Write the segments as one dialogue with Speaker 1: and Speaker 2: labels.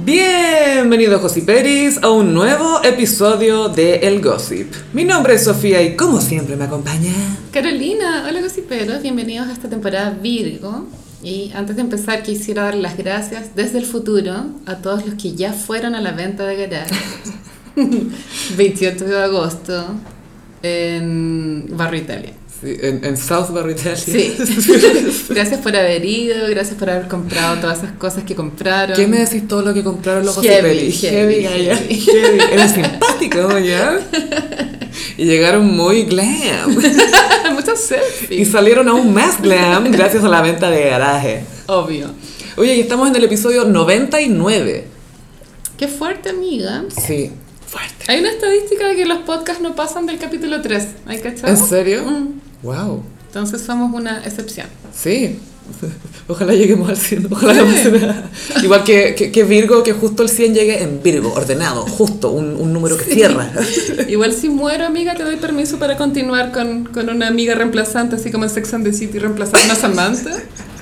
Speaker 1: Bienvenidos Gossiperis a un nuevo episodio de El Gossip. Mi nombre es Sofía y como siempre me acompaña.
Speaker 2: Carolina, hola gossiperos, bienvenidos a esta temporada Virgo. Y antes de empezar quisiera dar las gracias desde el futuro a todos los que ya fueron a la venta de garage. 28 de agosto en Barrio Italia.
Speaker 1: Sí, en, en South Barrio Italia.
Speaker 2: Sí. gracias por haber ido, gracias por haber comprado todas esas cosas que compraron.
Speaker 1: ¿Qué me decís todo lo que compraron los
Speaker 2: Heavy,
Speaker 1: Gossiperis?
Speaker 2: heavy,
Speaker 1: Gaya,
Speaker 2: heavy.
Speaker 1: heavy. Eran simpáticos, ¿ya? Y llegaron muy glam.
Speaker 2: Muchas
Speaker 1: Y
Speaker 2: selfies.
Speaker 1: salieron aún más glam gracias a la venta de garaje.
Speaker 2: Obvio.
Speaker 1: Oye, y estamos en el episodio 99.
Speaker 2: Qué fuerte, amiga.
Speaker 1: Sí. Fuerte.
Speaker 2: Hay una estadística de que los podcasts no pasan del capítulo 3. ¿Hay cachado?
Speaker 1: ¿En serio?
Speaker 2: Mm.
Speaker 1: Wow.
Speaker 2: Entonces somos una excepción.
Speaker 1: Sí. Ojalá lleguemos al 100. Ojalá hagamos una- Igual que, que, que Virgo, que justo el 100 llegue en Virgo, ordenado, justo, un, un número que cierra.
Speaker 2: Igual si muero, amiga, te doy permiso para continuar con, con una amiga reemplazante, así como en Sex and the City reemplazaron a Samantha.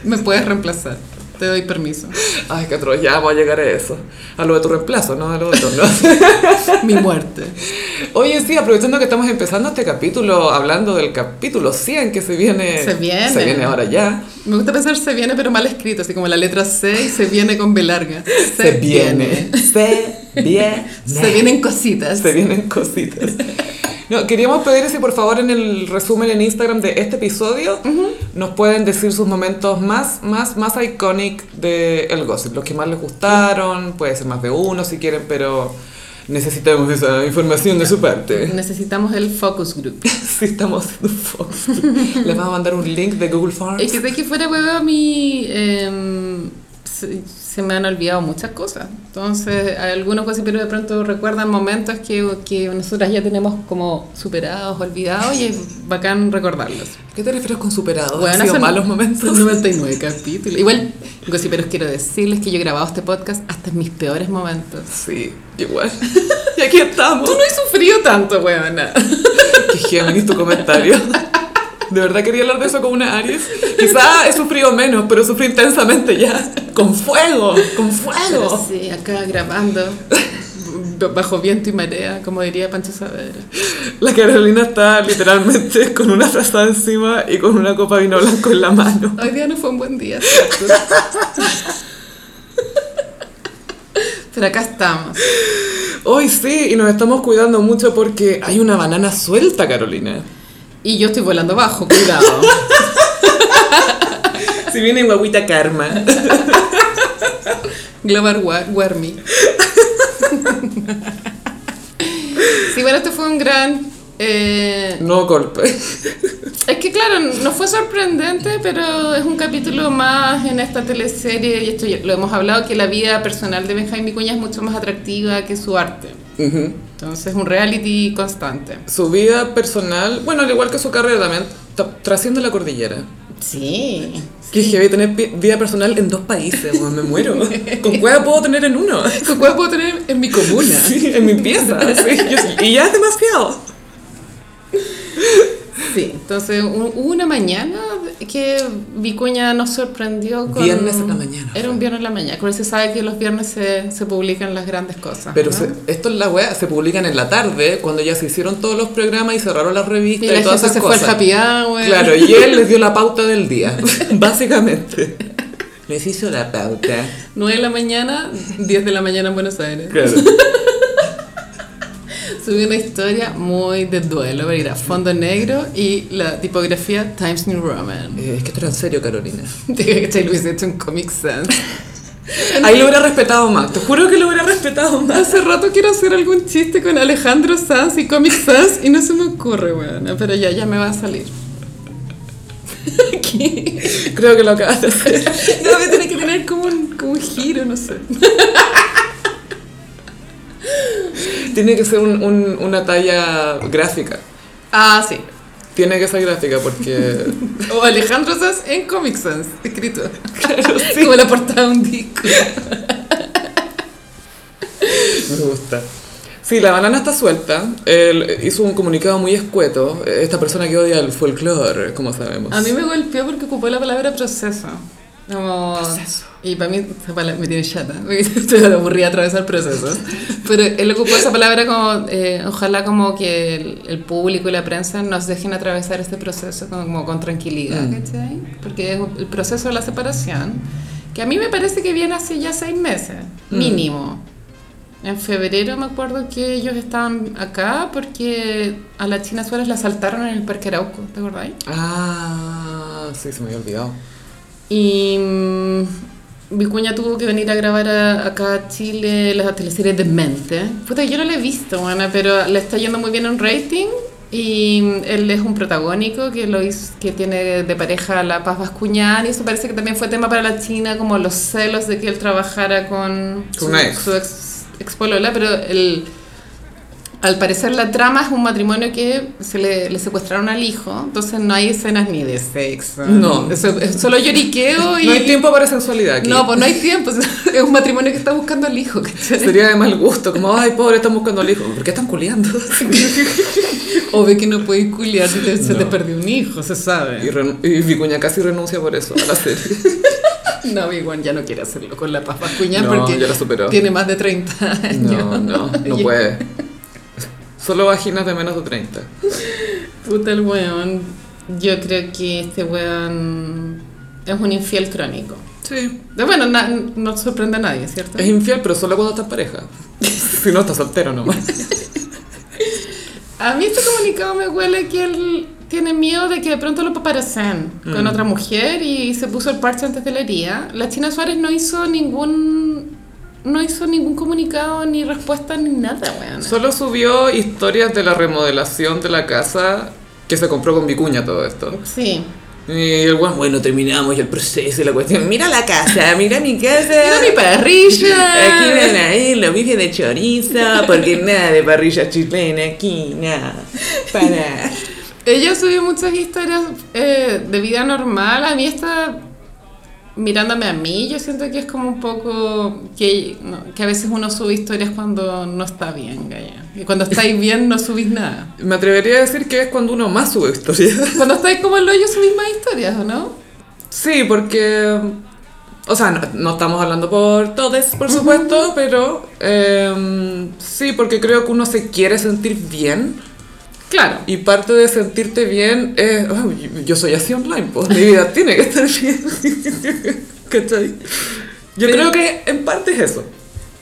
Speaker 2: Me puedes reemplazar. Te doy permiso.
Speaker 1: Ay, qué atroz, ya voy a llegar a eso. A lo de tu reemplazo, no a lo de tu, ¿no?
Speaker 2: Mi muerte.
Speaker 1: Oye, sí, aprovechando que estamos empezando este capítulo, hablando del capítulo 100 que se viene.
Speaker 2: Se viene.
Speaker 1: Se viene ahora ya.
Speaker 2: Me gusta pensar se viene, pero mal escrito, así como la letra C y se viene con B larga.
Speaker 1: Se, viene. Se viene.
Speaker 2: Se vienen cositas.
Speaker 1: Se vienen cositas. No, queríamos pedir si por favor en el resumen en Instagram de este episodio nos pueden decir sus momentos más, más, más iconic de el gossip, los que más les gustaron, puede ser más de uno si quieren, pero necesitamos esa información de su parte.
Speaker 2: Necesitamos el focus group.
Speaker 1: Si estamos haciendo un Fox. Les vamos a mandar un link de Google
Speaker 2: Es
Speaker 1: Forms.
Speaker 2: que sé que fuera huevo, mi. em, se, se me han olvidado muchas cosas. Entonces, algunos cosas, pero de pronto recuerdan momentos que, que nosotras ya tenemos como superados, olvidados, y es bacán recordarlos.
Speaker 1: ¿Qué te refieres con superado?
Speaker 2: Bueno,
Speaker 1: Oh, ¿Han sido
Speaker 2: son-
Speaker 1: malos momentos?
Speaker 2: son 99 capítulos. Igual, gossiperos, quiero decirles que yo he grabado este podcast hasta en mis peores momentos.
Speaker 1: Sí, igual. y aquí estamos.
Speaker 2: Tú no has sufrido tanto, huevona.
Speaker 1: Que Géminis tu comentario. De verdad quería hablar de eso con una Aries. Quizá he sufrido menos, pero sufrí intensamente ya. Con fuego, con
Speaker 2: Pero
Speaker 1: fuego.
Speaker 2: sí, acá grabando, b- bajo viento y marea, como diría Pancho Saavedra.
Speaker 1: La Carolina está literalmente con una frazada encima y con una copa de vino blanco en la mano.
Speaker 2: Hoy día no fue un buen día, ¿cierto? Pero acá estamos.
Speaker 1: Hoy sí, y nos estamos cuidando mucho porque hay una banana suelta, Carolina.
Speaker 2: Y yo estoy volando bajo, cuidado.
Speaker 1: Si viene guaguita karma.
Speaker 2: Global war- warming. Sí, bueno, este fue un gran... eh,
Speaker 1: No golpe.
Speaker 2: es que claro, no fue sorprendente, pero es un capítulo más en esta teleserie, y esto ya lo hemos hablado, que la vida personal de Benjamín Vicuña es mucho más atractiva que su arte.
Speaker 1: Ujú.
Speaker 2: Entonces es un reality constante.
Speaker 1: Su vida personal, bueno, al igual que su carrera también, tra- trasciende la cordillera.
Speaker 2: Sí.
Speaker 1: Que heavy tener pi- vida personal en dos países, weón, me muero. Con cueva puedo tener en uno.
Speaker 2: Tu cuerpo puedo tener en mi comuna.
Speaker 1: Sí, en mi pieza. sí, yo- y ya es demasiado.
Speaker 2: Sí, entonces un- hubo una mañana que Vicuña nos sorprendió con...
Speaker 1: Viernes en la mañana
Speaker 2: Era un viernes en la mañana, por eso sabe que los viernes se, se publican las grandes cosas.
Speaker 1: Pero
Speaker 2: ¿no?
Speaker 1: se- esto es la wea, se publican en la tarde, cuando ya se hicieron todos los programas y cerraron las
Speaker 2: Y
Speaker 1: revistas y,
Speaker 2: la
Speaker 1: todas
Speaker 2: gente
Speaker 1: esas
Speaker 2: se
Speaker 1: cosas.
Speaker 2: fue al happy hour.
Speaker 1: Claro, y él les dio la pauta del día, básicamente. Les hizo la pauta.
Speaker 2: 9 de la mañana, 10 de la mañana en Buenos Aires.
Speaker 1: Claro.
Speaker 2: Subí una historia muy de duelo, pero era fondo negro y la tipografía Times New Roman.
Speaker 1: Eh, es que esto era en serio, Carolina.
Speaker 2: Te que lo hubiese hecho en Comic Sans.
Speaker 1: Ahí lo hubiera respetado más, te juro que lo hubiera respetado más.
Speaker 2: Hace rato quiero hacer algún chiste con Alejandro Sanz y Comic Sans y no se me ocurre, weona, pero ya, ya me va a salir. ¿Qué?
Speaker 1: Creo que lo acabas de hacer.
Speaker 2: No, me tiene que tener como un, como un giro, no sé.
Speaker 1: Tiene que ser un- un- una talla gráfica.
Speaker 2: Ah, sí.
Speaker 1: Tiene que ser gráfica porque...
Speaker 2: O Alejandro Sanz en Comic Sans, escrito. Como la portada de un disco.
Speaker 1: Me gusta. Sí, la banana está suelta. Él hizo un comunicado muy escueto. Esta persona que odia el folclore, como sabemos.
Speaker 2: A mí me golpeó porque ocupó la palabra proceso. Como-
Speaker 1: Proceso.
Speaker 2: Y para mí esa palabra me tiene chata, porque estoy aburrida de atravesar procesos. Pero él ocupó esa palabra como, eh, ojalá como que el, el público y la prensa nos dejen atravesar este proceso como, como con tranquilidad,
Speaker 1: Mm.
Speaker 2: ¿cachai? Porque es el proceso de la separación, que a mí me parece que viene hace ya seis meses,
Speaker 1: Mm.
Speaker 2: mínimo. En febrero me acuerdo que ellos estaban acá porque a la China Suárez la asaltaron en el Parque Arauco, ¿te acordáis?
Speaker 1: Ah, sí, se me había olvidado.
Speaker 2: Y mm, Vicuña tuvo que venir a grabar a- acá a Chile la teleserie Demente. Puta, yo no la he visto, Ana, pero le está yendo muy bien en rating. Y mm, él es un protagónico que lo hizo- que tiene de pareja a la Paz Vascuñán. Y eso parece que también fue tema para la China, como los celos de que él trabajara con
Speaker 1: Con una ex.
Speaker 2: su ex, ex polola, pero el... Al parecer la trama es un matrimonio que se le, le secuestraron al hijo, entonces no hay escenas ni de sexo.
Speaker 1: No.
Speaker 2: Eso- es eh, solo lloriqueo y...
Speaker 1: No hay tiempo para sensualidad aquí.
Speaker 2: No, pues no hay tiempo. Es un matrimonio que está buscando al hijo, ¿cachai?
Speaker 1: Sería de mal gusto, como, ay, pobre, están buscando al hijo. ¿Por qué están culiando?
Speaker 2: O ve que no puede culiar si te- se
Speaker 1: No.
Speaker 2: te perdió un hijo, se sabe.
Speaker 1: Y, ren- y Vicuña casi renuncia por eso a la serie.
Speaker 2: No, Biguan ya no quiere hacerlo con la paz vascuña
Speaker 1: No,
Speaker 2: porque
Speaker 1: ya la superó.
Speaker 2: tiene más de 30 años.
Speaker 1: No, no, no
Speaker 2: Y-
Speaker 1: puede. Solo vaginas de menos de 30.
Speaker 2: Puta el weón. Yo creo que este weón es un infiel crónico.
Speaker 1: Sí.
Speaker 2: De- Bueno, na- no sorprende a nadie, ¿cierto?
Speaker 1: Es infiel, pero solo cuando estás en pareja. Si no, estás soltero nomás.
Speaker 2: A mí este comunicado me huele que él tiene miedo de que de pronto lo paparazzen con
Speaker 1: Mm.
Speaker 2: otra mujer y se puso el parche antes de la herida. La China Suárez no hizo ningún no hizo ningún comunicado ni respuesta ni nada, weón.
Speaker 1: Solo subió historias de la remodelación de la casa que se compró con Vicuña todo esto.
Speaker 2: Sí.
Speaker 1: Y el guan, bueno, terminamos ya el proceso y la cuestión. Mira la casa, mira mi casa.
Speaker 2: Mira mi parrilla.
Speaker 1: Eh, Aquí ven ahí los bifes de chorizo, porque nada de parrilla chilena aquí, nada. Para.
Speaker 2: Ella subió muchas historias eh, de vida normal. A mí está mirándome a mí. Yo siento que es como un poco que, no, que a veces uno sube historias cuando no está bien, Gaya. Y cuando estáis bien no subís nada.
Speaker 1: Me atrevería a decir que es cuando uno más sube historias.
Speaker 2: Cuando estáis como el hoyo subís más historias, ¿o no?
Speaker 1: Sí, porque. O sea, no, no estamos hablando por todos, por supuesto, pero. em, sí, porque creo que uno se quiere sentir bien.
Speaker 2: Claro.
Speaker 1: Y parte de sentirte bien es. "Oh, yo- yo soy así online, pues mi vida tiene que estar bien. ¿Cachai? Yo creo
Speaker 2: Pero-
Speaker 1: que en parte es eso.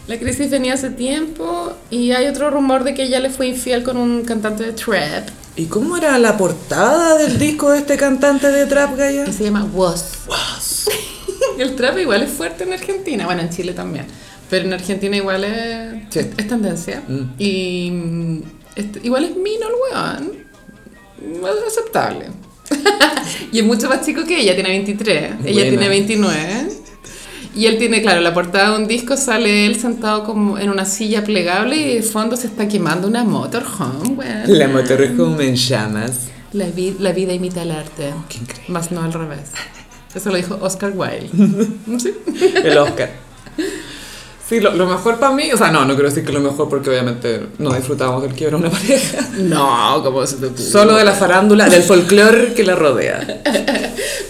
Speaker 2: La crisis venía hace tiempo y hay otro rumor de que ella le fue infiel con un cantante de trap
Speaker 1: ¿Y cómo era la portada del disco de este cantante de Trap Gaia?
Speaker 2: que se llama Was. el trap igual es fuerte en Argentina, bueno, en Chile también, pero en Argentina igual es,
Speaker 1: Sí.
Speaker 2: es, es tendencia.
Speaker 1: Mm.
Speaker 2: Y mm, este- igual es mino el weón. Igual Es aceptable. y es mucho más chico que ella, tiene 23, ella
Speaker 1: Buena.
Speaker 2: tiene 29. Y él tiene, claro, la portada de un disco sale él sentado como en una silla plegable y de fondo se está quemando una motorhome, weón.
Speaker 1: motorhome en llamas.
Speaker 2: La, vi- la vida imita el arte,
Speaker 1: Qué increíble.
Speaker 2: más no al revés. Eso lo dijo Oscar Wilde. Sí.
Speaker 1: El Oscar. Sí, lo, lo mejor para mí, o sea, no, no quiero decir que lo mejor porque obviamente no disfrutábamos del quiebre de una pareja.
Speaker 2: No, como se te ocurre?
Speaker 1: Solo de la farándula, del folclore que la rodea.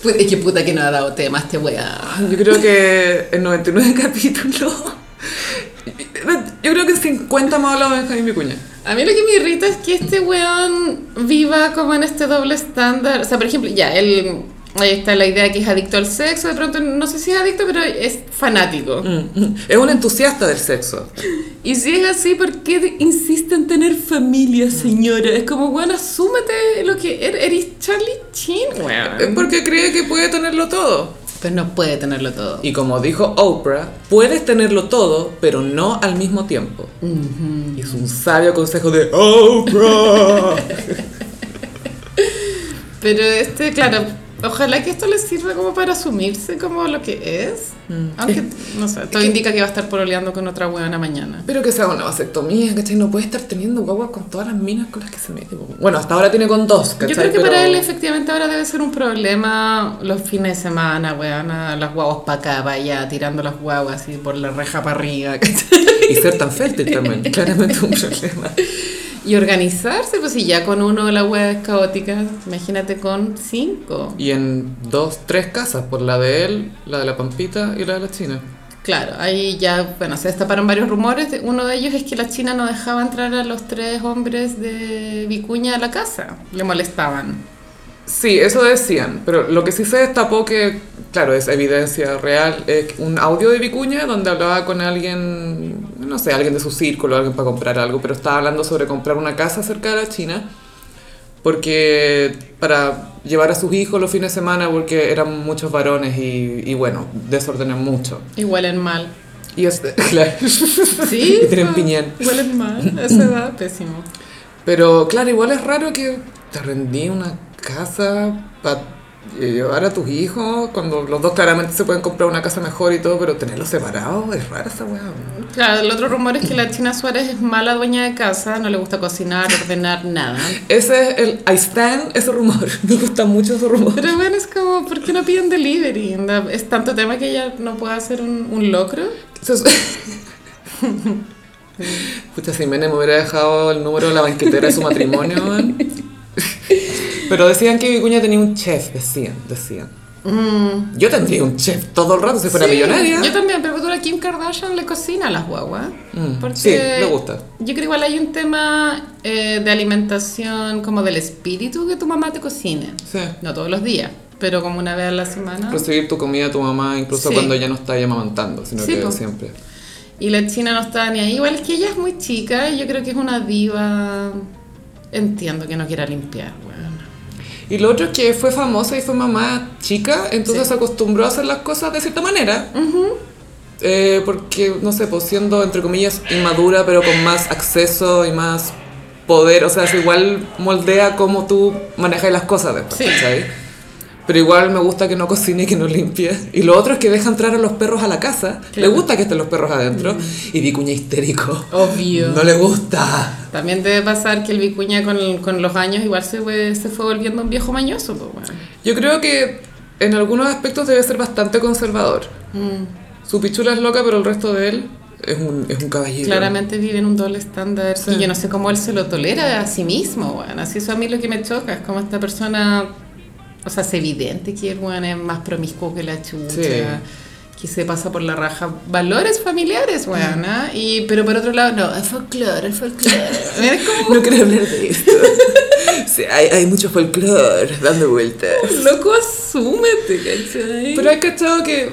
Speaker 2: Pu- Es que puta que no ha dado tema este weá.
Speaker 1: Yo creo que en 99 capítulos, yo creo que en 50 hemos hablado de Benjamín Vicuña.
Speaker 2: A mí lo que me irrita es que este weón viva como en este doble estándar. O sea, por ejemplo, ya, él. Ahí está la idea de que es adicto al sexo, de pronto no sé si es adicto, pero es fanático.
Speaker 1: Mm, mm. Es un entusiasta del sexo.
Speaker 2: Y si es así, ¿por qué te- insiste en tener familia, señora? Es como, weón, asúmete lo que eres. Eres Charlie Chin,
Speaker 1: Es
Speaker 2: weón.
Speaker 1: porque cree que puede tenerlo todo.
Speaker 2: Pero no puede tenerlo todo.
Speaker 1: Y como dijo Oprah, puedes tenerlo todo, pero no al mismo tiempo. Y es un sabio consejo de Oprah.
Speaker 2: Pero este, claro, ojalá que esto les sirva como para asumirse como lo que es. Aunque, no sé, todo indica que va a estar pololeando con otra huevona mañana.
Speaker 1: Pero que sea una vasectomía, ¿cachai? No puede estar teniendo guagua con todas las minas con las que se mete. po. Bueno, hasta ahora tiene con dos, ¿cachai?
Speaker 2: Yo creo que
Speaker 1: Pero-
Speaker 2: para él efectivamente ahora debe ser un problema los fines de semana, weona, las guaguas para acá, para allá, tirando las guaguas así por la reja para arriba. ¿cachai?
Speaker 1: Y ser tan fértil también, claramente un problema.
Speaker 2: Y organizarse, pues si ya con uno la web es caótica, imagínate con cinco.
Speaker 1: Y en dos, tres casas, por la de él, la de la Pampita y la de la China.
Speaker 2: Claro, ahí ya, bueno, se destaparon varios rumores. Uno de ellos es que la China no dejaba entrar a los tres hombres de Vicuña a la casa. Le molestaban.
Speaker 1: Sí, eso decían, pero lo que sí se destapó que, claro, es evidencia real, es un audio de Vicuña donde hablaba con alguien, no sé, alguien de su círculo, alguien para comprar algo, pero estaba hablando sobre comprar una casa cerca de la China, porque para llevar a sus hijos los fines de semana, porque eran muchos varones y, y bueno, desordenan mucho.
Speaker 2: Y huelen mal.
Speaker 1: Y es, claro,
Speaker 2: Sí.
Speaker 1: Y tienen
Speaker 2: ah,
Speaker 1: piñén.
Speaker 2: Huelen mal, a esa edad, pésimo.
Speaker 1: pero claro, igual es raro que te rendí una casa para llevar a tus hijos, cuando los dos claramente se pueden comprar una casa mejor y todo, pero tenerlos separados es rara esa weá. ¿no?
Speaker 2: Claro, el otro rumor es que la China Suárez es mala dueña de casa, no le gusta cocinar, ordenar, nada.
Speaker 1: Ese es el I stand ese rumor. Me gusta mucho ese rumor.
Speaker 2: Pero bueno, es como, ¿por qué no piden delivery? Onda, Es tanto tema que ella no puede hacer un, un locro.
Speaker 1: Entonces- Pucha, si Menem hubiera dejado el número de la banquetera de su matrimonio, weón. Pero decían que Vicuña tenía un chef, decían, decían.
Speaker 2: Mm.
Speaker 1: Yo tendría un chef todo el rato si fuera
Speaker 2: Sí,
Speaker 1: millonaria.
Speaker 2: Yo también, pero la Kim Kardashian le cocina a las guaguas.
Speaker 1: Mm,
Speaker 2: Porque
Speaker 1: sí, le gusta.
Speaker 2: Yo creo que igual hay un tema eh, de alimentación como del espíritu que tu mamá te cocine.
Speaker 1: Sí.
Speaker 2: No todos los días, pero como una vez a la semana.
Speaker 1: Recibir Pues tu comida a tu mamá, incluso
Speaker 2: Sí.
Speaker 1: cuando ella no está ahí amamantando, sino
Speaker 2: Sí,
Speaker 1: que
Speaker 2: po.
Speaker 1: siempre.
Speaker 2: Y la china no está ni ahí. Igual es que ella es muy chica y yo creo que es una diva. Entiendo que no quiera limpiar, weón.
Speaker 1: Y lo otro es que fue famosa y fue mamá chica, entonces se acostumbró a hacer las cosas de cierta manera. Eh, porque, no sé, pues siendo, entre comillas, inmadura, pero con más acceso y más poder, o sea, eso igual moldea cómo tú manejas las cosas después,
Speaker 2: Sí.
Speaker 1: ¿cachai? Pero igual me gusta que no cocine y que no limpie. Y lo otro es que deja entrar a los perros a la casa. Le
Speaker 2: Claro. Mm. Oh,
Speaker 1: gusta que estén los perros adentro. Y Vicuña histérico.
Speaker 2: Obvio.
Speaker 1: No le gusta.
Speaker 2: También debe pasar que el vicuña con, con los años igual se, fue- se fue volviendo un viejo mañoso, pues, weón.
Speaker 1: Yo creo que en algunos aspectos debe ser bastante conservador. Mm. Su pichula es loca, pero el resto de él es un, es un caballero.
Speaker 2: Claramente vive en un doble estándar
Speaker 1: Sí.
Speaker 2: y yo no sé cómo él se lo tolera a sí mismo, weón. Así eso a mí lo que me choca es como esta persona, o sea, es evidente que el weón es más promiscuo que la chucha,
Speaker 1: Sí.
Speaker 2: que se pasa por la raja. Valores familiares, weón, ¿ah? y Pero por otro lado, no, es folclore, es folclore. Mira, es como
Speaker 1: No quiero hablar de esto. Sí, hay, hay mucho folclore dando vueltas.
Speaker 2: un loco, asúmete, ¿cachai?
Speaker 1: Pero hay cachado que.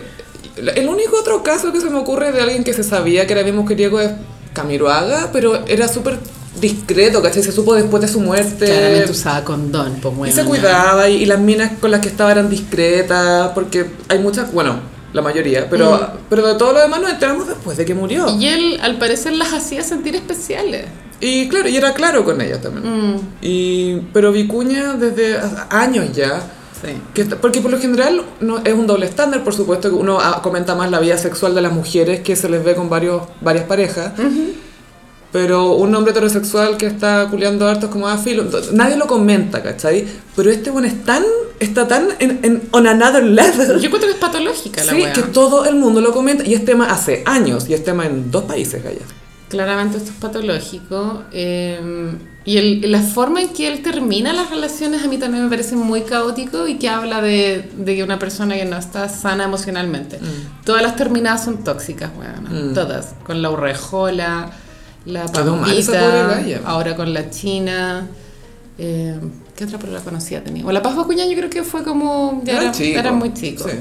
Speaker 1: El único otro caso que se me ocurre de alguien que se sabía que era bien mujeriego es Camiroaga, pero era súper discreto, ¿cachai? Se supo después de su muerte.
Speaker 2: Claramente usaba condón, pues,
Speaker 1: Y
Speaker 2: weón.
Speaker 1: se cuidaba y, y las minas con las que estaba eran discretas, porque hay muchas, bueno, la mayoría, pero,
Speaker 2: Mm.
Speaker 1: pero de todo lo demás nos enteramos después de que murió.
Speaker 2: Y él, al parecer, las hacía sentir especiales.
Speaker 1: Y claro, y era claro con ellas también.
Speaker 2: Mm,
Speaker 1: Y, pero Vicuña desde hace años ya,
Speaker 2: sí.
Speaker 1: que está- porque por lo general no, es un doble estándar, por supuesto, que uno ah, comenta más la vida sexual de las mujeres que se les ve con varios, varias parejas. Pero un hombre heterosexual que está culeando hartos como a filo, ento- nadie lo comenta, ¿cachai? Pero este bueno es tan, está tan en, en- on another level.
Speaker 2: Yo cuento que es patológica la
Speaker 1: Sí,
Speaker 2: weá.
Speaker 1: que todo el mundo lo comenta y es tema hace años y es tema en dos países, Gaya.
Speaker 2: Claramente esto es patológico. eh, y el- la forma en que él termina las relaciones a mí también me parece muy caótico y que habla de, de una persona que no está sana emocionalmente. Todas las terminadas son tóxicas, weón.
Speaker 1: Mm.
Speaker 2: Todas. Con la urrejola, la
Speaker 1: Quedó mal esa
Speaker 2: pampita,
Speaker 1: pobre galla.
Speaker 2: ahora con la china. eh, ¿Qué otra palabra conocida tenía? O la Paz Bacuña yo creo que fue como... Ya
Speaker 1: Era
Speaker 2: era,
Speaker 1: chico.
Speaker 2: era muy chico.
Speaker 1: Sí.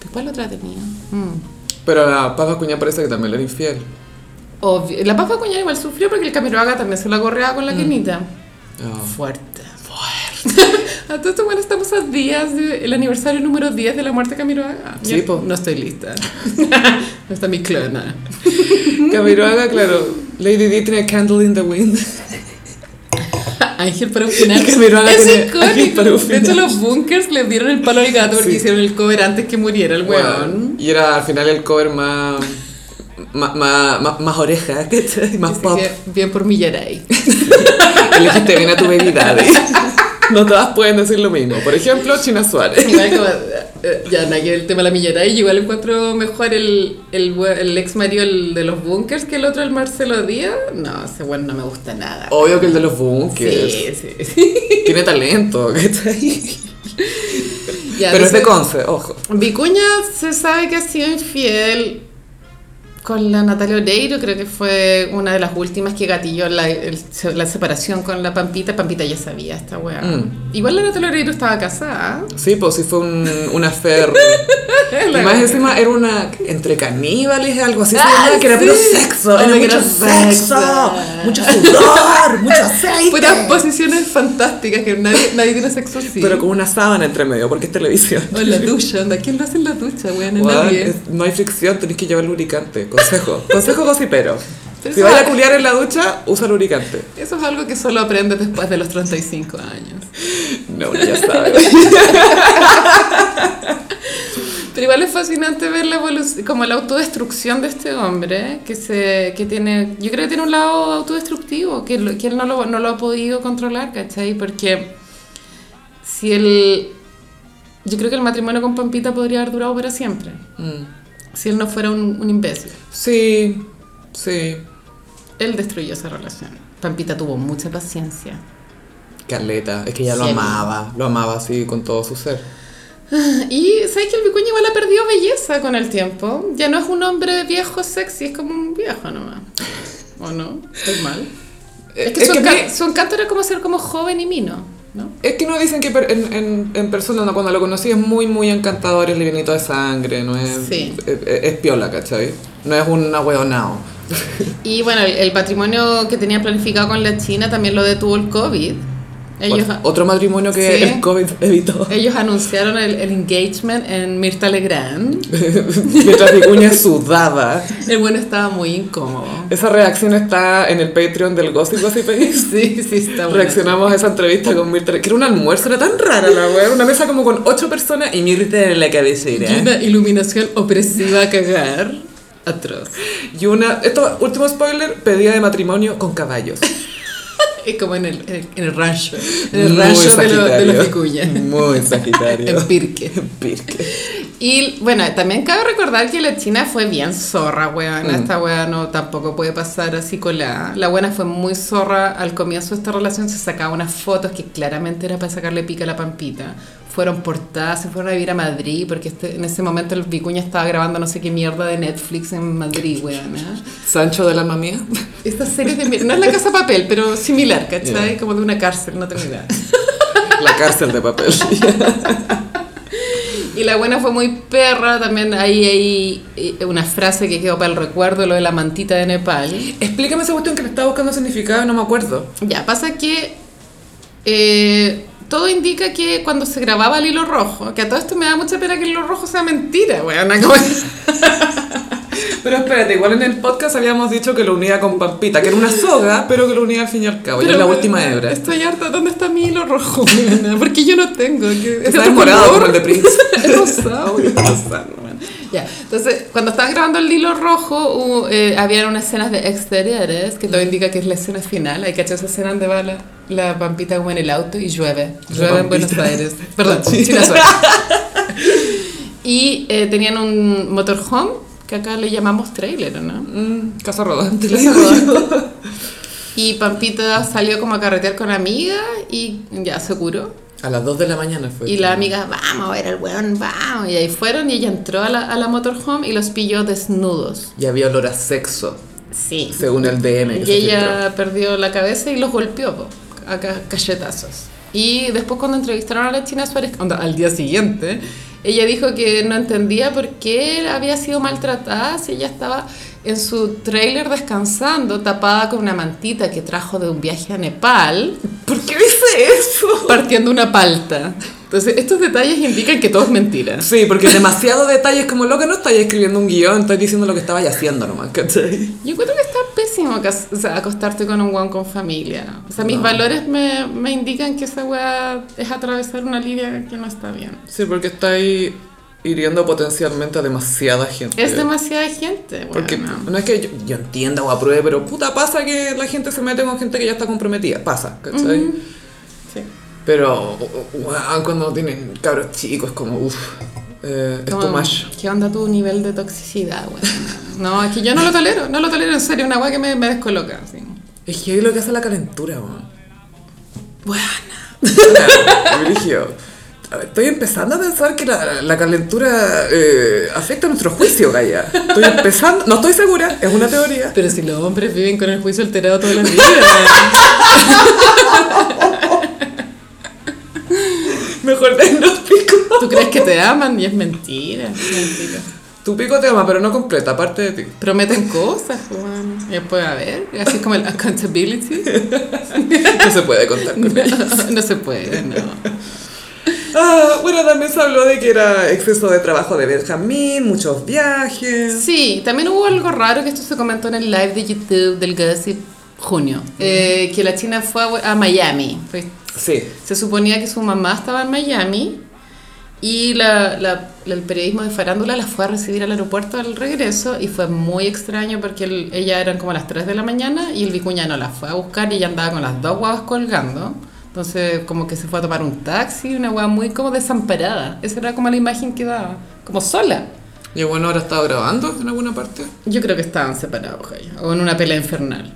Speaker 2: ¿Pero ¿Cuál otra tenía? Mm.
Speaker 1: Pero la Paz Acuña parece que también le era infiel.
Speaker 2: Obvio. La Paz Acuña igual sufrió porque el Camiroaga también se la correaba con la
Speaker 1: Mm.
Speaker 2: quinita.
Speaker 1: Ah.
Speaker 2: Fuerte. Fuerte. A todo esto, bueno, estamos a días del aniversario número 10 de la muerte de Camiroaga.
Speaker 1: Sí, po.
Speaker 2: No estoy lista. no está mi clona.
Speaker 1: Camiroaga, claro. Lady Di tiene Candle in the Wind.
Speaker 2: Ángel para un final.
Speaker 1: Camiroaga tiene
Speaker 2: Es
Speaker 1: Ángel para un
Speaker 2: icónico. De hecho,
Speaker 1: final.
Speaker 2: los bunkers le dieron el palo al gato porque
Speaker 1: Sí.
Speaker 2: hicieron el cover antes que muriera el
Speaker 1: Bueno,
Speaker 2: weón.
Speaker 1: y era al final el cover más. Más, más, más, más oreja, ¿cachai? más
Speaker 2: Así
Speaker 1: pop.
Speaker 2: que, bien por Millaray.
Speaker 1: Elegiste bien a tu bebida. ¿eh? No todas pueden decir lo mismo. Por ejemplo, China Suárez.
Speaker 2: Igual como, eh, ya, nada que el tema de la millera. Y igual encuentro mejor el, el, bue- el ex Mario el de los bunkers que el otro, el Marcelo Díaz. No, ese bueno no me gusta nada.
Speaker 1: Obvio que el de los bunkers.
Speaker 2: Sí, sí, sí.
Speaker 1: Tiene talento, ¿cachai?
Speaker 2: Ya,
Speaker 1: Pero es de
Speaker 2: dice,
Speaker 1: Conce, ojo.
Speaker 2: Vicuña se sabe que ha sido infiel con la Natalia Oreiro, creo que fue una de las últimas que gatilló la, el- la separación con la Pampita. Pampita ya sabía esta weá.
Speaker 1: Mm.
Speaker 2: Igual la Natalia Oreiro estaba casada.
Speaker 1: Sí, pues sí fue un, una fer. Y más encima era una entre caníbales, algo así, se
Speaker 2: Ah,
Speaker 1: llamaba, que era
Speaker 2: sí.
Speaker 1: puro sexo, era
Speaker 2: Ay,
Speaker 1: mucho
Speaker 2: era
Speaker 1: sexo,
Speaker 2: sexo.
Speaker 1: mucho sudor, mucho aceite.
Speaker 2: Fueron posiciones fantásticas que nadie, nadie tiene sexo así.
Speaker 1: Pero con una sábana entre medio, porque es televisión.
Speaker 2: O en la ducha, onda. ¿Quién lo hace en la ducha, weón?
Speaker 1: Weón,
Speaker 2: Nadie.
Speaker 1: es- no hay fricción, tenés que llevar lubricante. Consejo, consejo gocipero.
Speaker 2: Pero
Speaker 1: Si
Speaker 2: eso-
Speaker 1: vas a culiar en la ducha, usa lubricante.
Speaker 2: Eso es algo que solo aprendes después de los 35 años.
Speaker 1: No, uno ya sabe.
Speaker 2: Pero igual es fascinante ver la evolu- como la autodestrucción de este hombre, que se que tiene, yo creo que tiene un lado autodestructivo, que, lo- que él no lo, no lo ha podido controlar, ¿cachai? Porque si él, yo creo que el matrimonio con Pampita podría haber durado para siempre,
Speaker 1: Mm.
Speaker 2: si él no fuera un, un imbécil.
Speaker 1: Sí, sí.
Speaker 2: Él destruyó esa relación. Pampita tuvo mucha paciencia.
Speaker 1: Carleta, es que ya lo
Speaker 2: Sí.
Speaker 1: amaba, lo amaba así con todo su ser.
Speaker 2: Y sabes que el Vicuña igual ha perdido belleza con el tiempo. Ya no es un hombre viejo sexy, es como un viejo nomás. ¿O no? Estoy mal. Es que,
Speaker 1: Eh, Es
Speaker 2: su,
Speaker 1: que a
Speaker 2: enca-
Speaker 1: mí-
Speaker 2: su encanto era como ser como joven y mino, ¿no?
Speaker 1: Es que no dicen que per- en, en- en persona, no, cuando lo conocí es muy, muy encantador, es livianito de sangre, no es,
Speaker 2: Sí.
Speaker 1: es, es- es piola, ¿cachai? No es un ahueonao.
Speaker 2: Y bueno, el, el matrimonio que tenía planificado con la China también lo detuvo el COVID. Ellos,
Speaker 1: Otro matrimonio que
Speaker 2: Sí.
Speaker 1: el COVID evitó.
Speaker 2: ellos anunciaron el, el engagement en Mirta Legrand.
Speaker 1: Mientras Vicuña sudaba.
Speaker 2: El bueno estaba muy incómodo.
Speaker 1: Esa reacción está en el Patreon del Gossip Gossip Page.
Speaker 2: Sí, sí, está bueno.
Speaker 1: Reaccionamos a esa entrevista con Mirta, que era un almuerzo, era tan rara la wea, una mesa como con ocho personas y Mirta en la
Speaker 2: Y
Speaker 1: cabecera.
Speaker 2: una iluminación opresiva a cagar. Atroz.
Speaker 1: Y una, esto, último spoiler, pedida de matrimonio con caballos.
Speaker 2: Es como en el, en el- en el rancho. En el
Speaker 1: Muy
Speaker 2: rancho de, lo- de
Speaker 1: sagitario. Mm.
Speaker 2: los Vicuña.
Speaker 1: Muy sagitario.
Speaker 2: En Pirque.
Speaker 1: Pirque.
Speaker 2: Y bueno, también cabe recordar que la China fue bien zorra, weón.
Speaker 1: Mm.
Speaker 2: Esta weá no tampoco puede pasar así con la. La buena fue muy zorra. Al comienzo de esta relación se sacaba unas fotos que claramente era para sacarle pica a la pampita. Fueron portadas, se fueron a vivir a Madrid, porque este- en ese momento el Vicuña estaba grabando no sé qué mierda de Netflix en Madrid, weón. ¿eh?
Speaker 1: Sancho de la mamía.
Speaker 2: Estas series de mier- No es la casa papel, pero similar, ¿cachai?
Speaker 1: Ya.
Speaker 2: Como de una cárcel, no tengo idea.
Speaker 1: La cárcel de papel.
Speaker 2: Y la buena fue muy perra, también ahí hay eh, una frase que quedó para el recuerdo, lo de la mantita de Nepal.
Speaker 1: Explícame esa cuestión que le estaba buscando significado y no me acuerdo.
Speaker 2: Ya, pasa que eh, todo indica que cuando se grababa el hilo rojo, que a todo esto me da mucha pena que el hilo rojo sea mentira, weona, como-
Speaker 1: Pero espérate, igual en el podcast habíamos dicho que lo unía con Pampita, que era una soga, pero que lo unía al fin y al cabo. y es la
Speaker 2: Pero,
Speaker 1: última hebra.
Speaker 2: Estoy harta, ¿dónde está mi hilo rojo, weona? Porque yo no tengo. que-
Speaker 1: Está
Speaker 2: otro
Speaker 1: demorado
Speaker 2: color.
Speaker 1: como el de Prince.
Speaker 2: Es rosado, es rosado, man. Ya, entonces, cuando estaban grabando el hilo rojo, hubo, eh, habían unas escenas de exteriores, que todo indica que es la escena final. Hay que hacer esa escena donde va la, la pampita como en el auto y llueve. Llueve en
Speaker 1: Pampita.
Speaker 2: Buenos Aires. Perdón,
Speaker 1: Sí.
Speaker 2: China Suárez. Y eh, tenían un motorhome, que acá le llamamos trailer, ¿o ¿no?
Speaker 1: Mm, casa rodante.
Speaker 2: Casa
Speaker 1: le digo yo.
Speaker 2: Y Pampita salió como a carretear con amiga y ya se curó.
Speaker 1: A las 2 de la mañana fue.
Speaker 2: Y la amiga, vamos a ver al weón, vamos. Y ahí fueron y ella entró a la, a la motorhome y los pilló desnudos.
Speaker 1: Y había olor a sexo,
Speaker 2: Sí.
Speaker 1: según el DM. que
Speaker 2: Y
Speaker 1: se
Speaker 2: ella perdió la cabeza y los golpeó po, a ca- cachetazos. Y después cuando entrevistaron a la China Suárez, onda, al día siguiente, ella dijo que no entendía por qué había sido maltratada si ella estaba en su trailer descansando, tapada con una mantita que trajo de un viaje a Nepal
Speaker 1: filtró. ¿Por qué dice eso?
Speaker 2: partiendo una palta. Entonces, estos detalles indican que todo es mentira.
Speaker 1: Sí, porque demasiado detalles como lo que no estáis escribiendo un guión, estáis diciendo lo que estabas haciendo nomás, ¿cachai?
Speaker 2: Yo encuentro que está pésimo cas- o sea, acostarte con un guan con familia. O sea, mis
Speaker 1: No.
Speaker 2: valores me, me indican que esa weá es atravesar una línea que no está bien.
Speaker 1: Sí, porque estáis hiriendo potencialmente a demasiada gente.
Speaker 2: Es demasiada gente, weá,
Speaker 1: Porque
Speaker 2: no.
Speaker 1: no es que yo, yo entienda o apruebe, pero puta, pasa que la gente se mete con gente que ya está comprometida. Pasa, ¿cachai?
Speaker 2: Sí.
Speaker 1: Pero, weón, cuando tienen cabros chicos, como, uff, eh, es
Speaker 2: Como,
Speaker 1: too much.
Speaker 2: ¿Qué onda tu nivel de toxicidad, weón? No, es que yo no lo tolero, no lo tolero en serio, una weá que me, me descoloca. así.
Speaker 1: Es que es lo que hace la calentura, weón.
Speaker 2: Buena.
Speaker 1: Brigio. Estoy empezando a pensar que la, la calentura eh, afecta nuestro juicio, Gaya. Estoy empezando, no estoy segura, es una teoría.
Speaker 2: Pero si los hombres viven con el juicio alterado todas las vidas.
Speaker 1: Mejor denos pico.
Speaker 2: ¿Tú crees que te aman? Y es mentira, es mentira.
Speaker 1: Tu pico te ama, pero no completa, aparte de ti.
Speaker 2: Prometen cosas, weón. Y después, a ver, así es como el accountability.
Speaker 1: No se puede contar con
Speaker 2: No, no se puede, no.
Speaker 1: Ah, bueno, también se habló de que era exceso de trabajo de Benjamín, muchos viajes.
Speaker 2: Sí, también hubo algo raro que esto se comentó en el live de YouTube del Gossip junio. eh, que la China fue a, a Miami. Fue-
Speaker 1: Sí.
Speaker 2: se suponía que su mamá estaba en Miami y la, la- la- el periodismo de Farándula la fue a recibir al aeropuerto al regreso y fue muy extraño porque el- ella eran como las 3 de la mañana y el vicuñano la fue a buscar y ella andaba con las dos guavas colgando. Entonces como que se fue a tomar un taxi, una guava muy como desamparada. Esa era como la imagen que daba, como sola.
Speaker 1: Y bueno, ahora estaba grabando en alguna parte.
Speaker 2: Yo creo que estaban separados, Jaya, o en una pelea infernal.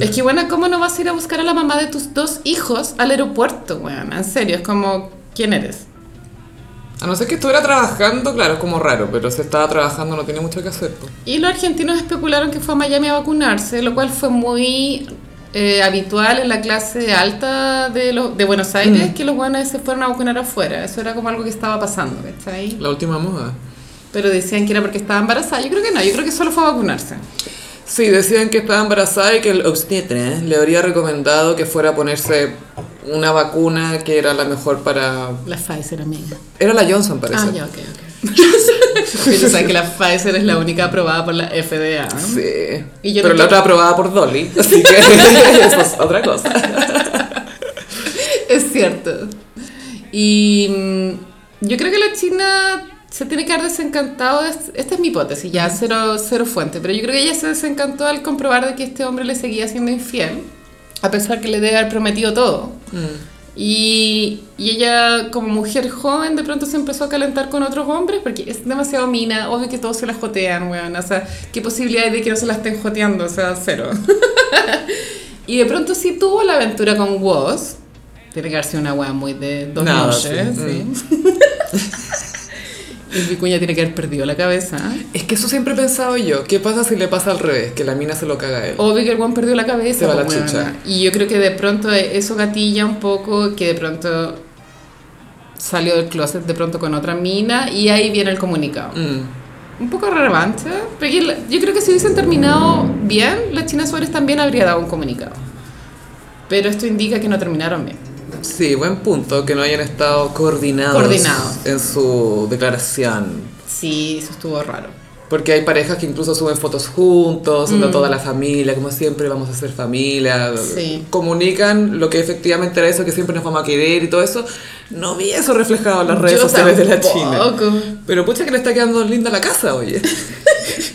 Speaker 2: Es que, bueno, ¿cómo no vas a ir a buscar a la mamá de tus dos hijos al aeropuerto, weón? En serio, es como, ¿quién eres?
Speaker 1: A no ser que estuviera trabajando, claro, es como raro, pero si estaba trabajando no tiene mucho que hacer. pues.
Speaker 2: Y los argentinos especularon que fue a Miami a vacunarse, lo cual fue muy eh, habitual en la clase alta de, los de Buenos Aires, que los buenos se fueron a vacunar afuera. Eso era como algo que estaba pasando, ¿cachai?
Speaker 1: La última moda.
Speaker 2: Pero decían que era porque estaba embarazada. Yo creo que no, yo creo que solo fue a vacunarse.
Speaker 1: Sí, decían que estaba embarazada y que el obstetra le habría recomendado que fuera a ponerse una vacuna que era la mejor para...
Speaker 2: La Pfizer, amiga.
Speaker 1: Era la Johnson, parece.
Speaker 2: Ah, ya, ok, ok. Pero sabes que la Pfizer es la única aprobada por la FDA. ¿no?
Speaker 1: Sí.
Speaker 2: Y yo
Speaker 1: Pero
Speaker 2: no
Speaker 1: la
Speaker 2: creo-
Speaker 1: otra aprobada por Dolly, así que eso es otra cosa.
Speaker 2: Es cierto. Y mm, yo creo que la China se tiene que haber desencantado. es- Esta es mi hipótesis, ya cero, cero fuente. Pero yo creo que ella se desencantó al comprobar de que este hombre le seguía siendo infiel, a pesar que le debe haber prometido todo.
Speaker 1: Mm.
Speaker 2: Y, y ella, como mujer joven, de pronto se empezó a calentar con otros hombres porque es demasiado mina. Obvio que todos se las jotean, weón. O sea, ¿qué posibilidad hay de que no se la estén joteando? O sea, cero. y de pronto sí tuvo la aventura con Woz. Tiene que haber sido una weá muy de dos
Speaker 1: Nada,
Speaker 2: noches.
Speaker 1: sí.
Speaker 2: sí. El Vicuña tiene que haber perdido la cabeza.
Speaker 1: Es que eso siempre he pensado yo. ¿Qué pasa si le pasa al revés? Que la mina se lo caga a él.
Speaker 2: Obvio que el weón perdió la cabeza.
Speaker 1: Se va la
Speaker 2: pues, weona.
Speaker 1: chucha.
Speaker 2: Y yo creo que de pronto eso gatilla un poco, que de pronto salió del closet de pronto con otra mina y ahí viene el comunicado.
Speaker 1: Mm.
Speaker 2: Un poco relevante, porque la- yo creo que si hubiesen terminado bien, la China Suárez también habría dado un comunicado. Pero esto indica que no terminaron bien.
Speaker 1: Sí, buen punto, que no hayan estado coordinados,
Speaker 2: Coordinados.
Speaker 1: en su declaración.
Speaker 2: Sí, eso estuvo raro.
Speaker 1: Porque hay parejas que incluso suben fotos juntos,
Speaker 2: Mm.
Speaker 1: onda toda la familia, como siempre vamos a ser familia.
Speaker 2: Sí.
Speaker 1: Comunican lo que efectivamente era eso, que siempre nos vamos a querer y todo eso. No vi eso reflejado en las redes
Speaker 2: Yo
Speaker 1: sociales
Speaker 2: tampoco.
Speaker 1: de la China. Pero pucha que le está quedando linda la casa, oye.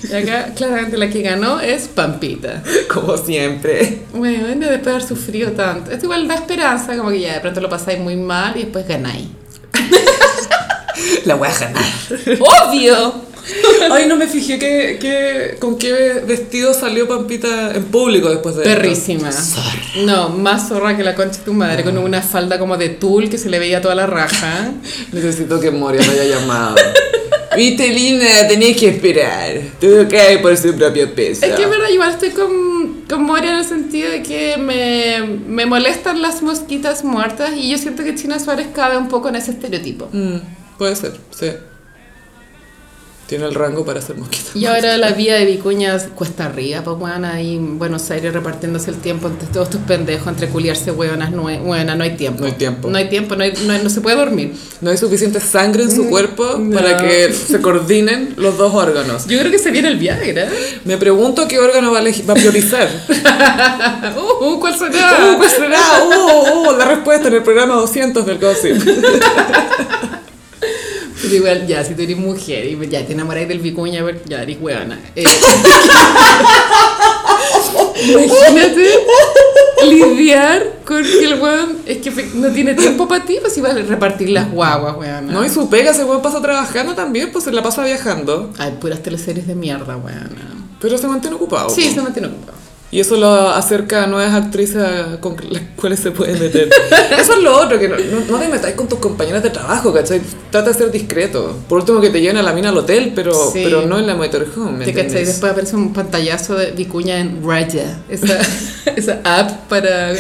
Speaker 2: Y acá claramente la que ganó es Pampita.
Speaker 1: como siempre.
Speaker 2: Bueno, después de haber sufrido tanto. Esto igual da esperanza, como que ya de pronto lo pasáis muy mal y después ganáis.
Speaker 1: La voy a ganar.
Speaker 2: ¡Obvio!
Speaker 1: Ay, no me fijé que, que- con qué vestido salió Pampita en público después de esto.
Speaker 2: Perrísima. No, más zorra que la concha de tu madre,
Speaker 1: Ah.
Speaker 2: con una falda como de tul que se le veía toda la raja.
Speaker 1: Necesito que Moria me haya llamado. Viste, linda, tenías que esperar. Todo cae por su propio peso.
Speaker 2: Es que es verdad, igual estoy con, con Moria en el sentido de que me, me molestan las mosquitas muertas y yo siento que China Suárez cabe un poco en ese estereotipo.
Speaker 1: Mm, puede ser, sí. Tiene el rango para ser mosquita.
Speaker 2: Y ahora la vida de Vicuña cuesta arriba, pues weón, ahí en Buenos Aires repartiéndose el tiempo entre todos tus pendejos, entre culiarse weonas, nue- weona, no hay tiempo.
Speaker 1: No hay tiempo.
Speaker 2: No hay tiempo, no, hay- no hay- no se puede dormir.
Speaker 1: No hay suficiente sangre en su cuerpo
Speaker 2: Mm, no.
Speaker 1: para que se coordinen los dos órganos.
Speaker 2: Yo creo que se viene el Viagra.
Speaker 1: Me pregunto qué órgano va a, elegir- va a priorizar.
Speaker 2: Uh, uh, ¿cuál
Speaker 1: Uh,
Speaker 2: será?
Speaker 1: ¿Cuál será? Uh, uh, la respuesta en el programa 200 del Gossip.
Speaker 2: Pero igual, ya, si tú eres mujer y ya te enamoráis del Vicuña, pero ya eres weona. Eh, imagínate lidiar con que el weón es que fe- no tiene tiempo para ti, pues iba a repartir las guaguas, weón.
Speaker 1: No, y su pega, ese weón pasa trabajando también, pues se la pasa viajando.
Speaker 2: Ay, puras teleseries de mierda, weón.
Speaker 1: Pero se mantiene ocupado.
Speaker 2: Sí, se mantiene ocupado.
Speaker 1: Y eso lo acerca a nuevas actrices a- con las cuales se pueden meter. Eso es lo otro, que no, no- no te metáis con tus compañeras de trabajo, ¿cachai? Trata de ser discreto. Por último, que te lleven a la mina al hotel, pero,
Speaker 2: Sí.
Speaker 1: pero no en la motorhome, ¿me
Speaker 2: ¿Te cachai?
Speaker 1: entiendes?
Speaker 2: Después aparece un pantallazo de Vicuña en Raya, esa, esa app para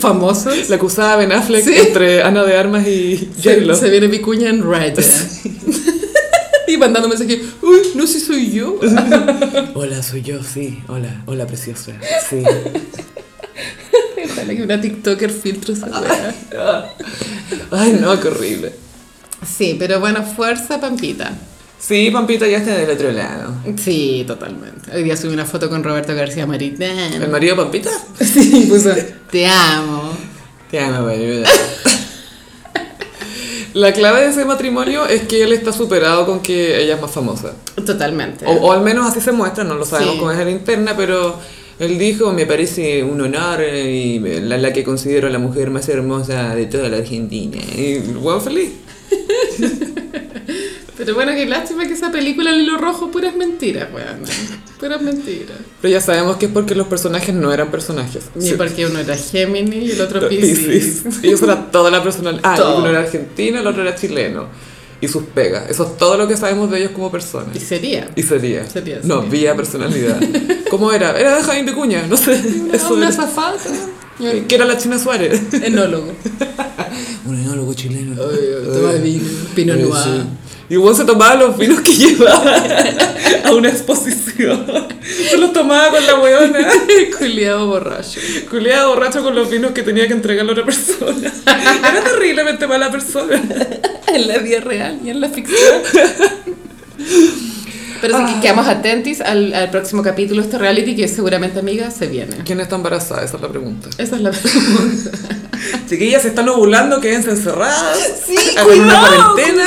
Speaker 2: famosos.
Speaker 1: La acusada Ben Affleck
Speaker 2: Sí.
Speaker 1: entre Ana de Armas y
Speaker 2: Se,
Speaker 1: J-Lo.
Speaker 2: se viene Vicuña en Raya. y mandando mensajes, uy, no sé si soy yo.
Speaker 1: Hola, soy yo, sí. Hola, hola, preciosa. Sí.
Speaker 2: Ojalá que una TikToker filtre esa wea.
Speaker 1: Ay, no, qué horrible.
Speaker 2: Sí, pero bueno, fuerza, Pampita.
Speaker 1: Sí, Pampita ya está del otro lado.
Speaker 2: Sí, totalmente. Hoy día subí una foto con Roberto García
Speaker 1: ¿El
Speaker 2: Maritán.
Speaker 1: marido de Pampita?
Speaker 2: Sí, puso, te amo.
Speaker 1: Te amo, baby. La clave de ese matrimonio es que él está superado con que ella es más famosa.
Speaker 2: Totalmente.
Speaker 1: O, o al menos así se muestra, no lo sabemos
Speaker 2: Sí.
Speaker 1: cómo es la interna, pero él dijo, me parece un honor eh, y la, la que considero la mujer más hermosa de toda la Argentina. Y el weón feliz.
Speaker 2: Pero bueno, qué lástima que esa película El Hilo Rojo, puras mentiras, weón. Puras mentiras.
Speaker 1: Pero ya sabemos que es porque los personajes no eran personajes.
Speaker 2: Ni
Speaker 1: Sí.
Speaker 2: porque uno era Géminis y el otro Pisces.
Speaker 1: Piscis. Ellos eran toda la personalidad. Ah,
Speaker 2: Todo.
Speaker 1: y uno era argentino, el otro era chileno. Y sus pegas. Eso es todo lo que sabemos de ellos como personas.
Speaker 2: Y sería.
Speaker 1: Y sería.
Speaker 2: Sería,
Speaker 1: No,
Speaker 2: sería.
Speaker 1: vía personalidad. ¿Cómo era? Era de Jaime Vicuña, no sé.
Speaker 2: Una,
Speaker 1: Eso
Speaker 2: una
Speaker 1: era. Eh,
Speaker 2: azafata. Y un
Speaker 1: Que era la China Suárez.
Speaker 2: Enólogo.
Speaker 1: Un enólogo chileno.
Speaker 2: Toma vino. Pino
Speaker 1: Oye,
Speaker 2: Noir.
Speaker 1: sí. Y vos se tomaba los vinos que llevaba a una exposición. Se los tomaba con la hueona.
Speaker 2: Culeado borracho.
Speaker 1: Culeado borracho con los vinos que tenía que entregar la otra persona. Era terriblemente mala persona.
Speaker 2: En la vida real y en la ficción. Pero sí que quedamos atentis al, al próximo capítulo de este reality que seguramente, amiga, se viene.
Speaker 1: ¿Quién está embarazada? Esa es la pregunta.
Speaker 2: Esa es la pregunta.
Speaker 1: Chiquillas, se están ovulando, quédense encerradas.
Speaker 2: Sí,
Speaker 1: Hagan una cuarentena.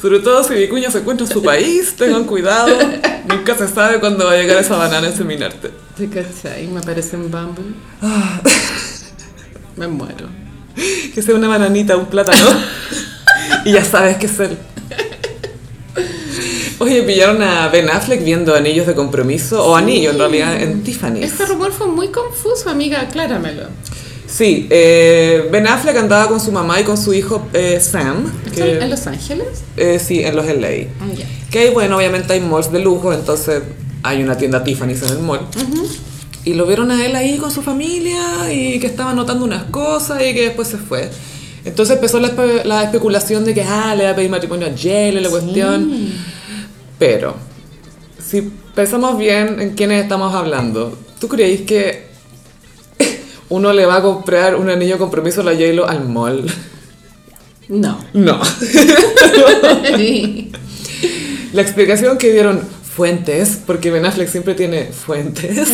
Speaker 1: Sobre todo si Vicuña se encuentra en su país, tengan cuidado. Nunca se sabe cuándo va a llegar esa banana a inseminarte.
Speaker 2: ¿Te cachai? Me aparece un Bumble. Ah. Me muero.
Speaker 1: Que sea una bananita, un plátano. y ya sabes qué es él. Oye, pillaron a Ben Affleck viendo anillos de compromiso, o anillo en realidad, en Tiffany.
Speaker 2: Este rumor fue muy confuso, amiga, acláramelo.
Speaker 1: Sí, eh, Ben Affleck andaba con su mamá y con su hijo eh, Sam.
Speaker 2: ¿Esto
Speaker 1: que-
Speaker 2: ¿En Los Ángeles?
Speaker 1: eh, sí, en los LA.
Speaker 2: Ah, ya.
Speaker 1: Que bueno, obviamente hay malls de lujo, entonces hay una tienda Tiffany's en el mall. Y lo vieron a él ahí con su familia y que estaba anotando unas cosas y que después se fue. Entonces empezó la, espe- la especulación de que, ah, le va a pedir matrimonio a Jelle, la cuestión. Pero, si pensamos bien en quiénes estamos hablando, ¿tú creéis que uno le va a comprar un anillo de compromiso a la J-Lo al mall?
Speaker 2: No.
Speaker 1: No. La explicación que dieron fuentes, porque Ben Affleck siempre tiene fuentes,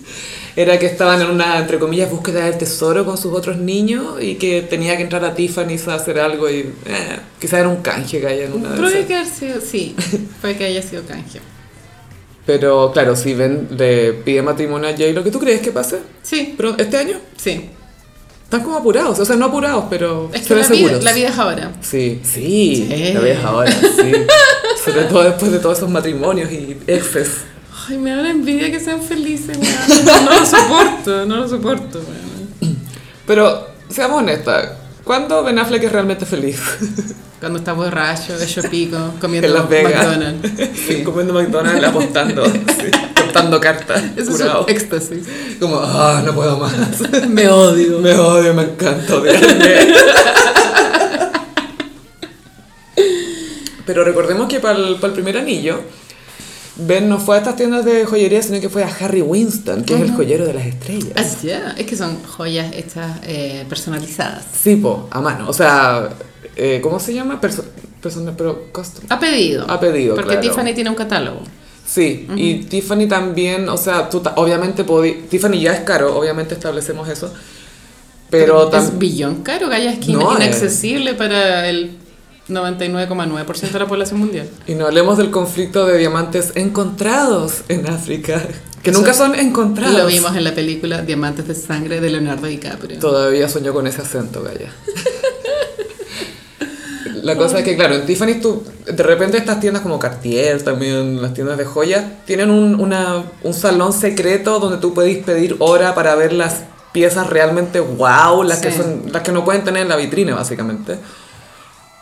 Speaker 1: era que estaban en una, entre comillas, búsqueda del tesoro con sus otros niños y que tenía que entrar a Tiffany's a hacer algo y eh, quizá era un canje que haya en una de
Speaker 2: Puede
Speaker 1: esas.
Speaker 2: que haya sido, sí, puede que haya sido canje.
Speaker 1: Pero claro, si Ben le pide matrimonio a Jay, ¿lo que tú crees que pase?
Speaker 2: Sí,
Speaker 1: ¿Pero este año?
Speaker 2: sí.
Speaker 1: Están como apurados, o sea, no apurados, pero
Speaker 2: Es que
Speaker 1: se ven
Speaker 2: la vida,
Speaker 1: seguros.
Speaker 2: la vida es ahora.
Speaker 1: Sí, sí,
Speaker 2: Sí.
Speaker 1: la ves ahora, sí. Sobre todo después de todos esos matrimonios y exes.
Speaker 2: Ay, me da una envidia que sean felices, weón. No lo soporto, no lo soporto, weón.
Speaker 1: Pero seamos honestas, ¿cuándo Ben Affleck es realmente feliz?
Speaker 2: Cuando está borracho, bello pico, comiendo
Speaker 1: En Las Vegas.
Speaker 2: McDonald's. Sí.
Speaker 1: Comiendo McDonald's, apostando, sí, apostando cartas,
Speaker 2: Eso es
Speaker 1: curado.
Speaker 2: un éxtasis.
Speaker 1: Como, ah, no puedo más.
Speaker 2: Me odio.
Speaker 1: Me odio, me encanta odiarme. Pero recordemos que para el, para el primer anillo, Ben no fue a estas tiendas de joyería, sino que fue a Harry Winston, que es el joyero de las estrellas.
Speaker 2: Ah, ya. Es que son joyas hechas eh, personalizadas.
Speaker 1: Sí, po, a mano. O sea, eh, ¿cómo se llama? Perso- persona, pero custom.
Speaker 2: A pedido.
Speaker 1: A pedido,
Speaker 2: Porque
Speaker 1: claro.
Speaker 2: Tiffany tiene un catálogo.
Speaker 1: Sí, y Tiffany también, o sea, tú ta- obviamente podí, Tiffany ya es caro, obviamente establecemos eso, pero
Speaker 2: es
Speaker 1: también...
Speaker 2: billón caro, galla, es que in-
Speaker 1: No, eh.
Speaker 2: inaccesible para el 99,9% de la población mundial.
Speaker 1: Y no hablemos del conflicto de diamantes encontrados en África, Que
Speaker 2: Eso
Speaker 1: nunca son encontrados.
Speaker 2: Lo vimos en la película Diamantes de Sangre de Leonardo DiCaprio.
Speaker 1: Todavía sueño con ese acento, Gaya. La cosa es que, claro, en Tiffany tú, de repente estas tiendas como Cartier, también las tiendas de joyas, tienen un, una- un salón secreto donde tú puedes pedir hora para ver las piezas realmente wow, las, que
Speaker 2: Sí.
Speaker 1: son, las que no pueden tener en la vitrina, básicamente.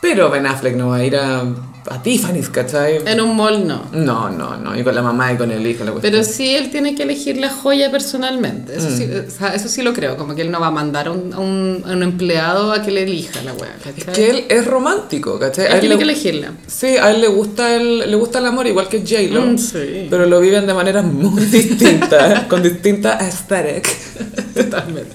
Speaker 1: Pero Ben Affleck no va a ir a, a Tiffany's, ¿cachai?
Speaker 2: En un mall no.
Speaker 1: No, no, no, y con la mamá y con el hijo. La cuestión.
Speaker 2: Pero sí él tiene que elegir la joya personalmente.
Speaker 1: Mm.
Speaker 2: Eso, sí, o sea, eso sí lo creo. Como que él no va a mandar a un, a un- a un empleado a que le elija la wea.
Speaker 1: es
Speaker 2: ¿cachai?
Speaker 1: que él es romántico, ¿cachai? A
Speaker 2: él
Speaker 1: él
Speaker 2: tiene
Speaker 1: le-
Speaker 2: que elegirla.
Speaker 1: Sí, a él le gusta el, le gusta el amor igual que J-Lo,
Speaker 2: Mm, sí.
Speaker 1: pero lo viven de maneras muy distintas, con distinta aesthetic. Totalmente.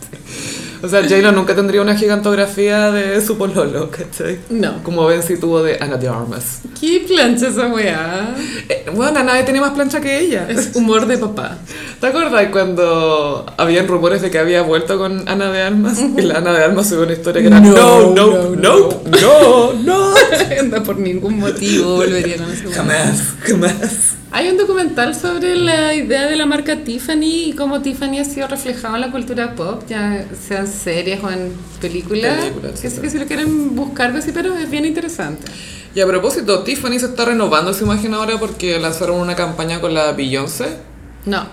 Speaker 1: O sea, J-Lo nunca tendría una gigantografía de su pololo, ¿cachai?
Speaker 2: No.
Speaker 1: Como ven si tuvo de Ana de Armas.
Speaker 2: ¿Qué plancha esa weá?
Speaker 1: Eh, bueno, nadie tiene más plancha que ella.
Speaker 2: Es humor de papá.
Speaker 1: ¿Te acuerdas cuando habían rumores de que había vuelto con Ana de Armas? Y la Ana de Armas subió una historia que era
Speaker 2: No,
Speaker 1: No, no,
Speaker 2: no,
Speaker 1: no, no, no.
Speaker 2: no por ningún motivo volvería con esa weá.
Speaker 1: Jamás, jamás.
Speaker 2: Hay un documental sobre la idea de la marca Tiffany y cómo Tiffany ha sido reflejado en la cultura pop, ya sean series o en películas.
Speaker 1: Películas,
Speaker 2: que,
Speaker 1: sí,
Speaker 2: sí, que si lo quieren buscar, pues sí, pero es bien interesante.
Speaker 1: Y a propósito, Tiffany se está renovando su imagen ahora porque lanzaron una campaña con la Beyoncé.
Speaker 2: No,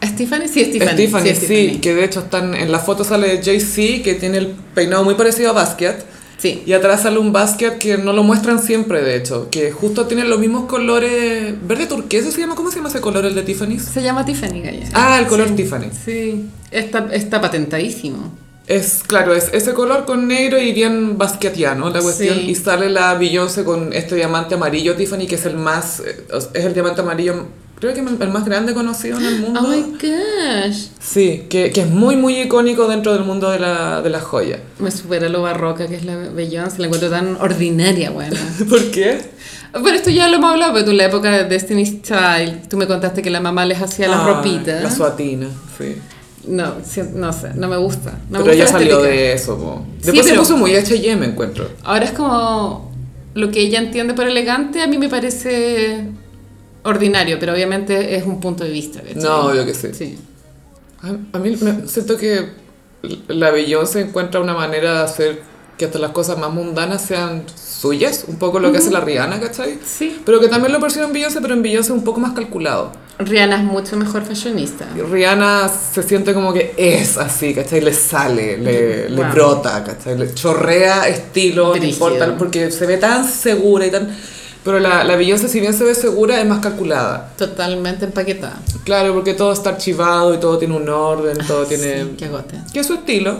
Speaker 2: ¿es Tiffany? Sí, es Tiffany.
Speaker 1: Es Tiffany, sí,
Speaker 2: Sí,
Speaker 1: que de hecho están en la foto sale Jay-Z que tiene el peinado muy parecido a Basquiat.
Speaker 2: Sí.
Speaker 1: Y atrás sale un Basquiat que no lo muestran siempre, de hecho, que justo tiene los mismos colores. ¿Verde turquesa se llama? ¿Cómo se llama ese color el de Tiffany?
Speaker 2: Se llama Tiffany, Gaya.
Speaker 1: Ah, el color Tiffany.
Speaker 2: Sí, está, está patentadísimo.
Speaker 1: Es, claro, es ese color con negro y bien basquetiano la cuestión.
Speaker 2: Sí.
Speaker 1: Y sale la Beyoncé con este diamante amarillo Tiffany, que es el más, eh, es el diamante amarillo, creo que el más grande conocido en el mundo.
Speaker 2: Oh my gosh.
Speaker 1: Sí, que, que es muy, muy icónico dentro del mundo de la, de la joya.
Speaker 2: Me supera lo barroca que es la Beyoncé, la encuentro tan ordinaria, buena.
Speaker 1: ¿Por qué?
Speaker 2: Pero esto ya lo hemos hablado, pero tú en la época de Destiny's Child, tú me contaste que la mamá les hacía las
Speaker 1: Ah,
Speaker 2: ropitas.
Speaker 1: La suatina, sí.
Speaker 2: No, sí, no sé, no me gusta. No me
Speaker 1: pero ella
Speaker 2: gusta la
Speaker 1: salió
Speaker 2: estética.
Speaker 1: de eso, po.
Speaker 2: Sí,
Speaker 1: Después se
Speaker 2: pero-
Speaker 1: puso muy H&M, me encuentro.
Speaker 2: Ahora es como lo que ella entiende por elegante, a mí me parece ordinario, pero obviamente es un punto de vista. ¿cachai?
Speaker 1: No, obvio que sí.
Speaker 2: Sí.
Speaker 1: A, a mí me, siento que la Beyoncé encuentra una manera de hacer que hasta las cosas más mundanas sean suyas, un poco lo que hace la Rihanna, ¿cachai?
Speaker 2: Sí.
Speaker 1: Pero que también lo percibe en Beyoncé, pero en Beyoncé un poco más calculado.
Speaker 2: Rihanna es mucho mejor fashionista.
Speaker 1: Rihanna se siente como que es así, ¿cachai? Le sale, le, le
Speaker 2: Wow.
Speaker 1: brota, ¿cachai? Le chorrea estilo, no
Speaker 2: Brígido.
Speaker 1: importa, porque se ve tan segura y tan... Pero la, la Beyoncé, si bien se ve segura, es más calculada.
Speaker 2: Totalmente empaquetada.
Speaker 1: Claro, porque todo está archivado y todo tiene un orden, todo tiene...
Speaker 2: Sí, qué agote.
Speaker 1: que es su estilo.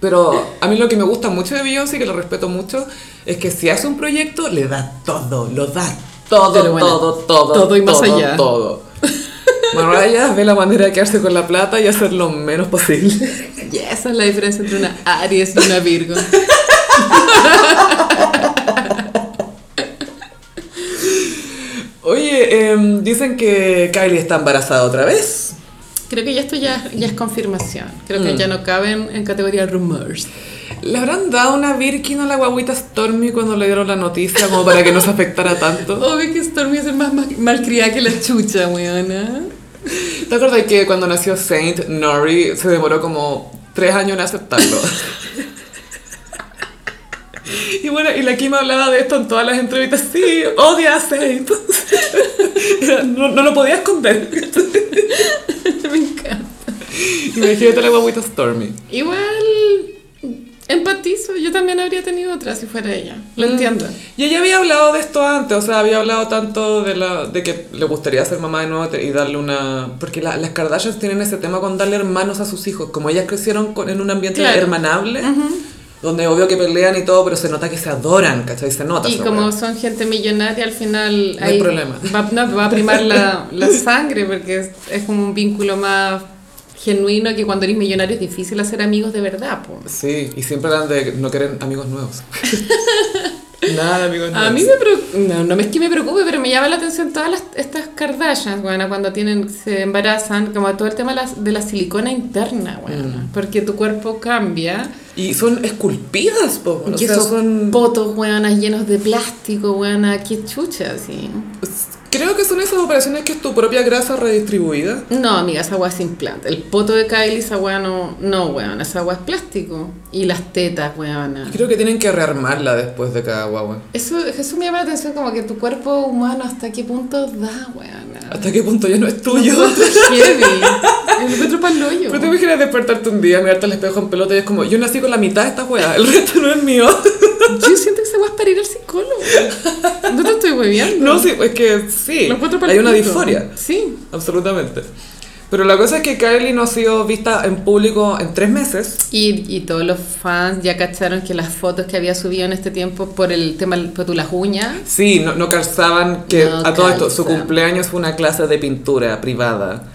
Speaker 1: Pero a mí lo que me gusta mucho de Beyoncé, y que lo respeto mucho, es que si hace un proyecto, le da todo, lo da todo,
Speaker 2: Pero bueno,
Speaker 1: todo, todo.
Speaker 2: todo y más allá.
Speaker 1: Todo. Mariah ve la manera de quedarse con la plata y hacer lo menos posible.
Speaker 2: Y esa es la diferencia entre una Aries y una Virgo.
Speaker 1: Oye, em, dicen que Kylie está embarazada otra vez.
Speaker 2: Creo que ya esto ya, ya es confirmación. Creo
Speaker 1: Mm.
Speaker 2: que ya no caben en categoría rumors.
Speaker 1: ¿Le habrán dado una Birkin a la guaguita Stormy cuando le dieron la noticia como para que no se afectara tanto?
Speaker 2: Obvio que Stormy es más ma- malcriada que la chucha, weona.
Speaker 1: ¿Te acuerdas que cuando nació Saint, Nori se demoró como tres años en aceptarlo? Y bueno, y la Kim hablaba de esto en todas las entrevistas. Sí, odia a Saint. Era- No, no lo podía esconder.
Speaker 2: Me encanta.
Speaker 1: Imagínate la guaguita Stormy.
Speaker 2: Igual empatizo. Yo también habría tenido otra si fuera ella. Lo
Speaker 1: Mm.
Speaker 2: entiendo.
Speaker 1: Y ella había hablado de esto antes, o sea, había hablado tanto de, la, de que le gustaría ser mamá de nuevo y darle una... Porque la- las Kardashians tienen ese tema con darle hermanos a sus hijos, como ellas crecieron con- en un ambiente
Speaker 2: Claro.
Speaker 1: hermanable, donde obvio que pelean y todo, pero se nota que se adoran, ¿cachai? Se nota.
Speaker 2: Y
Speaker 1: esa
Speaker 2: como
Speaker 1: wea.
Speaker 2: son gente millonaria, al final
Speaker 1: No hay problema.
Speaker 2: Va, no, va a primar la, la sangre porque es, es como un vínculo más genuino que cuando eres millonario es difícil hacer amigos de verdad. po.
Speaker 1: Sí, y siempre hablan de no quieren amigos nuevos. Nada de amigos nuevos.
Speaker 2: A mí me preocupa, no, no es que me preocupe, pero me llama la atención todas las- estas Kardashians, bueno, cuando tienen, se embarazan, como todo el tema de la, de la silicona interna, bueno,
Speaker 1: Mm.
Speaker 2: porque tu cuerpo cambia.
Speaker 1: Y son esculpidas, po. O
Speaker 2: y
Speaker 1: sea,
Speaker 2: esos
Speaker 1: son...
Speaker 2: potos, weonas, llenos de plástico, weona, qué chucha, así.
Speaker 1: Creo Creo que son esas operaciones que es tu propia grasa redistribuida.
Speaker 2: No, amiga, esa agua es sin planta. El poto de Kylie, esa agua no, no, weón, esa agua es plástico. Y las tetas, weón.
Speaker 1: Creo que tienen que rearmarla después de cada guagua.
Speaker 2: Eso, eso me llama la atención, como que tu cuerpo humano, ¿hasta qué punto da, weón?
Speaker 1: ¿Hasta qué punto ya no es tuyo?
Speaker 2: heavy. Me encuentro pa'l hoyo.
Speaker 1: Pero te imaginas despertarte un día, mirarte al espejo en pelota y es como, yo nací con la mitad de esta weá, el resto no es mío.
Speaker 2: Yo siento que esa agua es para ir al psicólogo. No te estoy hueviando.
Speaker 1: No, sí, es que sí,
Speaker 2: Lo encuentro pa'l
Speaker 1: hay una
Speaker 2: pico.
Speaker 1: disforia.
Speaker 2: Sí.
Speaker 1: Absolutamente. Pero la cosa es que Kylie no ha sido vista en público en tres meses.
Speaker 2: Y, y todos los fans ya cacharon que las fotos que había subido en este tiempo por el tema por tu las uñas.
Speaker 1: Sí, no, no calzaban que
Speaker 2: No
Speaker 1: a todo esto. Su
Speaker 2: calza.
Speaker 1: cumpleaños fue una clase de pintura privada.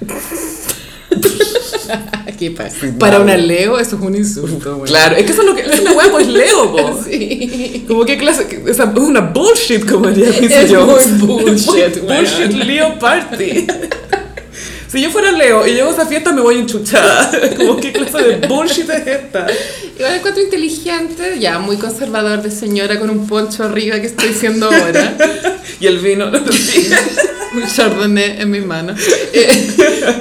Speaker 2: Aquí pasa.
Speaker 1: Sí,
Speaker 2: Para
Speaker 1: no.
Speaker 2: una Leo eso es un insulto, güey.
Speaker 1: Claro, es que eso es lo que. Es una hueá, pues leo, po.
Speaker 2: Sí.
Speaker 1: Como que clase. que- esa- Es una bullshit, como diría Quincy
Speaker 2: Es
Speaker 1: Jones.
Speaker 2: muy bullshit,
Speaker 1: Muy
Speaker 2: weón.
Speaker 1: bullshit Leo Party. Si yo fuera Leo y llego a esa fiesta, me voy enchuchada. Como, ¿qué clase de bullshit es esta?
Speaker 2: Igual encuentro inteligente, ya muy conservador de señora con un poncho arriba que estoy siendo ahora.
Speaker 1: Y el vino.
Speaker 2: un chardonnay en mis manos. Eh,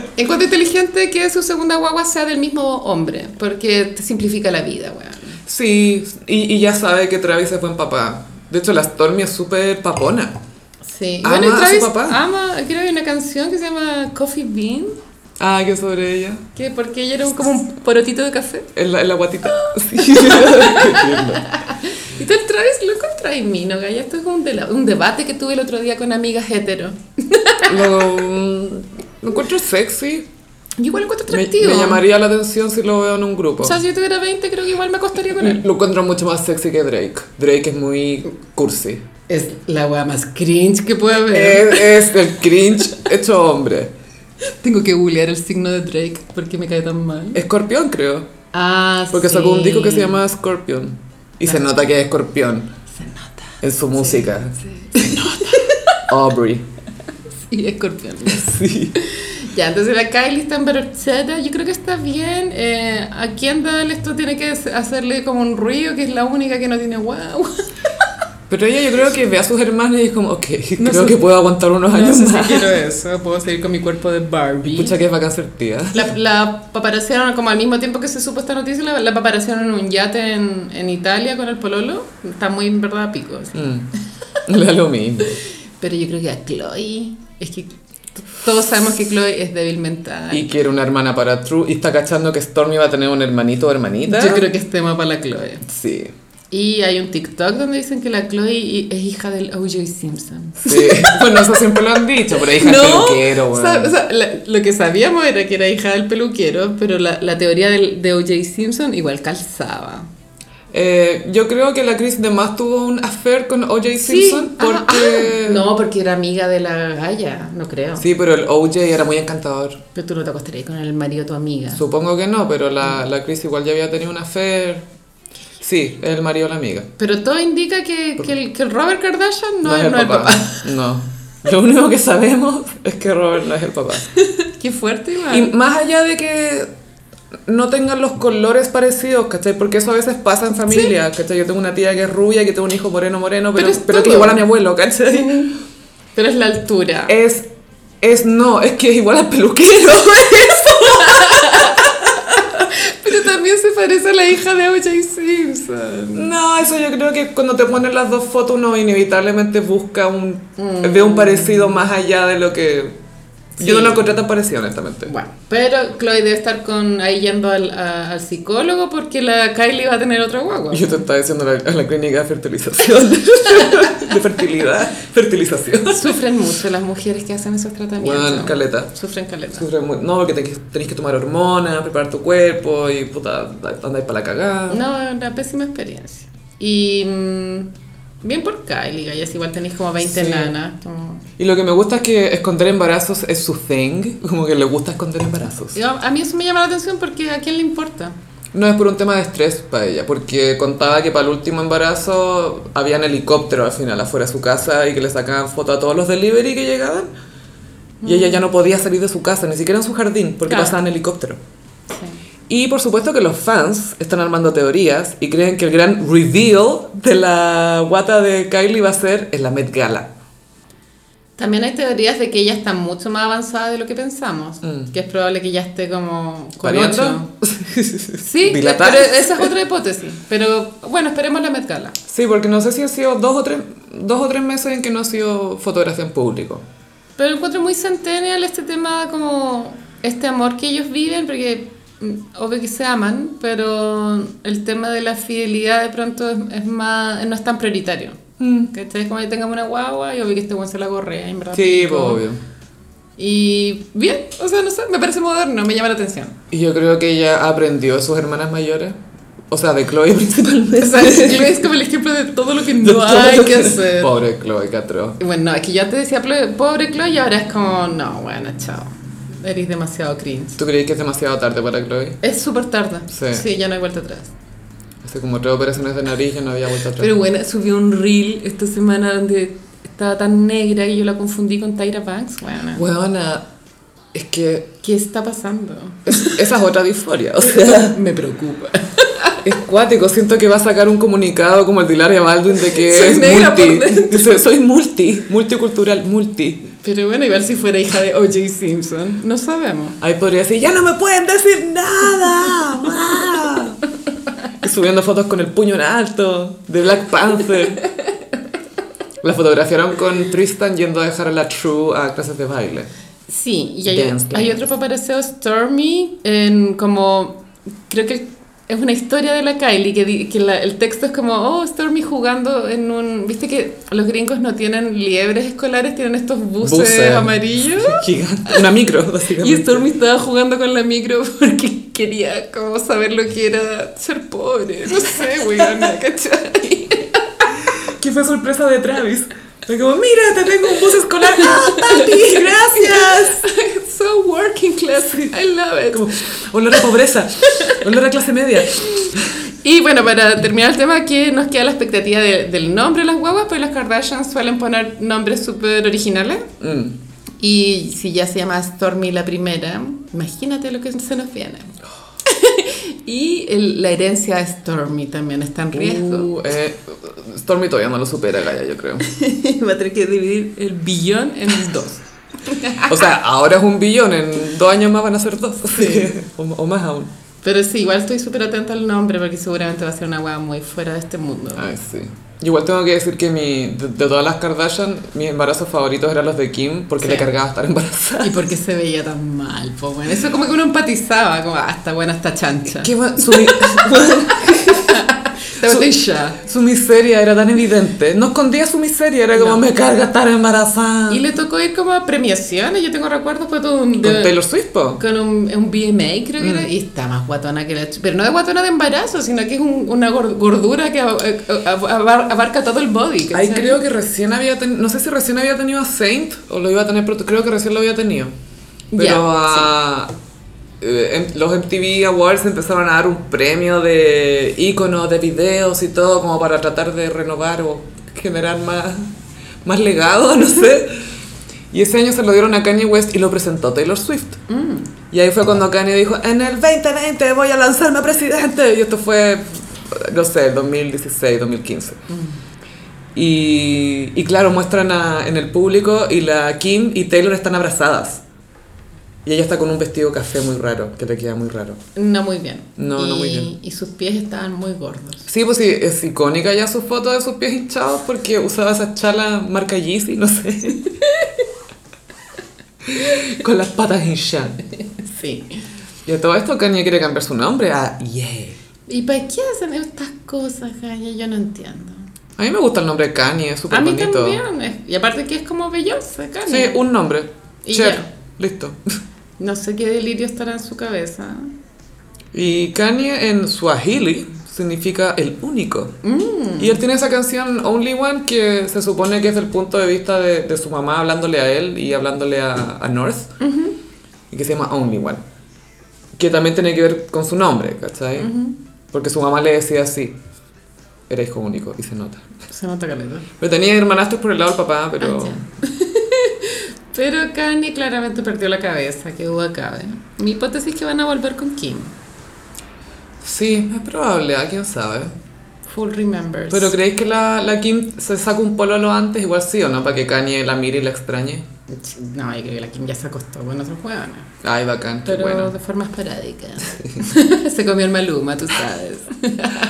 Speaker 2: encuentro inteligente que su segunda guagua sea del mismo hombre, porque te simplifica la vida, weón.
Speaker 1: Sí, y, y ya sabe que Travis es buen papá. De hecho, la Stormy es súper papona.
Speaker 2: Sí.
Speaker 1: Ama
Speaker 2: bueno, y
Speaker 1: a su
Speaker 2: Travis
Speaker 1: papá.
Speaker 2: ama, creo que hay una canción que se llama Coffee Bean,
Speaker 1: Ah, que sobre ella.
Speaker 2: que porque ella era un- como un porotito de café.
Speaker 1: En la, en la guatita. Sí.
Speaker 2: Y tú el Travis lo encontrás y mino, gaya. Esto es como un, dela- un debate que tuve el otro día con amigas hetero.
Speaker 1: lo, mm, lo encuentro sexy.
Speaker 2: Yo igual lo encuentro
Speaker 1: Me,
Speaker 2: atractivo.
Speaker 1: me llamaría la atención si lo veo en un grupo.
Speaker 2: O sea, si yo tuviera 20, creo que igual me acostaría con él.
Speaker 1: Lo encuentro mucho más sexy que Drake. Drake es muy cursi.
Speaker 2: Es la weá más cringe que puede haber.
Speaker 1: Es, es el cringe hecho hombre.
Speaker 2: Tengo que googlear el signo de Drake porque me cae tan mal.
Speaker 1: Escorpión, creo.
Speaker 2: Ah,
Speaker 1: Porque
Speaker 2: sí.
Speaker 1: sacó un disco que se llama Scorpion. Y se nota que es escorpión
Speaker 2: Se nota.
Speaker 1: en su música.
Speaker 2: Sí,
Speaker 1: Aubrey.
Speaker 2: sí, escorpión.
Speaker 1: Sí.
Speaker 2: Ya, entonces la Kylie está en Barochetta, yo creo que está bien. Eh, a Kendall esto tiene que hacerle como un ruido, que es la única que no tiene guau.
Speaker 1: Pero ella yo creo que ve a sus hermanas y es como, ok,
Speaker 2: No
Speaker 1: creo
Speaker 2: sé-
Speaker 1: que puedo aguantar unos años más.
Speaker 2: eso, puedo seguir con mi cuerpo de Barbie.
Speaker 1: Pucha que es bacán ser tía.
Speaker 2: La, la paparazziaron como al mismo tiempo que se supo esta noticia, la, la paparazziaron en un yate en, en Italia con el pololo. Está muy en verdad a pico. así.
Speaker 1: Mm. Le da lo mismo.
Speaker 2: Pero yo creo que a Chloe, es que t- todos sabemos que Chloe es débil mental.
Speaker 1: Y quiere una hermana para True y está cachando que Stormy va a tener un hermanito o hermanita.
Speaker 2: yo creo que es tema para la Chloe.
Speaker 1: Sí.
Speaker 2: Y hay un TikTok donde dicen que la Chloe i- es hija del OJ Simpson.
Speaker 1: Sí. bueno, eso siempre lo han dicho, pero hija del peluquero, weón.
Speaker 2: sa- o sea, la- lo que sabíamos era que era hija del peluquero, pero la, la teoría del, de OJ Simpson igual calzaba.
Speaker 1: Eh, yo creo que la Chris de más tuvo un affair con O.J. Simpson
Speaker 2: ah,
Speaker 1: porque...
Speaker 2: ah. no, porque era amiga de la galla, no creo.
Speaker 1: Sí, pero el O.J. era muy encantador.
Speaker 2: Pero tú no te acostarías con el marido de tu amiga.
Speaker 1: Supongo que no, pero la, la Chris igual ya había tenido un affair. Sí, el marido de la amiga.
Speaker 2: Pero todo indica que, que el, que el Robert Kardashian no, es, no es el papá.
Speaker 1: No. Lo único que sabemos es que Robert no es el papá.
Speaker 2: Qué fuerte, igual.
Speaker 1: Y más allá de que no tengan los colores parecidos, ¿cachai? Porque eso a veces pasa en familia, ¿cachai? Yo tengo una tía que es rubia, que tengo un hijo moreno, moreno, pero,
Speaker 2: Pero es
Speaker 1: pero, que
Speaker 2: todo.
Speaker 1: es igual a mi abuelo, ¿cachai?
Speaker 2: Pero es la altura.
Speaker 1: Es, es no, es que es igual al peluquero.
Speaker 2: Pero también se parece a la hija de OJ Simpson.
Speaker 1: No, eso yo creo que cuando te ponen las dos fotos uno inevitablemente busca un... ve un parecido más allá de lo que... Yo no
Speaker 2: Mm. Sí.
Speaker 1: lo encontré tan parecido, honestamente.
Speaker 2: Bueno, pero Chloe debe estar con, ahí yendo al, a- al psicólogo porque la Kylie va a tener otra guagua.
Speaker 1: Yo te estaba diciendo la- a la, clínica de fertilización. de fertilidad. Fertilización.
Speaker 2: Sufren mucho las mujeres que hacen esos tratamientos.
Speaker 1: Bueno, caleta.
Speaker 2: Sufren caleta.
Speaker 1: Sufre mu- No, porque tenés, tenés que tomar hormonas, preparar tu cuerpo y puta, andáis para la cagada.
Speaker 2: No, una pésima experiencia. Y mm, bien por Kylie, gallas, igual tenéis como 20
Speaker 1: Sí.
Speaker 2: nanas. como-
Speaker 1: Y lo que me gusta es que esconder embarazos es su thing, como que le gusta esconder embarazos.
Speaker 2: Yo- a mí eso me llama la atención porque a quién le importa.
Speaker 1: No es por un tema de estrés para ella, porque contaba que para el último embarazo había un helicóptero al final afuera de su casa y que le sacaban foto a todos los delivery que llegaban. Y ella ya no podía salir de su casa, ni siquiera en su jardín, porque
Speaker 2: Claro.
Speaker 1: pasaban helicóptero. Y por supuesto que los fans están armando teorías y creen que el gran reveal de la guata de Kylie va a ser en la Met Gala.
Speaker 2: También hay teorías de que ella está mucho más avanzada de lo que pensamos,
Speaker 1: Mm.
Speaker 2: que es probable que ya esté como con
Speaker 1: ¿Variando?
Speaker 2: ocho. Sí, pero
Speaker 1: ¿Dilatada?
Speaker 2: esa es otra hipótesis. Pero bueno, esperemos la Met Gala.
Speaker 1: Sí, porque no sé si ha sido dos o tres, dos o tres meses en que no ha sido fotografía en público.
Speaker 2: Pero encuentro muy centennial este tema, como este amor que ellos viven, porque mm, obvio que se aman, pero el tema de la fidelidad de pronto es, es más, no es tan prioritario.
Speaker 1: Mm.
Speaker 2: Que ustedes como que tengamos una guagua y obvio que este buen se la correa, en verdad.
Speaker 1: Sí, pues,
Speaker 2: Como-
Speaker 1: obvio.
Speaker 2: Y bien, o sea, no sé, me parece moderno, me llama la atención.
Speaker 1: Y yo creo que ella aprendió de sus hermanas mayores, o sea, de Chloe principalmente.
Speaker 2: O sea, Chloe es como el ejemplo de todo lo que
Speaker 1: De
Speaker 2: no
Speaker 1: todo
Speaker 2: hay
Speaker 1: lo
Speaker 2: que hacer.
Speaker 1: Pobre Chloe, qué atroz.
Speaker 2: Y Bueno, no, es que yo antes decía plo- pobre Chloe y ahora es como, no, bueno, chao. Eres demasiado cringe.
Speaker 1: ¿Tú crees que es demasiado tarde para Chloe?
Speaker 2: Es súper tarde.
Speaker 1: Sí.
Speaker 2: Sí. ya no hay vuelta atrás.
Speaker 1: Hace como tres operaciones de nariz, ya no había vuelto atrás.
Speaker 2: Pero bueno, subió un reel esta semana donde estaba tan negra que yo la confundí con Tyra Banks. Bueno,
Speaker 1: Weona, es que
Speaker 2: ¿qué está pasando?
Speaker 1: es- esa es otra disforia, o sea,
Speaker 2: Me preocupa.
Speaker 1: es cuático. Siento que va a sacar un comunicado como el de Hilaria Baldwin de que
Speaker 2: Soy
Speaker 1: es
Speaker 2: negra
Speaker 1: multi.
Speaker 2: por dentro.
Speaker 1: Dice, soy multi, multicultural, multi.
Speaker 2: Pero bueno, igual si fuera hija de O.J. Simpson, no sabemos.
Speaker 1: Ahí podría decir, ya no me pueden decir nada, ma". Y subiendo fotos con el puño en alto, de Black Panther. La fotografiaron con Tristan yendo a dejar a la True a clases de baile.
Speaker 2: Sí, y hay,
Speaker 1: Dance
Speaker 2: hay
Speaker 1: Dance.
Speaker 2: otro paparazzo, Stormy, en como, creo que es una historia de la Kylie, que, di- que la- el texto es como, oh, Stormy jugando en un, viste que los gringos no tienen liebres escolares, tienen estos buses,
Speaker 1: Buses.
Speaker 2: amarillos.
Speaker 1: Gigante. Una micro,
Speaker 2: Y
Speaker 1: básicamente.
Speaker 2: Stormy estaba jugando con la micro porque quería como saber lo que era ser pobre. No sé, weón, ¿cachai?
Speaker 1: que fue sorpresa de Travis. Fue como, mira, te tengo un bus escolar. ¡Ah, papi! ¡Gracias!
Speaker 2: So working class, I love it.
Speaker 1: Como, olor a pobreza, olor a clase media.
Speaker 2: Y bueno, para terminar el tema, que nos queda la expectativa de- del nombre de las guaguas, pues las Kardashians suelen poner nombres súper originales.
Speaker 1: Mm.
Speaker 2: Y si ya se llama Stormy la primera, imagínate lo que se nos viene. y el- la herencia de Stormy también está en riesgo.
Speaker 1: Uh, eh, Stormy todavía no lo supera, Gaia, yo creo.
Speaker 2: Va a tener que dividir el billón en dos.
Speaker 1: O sea, ahora es un billón, en dos años más van a ser dos.
Speaker 2: Sí.
Speaker 1: O, o más aún.
Speaker 2: Pero sí, igual estoy súper atenta al nombre porque seguramente va a ser una guagua muy fuera de este mundo.
Speaker 1: Ay, sí. Igual tengo que decir que mi, de, de todas las Kardashian, mis embarazos favoritos eran los de Kim, porque
Speaker 2: Sí.
Speaker 1: le cargaba estar embarazada.
Speaker 2: ¿Y por qué se veía tan mal? po, bueno? Eso como que uno empatizaba, como, ah, está buena esta chancha.
Speaker 1: Qué ma- su, mi-
Speaker 2: Te
Speaker 1: Su-
Speaker 2: metí ya.
Speaker 1: su miseria era tan evidente. No escondía su miseria, era como
Speaker 2: No.
Speaker 1: me carga estar embarazada.
Speaker 2: Y le tocó ir como a premiaciones. Yo tengo recuerdos fue todo un,
Speaker 1: Con Mm.
Speaker 2: de-
Speaker 1: Taylor Swift, po.
Speaker 2: con un, un BMA, creo que era. Y está más guatona que la. ch- Pero no de guatona de embarazo, sino que es un- una gor- gordura que a- eh, a- a- abar- abarca todo el body.
Speaker 1: Ahí
Speaker 2: ¿cachai?
Speaker 1: creo que recién había tenido, no sé si recién había tenido a Saint o lo iba a tener pronto, creo que recién lo había tenido. Pero
Speaker 2: Ya,
Speaker 1: a, eh, em- los MTV Awards empezaron a dar un premio de íconos, de videos y todo, como para tratar de renovar o generar más, más legado, no sé. Y ese año se lo dieron a Kanye West y lo presentó Taylor Swift. Y ahí fue cuando Kanye dijo, en el 2020 voy a lanzarme a presidente. Y esto fue, no sé, 2016, 2015. Y, y claro, muestran a- en el público y la Kim y Taylor están abrazadas. Y ella está con un vestido café muy raro, que te queda muy raro.
Speaker 2: No muy bien.
Speaker 1: No,
Speaker 2: y,
Speaker 1: no muy bien.
Speaker 2: Y sus pies estaban muy gordos.
Speaker 1: Sí, pues sí, es icónica ya su foto de sus pies hinchados porque usaba esas chalas marca Yeezy, no sé. con las patas hinchadas.
Speaker 2: Sí.
Speaker 1: Y a todo esto Kanye quiere cambiar su nombre a Ye.
Speaker 2: ¿Y para qué hacen estas cosas, Jaya? Yo no entiendo.
Speaker 1: A mí me gusta el nombre Kanye, es súper
Speaker 2: a mí
Speaker 1: bonito.
Speaker 2: también. es- Y aparte que es como Beyoncé, Kanye.
Speaker 1: Sí, un nombre.
Speaker 2: Y
Speaker 1: Cher,
Speaker 2: ya.
Speaker 1: listo.
Speaker 2: No sé qué delirio estará en su cabeza.
Speaker 1: Y Kanye en Swahili significa el único. Y él tiene esa canción Only One que se supone que es del punto de vista de, de su mamá hablándole a él y hablándole a, a North. Y que se llama Only One. Que también tiene que ver con su nombre, ¿cachai? Porque su mamá le decía así. Era hijo único y se nota.
Speaker 2: Se nota caleta.
Speaker 1: Pero tenía hermanastros por el lado del papá, pero...
Speaker 2: Ah, Pero Kanye claramente perdió la cabeza, que duda cabe. Mi hipótesis es que van a volver con Kim.
Speaker 1: sí, es probable, ¿a quién ah, sabe?
Speaker 2: Full remembers.
Speaker 1: ¿Pero creéis que la, la Kim se saca un pololo antes? Igual sí o no, para que Kanye la mire y la extrañe.
Speaker 2: No, yo creo que la Kim ya se acostó con otros hueones.
Speaker 1: Ay, bacán, qué
Speaker 2: Pero
Speaker 1: bueno.
Speaker 2: de forma esporádica. se comió el Maluma, tú sabes.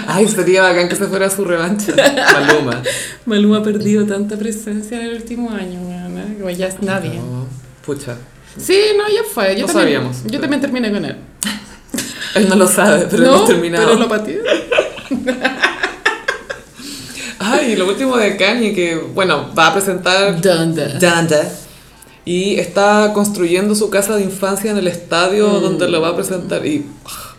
Speaker 1: Ay, sería bacán que se fuera su revancha. Maluma.
Speaker 2: Maluma ha perdido tanta presencia en el último año, weona, como ya es nadie.
Speaker 1: No, pucha.
Speaker 2: Sí, no, ya fue. Yo
Speaker 1: Lo
Speaker 2: también,
Speaker 1: sabíamos.
Speaker 2: Yo también terminé con él.
Speaker 1: Él no lo sabe, pero
Speaker 2: no,
Speaker 1: hemos terminado.
Speaker 2: pero lo pateé.
Speaker 1: Ay, y lo último de Kanye, que bueno, va a presentar
Speaker 2: ¿Dónde?
Speaker 1: Danda. Y está construyendo su casa de infancia en el estadio
Speaker 2: Mm.
Speaker 1: donde lo va a presentar. Y. ah,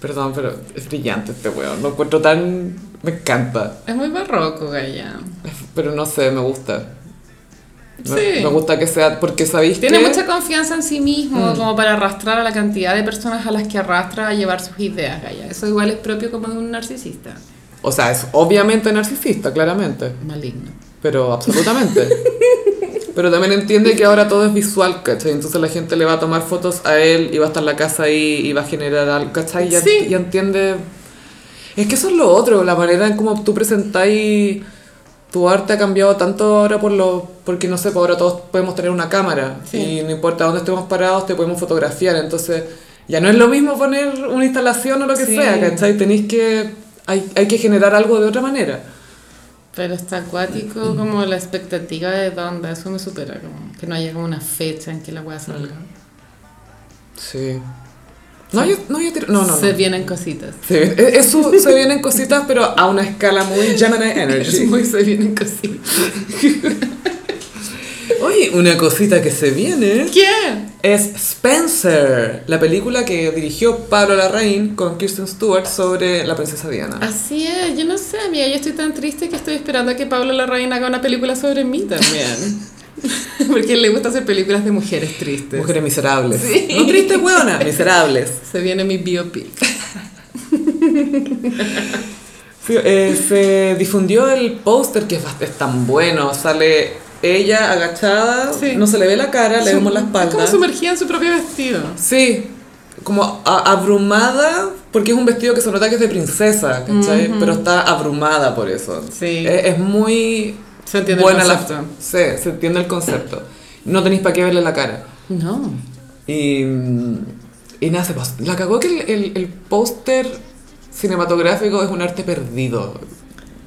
Speaker 1: Perdón, pero es brillante este weón. Lo encuentro tan. Me encanta.
Speaker 2: Es muy barroco, Gaya.
Speaker 1: Pero no sé, me gusta. Me,
Speaker 2: Sí.
Speaker 1: me gusta que sea. Porque sabéis
Speaker 2: Tiene
Speaker 1: que.
Speaker 2: mucha confianza en sí
Speaker 1: Mm.
Speaker 2: mismo, como para arrastrar a la cantidad de personas a las que arrastra a llevar sus ideas, Gaya. Eso igual es propio como de un narcisista.
Speaker 1: O sea, es obviamente narcisista, claramente.
Speaker 2: Maligno.
Speaker 1: Pero absolutamente. Pero también entiende que ahora todo es visual, ¿cachai? Entonces la gente le va a tomar fotos a él y va a estar la casa ahí y va a generar algo, ¿cachai? Ya,
Speaker 2: Sí.
Speaker 1: ya entiende... Es que eso es lo otro, la manera en cómo tú presentáis tu arte ha cambiado tanto ahora por lo... Porque, no sé, por ahora todos podemos tener una cámara
Speaker 2: Sí.
Speaker 1: y no importa dónde estemos parados, te podemos fotografiar. Entonces ya no es lo mismo poner una instalación o lo que
Speaker 2: Sí.
Speaker 1: sea, ¿cachai? Tenéis que... Hay, hay que generar algo de otra manera.
Speaker 2: Pero está
Speaker 1: Mm.
Speaker 2: acuático como la expectativa de dónde, eso me supera, como que no haya como una fecha en que la wea salga.
Speaker 1: Sí. No, yo, no, yo tiro- No, no. no.
Speaker 2: Se
Speaker 1: Se,
Speaker 2: vienen cositas.
Speaker 1: viene- es- es su- se vienen cositas, pero a una escala muy Gemini
Speaker 2: Es
Speaker 1: Energy.
Speaker 2: muy se vienen cositas.
Speaker 1: Oye, una cosita que se viene
Speaker 2: ¿Qué?
Speaker 1: es Spencer, la película que dirigió Pablo Larraín con Kirsten Stewart sobre la princesa Diana.
Speaker 2: Así es, yo no sé, amiga, yo estoy tan triste que estoy esperando a que Pablo Larraín haga una película sobre mí también. Porque le gusta hacer películas de mujeres tristes.
Speaker 1: Mujeres miserables. No tristes, hueona. Miserables.
Speaker 2: Se viene mi biopic.
Speaker 1: Sí, eh, se difundió el póster que es, bast- es tan bueno. Sale ella agachada,
Speaker 2: Sí.
Speaker 1: no se le ve la cara, le vemos la espalda.
Speaker 2: Es como sumergida en su propio vestido.
Speaker 1: Sí, como a- abrumada, porque es un vestido que se nota que es de princesa, ¿cachai? Pero está abrumada por eso.
Speaker 2: Sí.
Speaker 1: Es, es muy
Speaker 2: Se entiende
Speaker 1: buena
Speaker 2: el
Speaker 1: la-
Speaker 2: concepto.
Speaker 1: sí, se entiende el concepto. No tenéis para qué verle la cara.
Speaker 2: No.
Speaker 1: Y, mm, y nada, se pasó. La cagó que el, el- el póster cinematográfico es un arte perdido.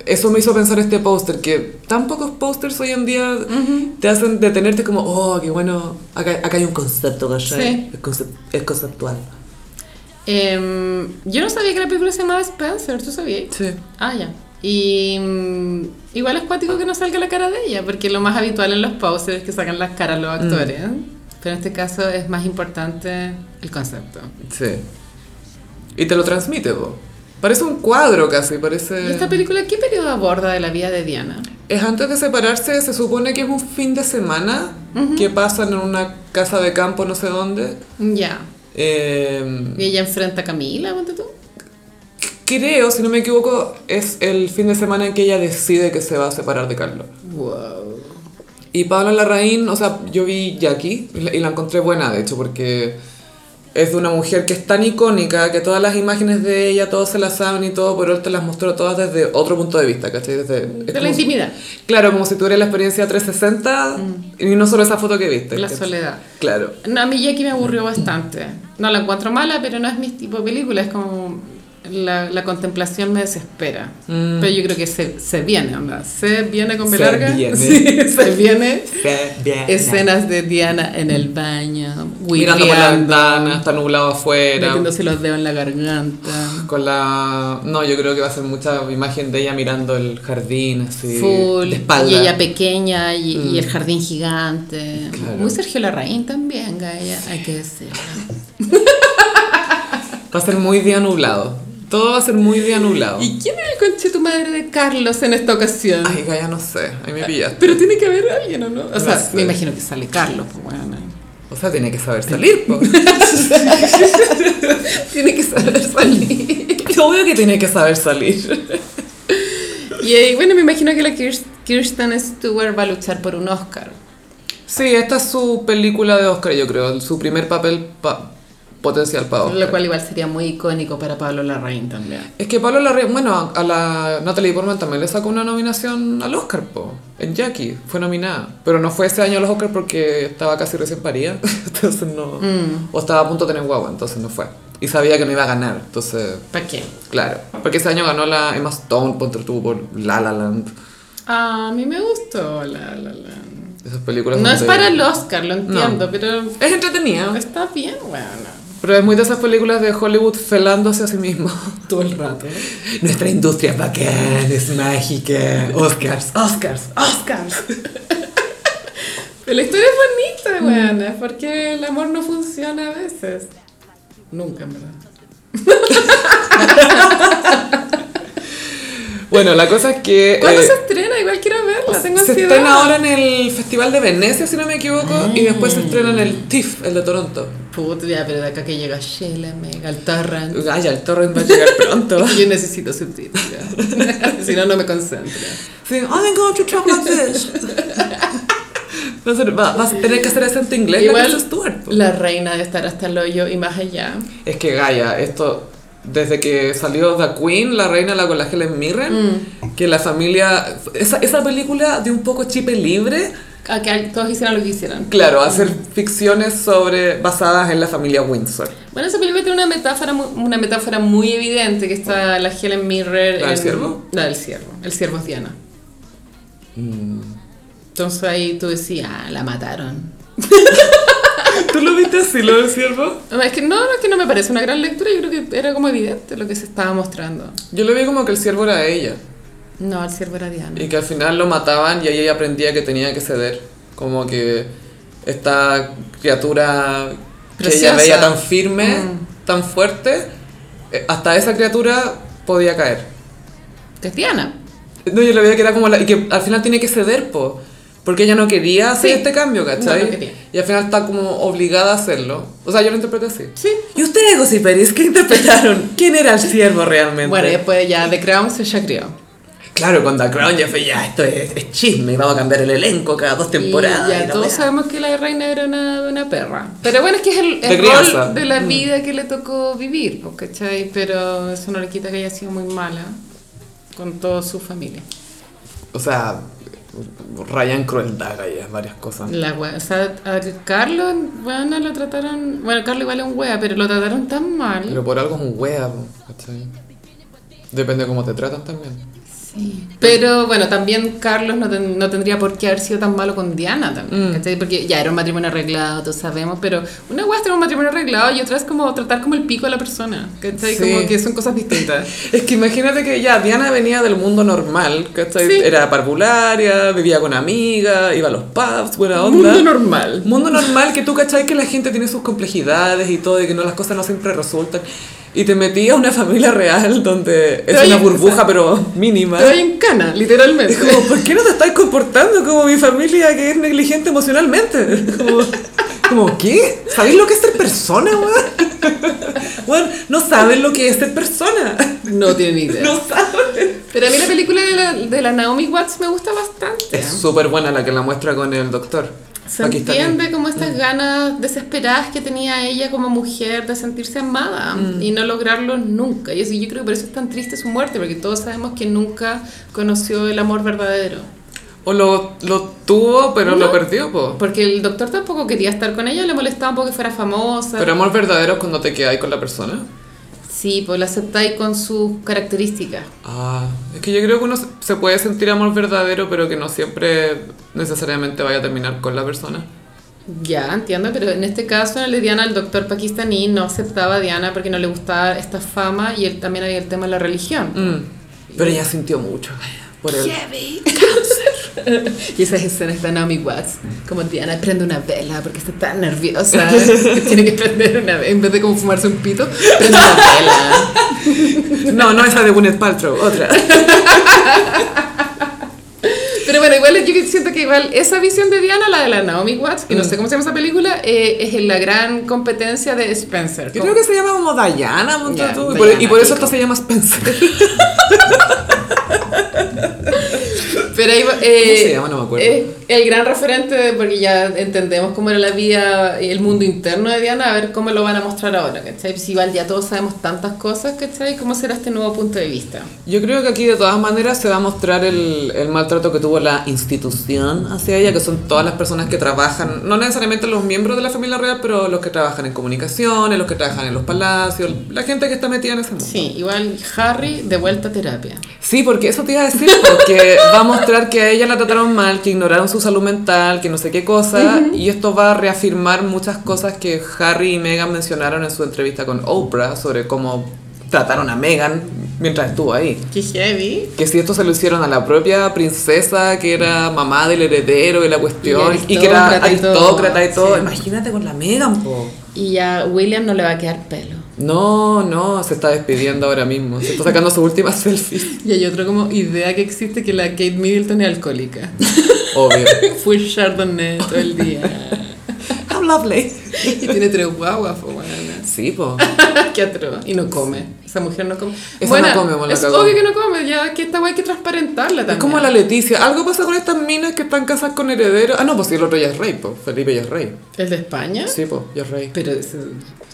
Speaker 1: Eso me hizo pensar este póster, que tan pocos pósters hoy en día te hacen detenerte como, oh, qué bueno, acá, acá hay un concepto, ¿cachai?
Speaker 2: Sí.
Speaker 1: Es, concep- es conceptual.
Speaker 2: Em, yo no sabía que la película se llamaba Spencer, ¿tú sabías?
Speaker 1: Sí.
Speaker 2: Ah, ya. Y mm, igual es cuático que no salga la cara de ella, porque lo más habitual en los posters es que sacan las caras los
Speaker 1: Mm.
Speaker 2: actores. Pero en este caso es más importante el concepto.
Speaker 1: Sí. Y te lo transmite, po. Parece un cuadro casi, parece...
Speaker 2: ¿Y esta película qué periodo aborda de la vida de Diana?
Speaker 1: Es antes de separarse, se supone que es un fin de semana que pasan en una casa de campo no sé dónde.
Speaker 2: Ya.
Speaker 1: Eh,
Speaker 2: Y ella enfrenta a Camila, ponte tú.
Speaker 1: creo, si no me equivoco, es el fin de semana en que ella decide que se va a separar de Carlos.
Speaker 2: Wow.
Speaker 1: Y Pablo Larraín, o sea, yo vi Jackie y la, y la encontré buena, de hecho, porque es de una mujer que es tan icónica que todas las imágenes de ella, todos se las saben y todo, pero él te las mostró todas desde otro punto de vista, ¿cachai? Desde, es
Speaker 2: De la
Speaker 1: como si-
Speaker 2: intimidad, Mm.
Speaker 1: claro, como si tuviera la experiencia 360 y no solo esa foto que viste.
Speaker 2: la
Speaker 1: ¿cachai?
Speaker 2: soledad.
Speaker 1: Claro.
Speaker 2: No, a mí Jackie me aburrió bastante. No la encuentro mala, pero no es mi tipo de película. Es como. La, la contemplación me desespera. Pero yo creo que se, se viene, onda. Se viene con
Speaker 1: Mm. Se
Speaker 2: Belarga.
Speaker 1: viene.
Speaker 2: Sí, se viene.
Speaker 1: Bien.
Speaker 2: Escenas de Diana en el baño,
Speaker 1: Mirando por la
Speaker 2: huileando,
Speaker 1: ventana, está nublado afuera.
Speaker 2: metiéndose los dedos en la garganta.
Speaker 1: Con la... No, yo creo que va a ser mucha imagen de ella mirando el jardín, así,
Speaker 2: Full.
Speaker 1: de espalda.
Speaker 2: Y Mm. ella pequeña y, y el jardín gigante.
Speaker 1: Claro.
Speaker 2: Muy Sergio Larraín también, Gaia, hay que decirlo.
Speaker 1: Va a ser muy día nublado. Todo va a ser muy día nublado.
Speaker 2: ¿Y quién era el conche tu madre de Carlos en esta ocasión?
Speaker 1: Ay, Gaya, no sé. Ahí me pillaste.
Speaker 2: Pero tiene que haber alguien, ¿o no? O sea,
Speaker 1: No sé.
Speaker 2: me imagino que sale Carlos, pues bueno.
Speaker 1: O sea, tiene que saber salir, po.
Speaker 2: Tiene que saber salir.
Speaker 1: Obvio que tiene que saber salir.
Speaker 2: Y eh, bueno, me imagino que la Kirst- Kirsten Stewart va a luchar por un Oscar.
Speaker 1: Sí, esta es su película de Oscar, yo creo. Su primer papel... pa- potencial para Oscar.
Speaker 2: Lo cual igual sería muy icónico para Pablo Larraín también.
Speaker 1: Es que Pablo Larraín, bueno, a la Natalie Portman también le sacó una nominación al Oscar, po, en Jackie, fue nominada, pero no fue ese año a los Oscar porque estaba casi recién parida, entonces no, o estaba a punto de tener guagua, entonces no fue. Y sabía que no iba a ganar, entonces,
Speaker 2: ¿Para qué?
Speaker 1: claro. Porque ese año ganó la Emma Stone, ponte tú, por La La Land.
Speaker 2: A mí me gustó la, la, la.
Speaker 1: Esas películas
Speaker 2: No
Speaker 1: como
Speaker 2: es
Speaker 1: de-
Speaker 2: para el Oscar, lo entiendo, pero
Speaker 1: Es entretenida,
Speaker 2: está bien, bueno.
Speaker 1: pero es muy de esas películas de Hollywood felándose a sí mismo.
Speaker 2: Todo el rato.
Speaker 1: Nuestra industria es bacán, es mágica. Oscars, Oscars, Oscars.
Speaker 2: Pero la historia es bonita, buena, porque el amor no funciona a veces. Nunca, en verdad.
Speaker 1: Bueno, la cosa es que...
Speaker 2: ¿Cuándo
Speaker 1: eh,
Speaker 2: se estrena? Igual quiero verla, tengo
Speaker 1: se
Speaker 2: ansiedad.
Speaker 1: estrena ahora en el Festival de Venecia, si no me equivoco, y después se estrena en el TIFF, el de Toronto.
Speaker 2: Puta, ya, pero de acá que llega Sheila, Mega, el Torrent.
Speaker 1: Ay, Ah, ya, el torrent va a llegar pronto.
Speaker 2: Yo necesito subtítulos. si no, no me concentro.
Speaker 1: Sí, I'm going to talk like this. No sé, va- vas a tener que hacer acento inglés,
Speaker 2: Igual-
Speaker 1: Igual, Stuart. po.
Speaker 2: La reina de estar hasta el hoyo y más allá.
Speaker 1: Es que Gaia, esto, desde que salió The Queen, la reina la con la Helen Mirren, que la familia. Esa, esa película de un poco chipe libre,
Speaker 2: A que todos hicieran lo que hicieran.
Speaker 1: claro, hacer ficciones sobre basadas en la familia Windsor.
Speaker 2: Bueno, esa película tiene una metáfora, mu- una metáfora muy evidente que está la Helen Mirren.
Speaker 1: ¿La del
Speaker 2: en-
Speaker 1: ciervo?
Speaker 2: La del ciervo. El ciervo es Diana. Entonces ahí tú decías, ah, la mataron.
Speaker 1: ¿Tú lo viste así, lo del ciervo?
Speaker 2: No, Es que no, no, es que no me parece una gran lectura, yo creo que era como evidente lo que se estaba mostrando.
Speaker 1: Yo lo vi como que el ciervo era ella
Speaker 2: No, el ciervo era Diana.
Speaker 1: y que al final lo mataban y ahí ella aprendía que tenía que ceder. Como que esta criatura
Speaker 2: Preciosa.
Speaker 1: que ella veía tan firme,
Speaker 2: Mm.
Speaker 1: tan fuerte, eh, hasta esa criatura podía caer.
Speaker 2: Que es Diana.
Speaker 1: No, yo le veía que era como la... Y que al final tiene que ceder, po. Porque ella no quería hacer
Speaker 2: Sí.
Speaker 1: este cambio, ¿cachai?
Speaker 2: No, no quería.
Speaker 1: Y al final está como obligada a hacerlo. O sea, yo lo interpreté así.
Speaker 2: Sí.
Speaker 1: ¿Y ustedes, Gossiperis, qué interpretaron? ¿Quién era el siervo realmente?
Speaker 2: Bueno, y después ya The Crown se ya crió.
Speaker 1: Claro, con The Crown ya fue, ya, esto es, es chisme, vamos a cambiar el elenco cada dos temporadas.
Speaker 2: Y ya
Speaker 1: y la
Speaker 2: todos
Speaker 1: weá.
Speaker 2: sabemos que la reina era una, una perra. Pero bueno, es que es el, el
Speaker 1: De crianza. Mm.
Speaker 2: rol de la vida que le tocó vivir, po, ¿cachai? Pero eso no le quita que haya sido muy mala con toda su familia.
Speaker 1: O sea, rayan crueldad ahí, varias cosas.
Speaker 2: La wea, o sea, a Carlos, bueno, lo trataron. Bueno, Carlos igual es un wea, pero lo trataron tan mal.
Speaker 1: Pero por algo es un wea, po, ¿cachai? Depende de cómo te tratan también.
Speaker 2: Sí. Pero bueno, también Carlos no, ten- no tendría por qué haber sido tan malo con Diana también,
Speaker 1: Mm.
Speaker 2: ¿cachai? Porque ya era un matrimonio arreglado, todos sabemos, pero una hueá es tener un matrimonio arreglado y otra es como tratar como el pico a la persona, ¿cachai?
Speaker 1: Sí.
Speaker 2: Como que son cosas distintas.
Speaker 1: Es que imagínate que ya Diana venía del mundo normal, ¿cachai?
Speaker 2: Sí.
Speaker 1: Era parvularia, vivía con amigas, iba a los pubs, buena onda.
Speaker 2: Mundo normal.
Speaker 1: Mundo normal que tú, ¿cachai? Que la gente tiene sus complejidades y todo, y que no, las cosas no siempre resultan. Y te metí a una familia real donde es
Speaker 2: Oye,
Speaker 1: una burbuja,
Speaker 2: exacto.
Speaker 1: pero mínima.
Speaker 2: Estoy en cana, literalmente.
Speaker 1: Es como, ¿por qué no te estás comportando como mi familia que es negligente emocionalmente? Como, como, ¿qué? ¿Sabéis lo que es ser persona, weón? Weón, no saben lo que es ser persona.
Speaker 2: No tiene ni idea.
Speaker 1: No saben.
Speaker 2: Pero a mí la película de la, de la Naomi Watts me gusta bastante.
Speaker 1: Es súper buena la que la muestra con el doctor.
Speaker 2: Se
Speaker 1: Aquí está Mm.
Speaker 2: entiende como estas ganas desesperadas que tenía ella como mujer de sentirse amada
Speaker 1: Mm.
Speaker 2: y no lograrlo nunca. Y eso, yo creo que por eso es tan triste su muerte, porque todos sabemos que nunca conoció el amor verdadero.
Speaker 1: O lo, lo tuvo, pero lo perdió, po.
Speaker 2: Porque el doctor tampoco quería estar con ella, le molestaba un poco que fuera famosa.
Speaker 1: Pero amor verdadero es cuando te quedáis con la persona.
Speaker 2: sí, pues la aceptáis con sus características.
Speaker 1: Ah, es que yo creo que uno se- se puede sentir amor verdadero, pero que no siempre necesariamente vaya a terminar con la persona.
Speaker 2: Ya, entiendo, pero en este caso le Diana, el doctor pakistaní, no aceptaba a Diana porque no le gustaba esta fama y él también había el tema de la religión.
Speaker 1: Mm. Pero ella sintió mucho por él.
Speaker 2: Y esas escenas de Naomi Watts, como Diana prende una vela porque está tan nerviosa que tiene que prender una vela, en vez de como fumarse un pito, prende una vela.
Speaker 1: No, no esa de Gwyneth Paltrow, otra.
Speaker 2: Pero bueno, igual yo siento que igual esa visión de Diana, la de la Naomi Watts, que no
Speaker 1: Mm.
Speaker 2: sé cómo se llama esa película, eh, es la gran competencia de Spencer.
Speaker 1: Yo creo que se llama como Diana, ponte
Speaker 2: Ya,
Speaker 1: tú. Y por- y
Speaker 2: Diana,
Speaker 1: por eso
Speaker 2: pico.
Speaker 1: esto se llama Spencer.
Speaker 2: Como- Pero ahí, va-
Speaker 1: ¿Cómo se
Speaker 2: eh,
Speaker 1: llama? No me acuerdo.
Speaker 2: eh, el gran referente, de- porque ya entendemos cómo era la vida, el mundo interno de Diana, a ver cómo lo van a mostrar ahora, ¿cachai? Si igual ya todos sabemos tantas cosas, ¿cachai? ¿Cómo será este nuevo punto de vista?
Speaker 1: Yo creo que aquí de todas maneras se va a mostrar el, el maltrato que tuvo la institución hacia ella, que son todas las personas que trabajan, no necesariamente los miembros de la familia real, pero los que trabajan en comunicaciones, los que trabajan en los palacios, la gente que está metida en ese mundo.
Speaker 2: Sí, igual Harry de vuelta a terapia.
Speaker 1: Sí, porque eso te iba a decir, porque va a mostrar que a ella la trataron mal, que ignoraron su salud mental, que no sé qué cosa, y esto va a reafirmar muchas cosas que Harry y Meghan mencionaron en su entrevista con Oprah sobre cómo trataron a Meghan mientras estuvo ahí.
Speaker 2: Qué heavy.
Speaker 1: Que si esto se lo hicieron a la propia princesa, que era mamá del heredero y la cuestión,
Speaker 2: Y
Speaker 1: y, que era
Speaker 2: aristócrata y todo,
Speaker 1: aristócrata y todo,
Speaker 2: sí.
Speaker 1: imagínate con la Meghan, po.
Speaker 2: Y a William no le va a quedar pelo.
Speaker 1: No, no, se está despidiendo ahora mismo, se está sacando su última selfie,
Speaker 2: Y hay otra como idea que existe que la Kate Middleton es alcohólica.
Speaker 1: obvio.
Speaker 2: Fue Chardonnay todo el día.
Speaker 1: How lovely.
Speaker 2: Y tiene tres guaguas, po, weona.
Speaker 1: Sí, po.
Speaker 2: Qué atroz. Y no come. Esa mujer no come.
Speaker 1: Esa
Speaker 2: Bueno,
Speaker 1: no come, bueno, la
Speaker 2: es
Speaker 1: cagó.
Speaker 2: obvio que no come. Ya que esta guay hay que transparentarla también.
Speaker 1: Es como la Leticia. Algo pasa con estas minas que están casadas con herederos. Ah, no, pues si el otro ya es rey, po. Felipe ya es rey.
Speaker 2: ¿El de España?
Speaker 1: Sí, po, ya es rey.
Speaker 2: Pero es-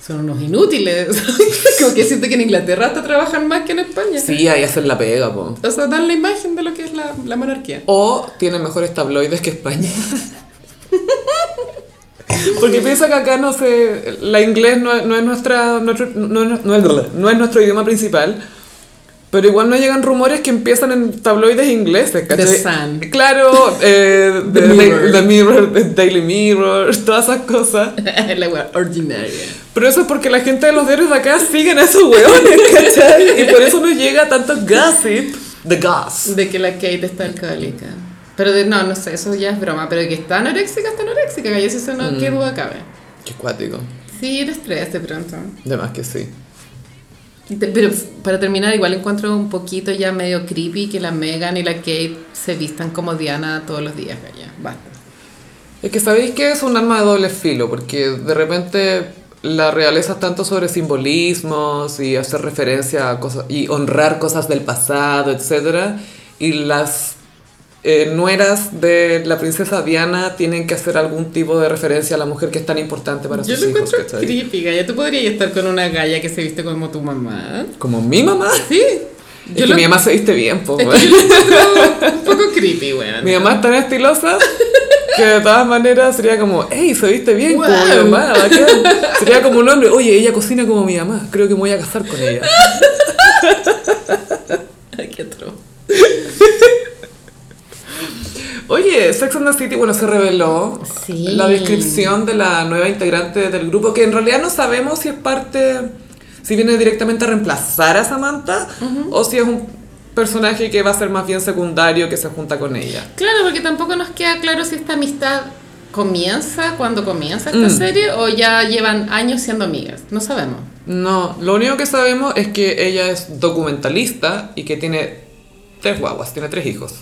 Speaker 2: son unos inútiles. como que siento que en Inglaterra hasta trabajan más que en España.
Speaker 1: Sí, ahí hacen la pega, po.
Speaker 2: O sea, dan la imagen de lo que es la, la monarquía.
Speaker 1: O tienen mejores tabloides que España. Porque piensa que acá no se... La inglés no, no es nuestra... nuestro- no, no- no es- no es nuestro idioma principal. Pero igual no llegan rumores que empiezan en tabloides ingleses, ¿cachai?
Speaker 2: The Sun.
Speaker 1: Claro, eh,
Speaker 2: The
Speaker 1: The,
Speaker 2: Mirror.
Speaker 1: The Mirror, The Daily Mirror, todas esas cosas.
Speaker 2: la guay ordinaria.
Speaker 1: Pero eso es porque la gente de los diarios de acá siguen a esos hueones, ¿cachai? Y por eso no llega tanto gossip. The goss.
Speaker 2: De que la Kate está alcohólica. Pero de- no, no sé, eso ya es broma. Pero que está anoréxica, está anoréxica. Que eso no,
Speaker 1: Mm.
Speaker 2: qué duda cabe.
Speaker 1: Qué cuático.
Speaker 2: Sí, eres tres de pronto.
Speaker 1: De más que sí.
Speaker 2: Te- Pero para terminar, igual encuentro un poquito ya medio creepy que la Megan y la Kate se vistan como Diana todos los días, ya, basta.
Speaker 1: Es que sabéis que es un arma de doble filo, porque de repente la realeza es tanto sobre simbolismos y hacer referencia a cosas y honrar cosas del pasado, etc. Y las eh, nueras de la princesa Diana tienen que hacer algún tipo de referencia a la mujer que es tan importante para
Speaker 2: Yo
Speaker 1: sus
Speaker 2: lo
Speaker 1: hijos.
Speaker 2: encuentro
Speaker 1: ¿cachai?
Speaker 2: creepy, ya tú podrías estar con una galla que se viste como tu mamá.
Speaker 1: Como mi mamá.
Speaker 2: Sí,
Speaker 1: Es
Speaker 2: yo
Speaker 1: que
Speaker 2: lo,
Speaker 1: mi mamá se viste bien, po,
Speaker 2: es
Speaker 1: weón.
Speaker 2: que yo lo encuentro un poco creepy, weón.
Speaker 1: Mi mamá es tan estilosa que de todas maneras sería como, hey, se viste bien como mi
Speaker 2: Wow.
Speaker 1: mamá. bacán". Sería como un hombre, oye, ella cocina como mi mamá, creo que me voy a casar con ella.
Speaker 2: Ay, qué atroz.
Speaker 1: Oye, Sex and the City, bueno, se reveló
Speaker 2: Sí.
Speaker 1: la descripción de la nueva integrante del grupo, que en realidad no sabemos si es parte, si viene directamente a reemplazar a Samantha o si es un personaje que va a ser más bien secundario que se junta con ella.
Speaker 2: Claro, porque tampoco nos queda claro si esta amistad comienza cuando comienza esta
Speaker 1: Mm.
Speaker 2: serie o ya llevan años siendo amigas, no sabemos.
Speaker 1: No, lo único que sabemos es que ella es documentalista y que tiene tres guaguas, tiene tres hijos.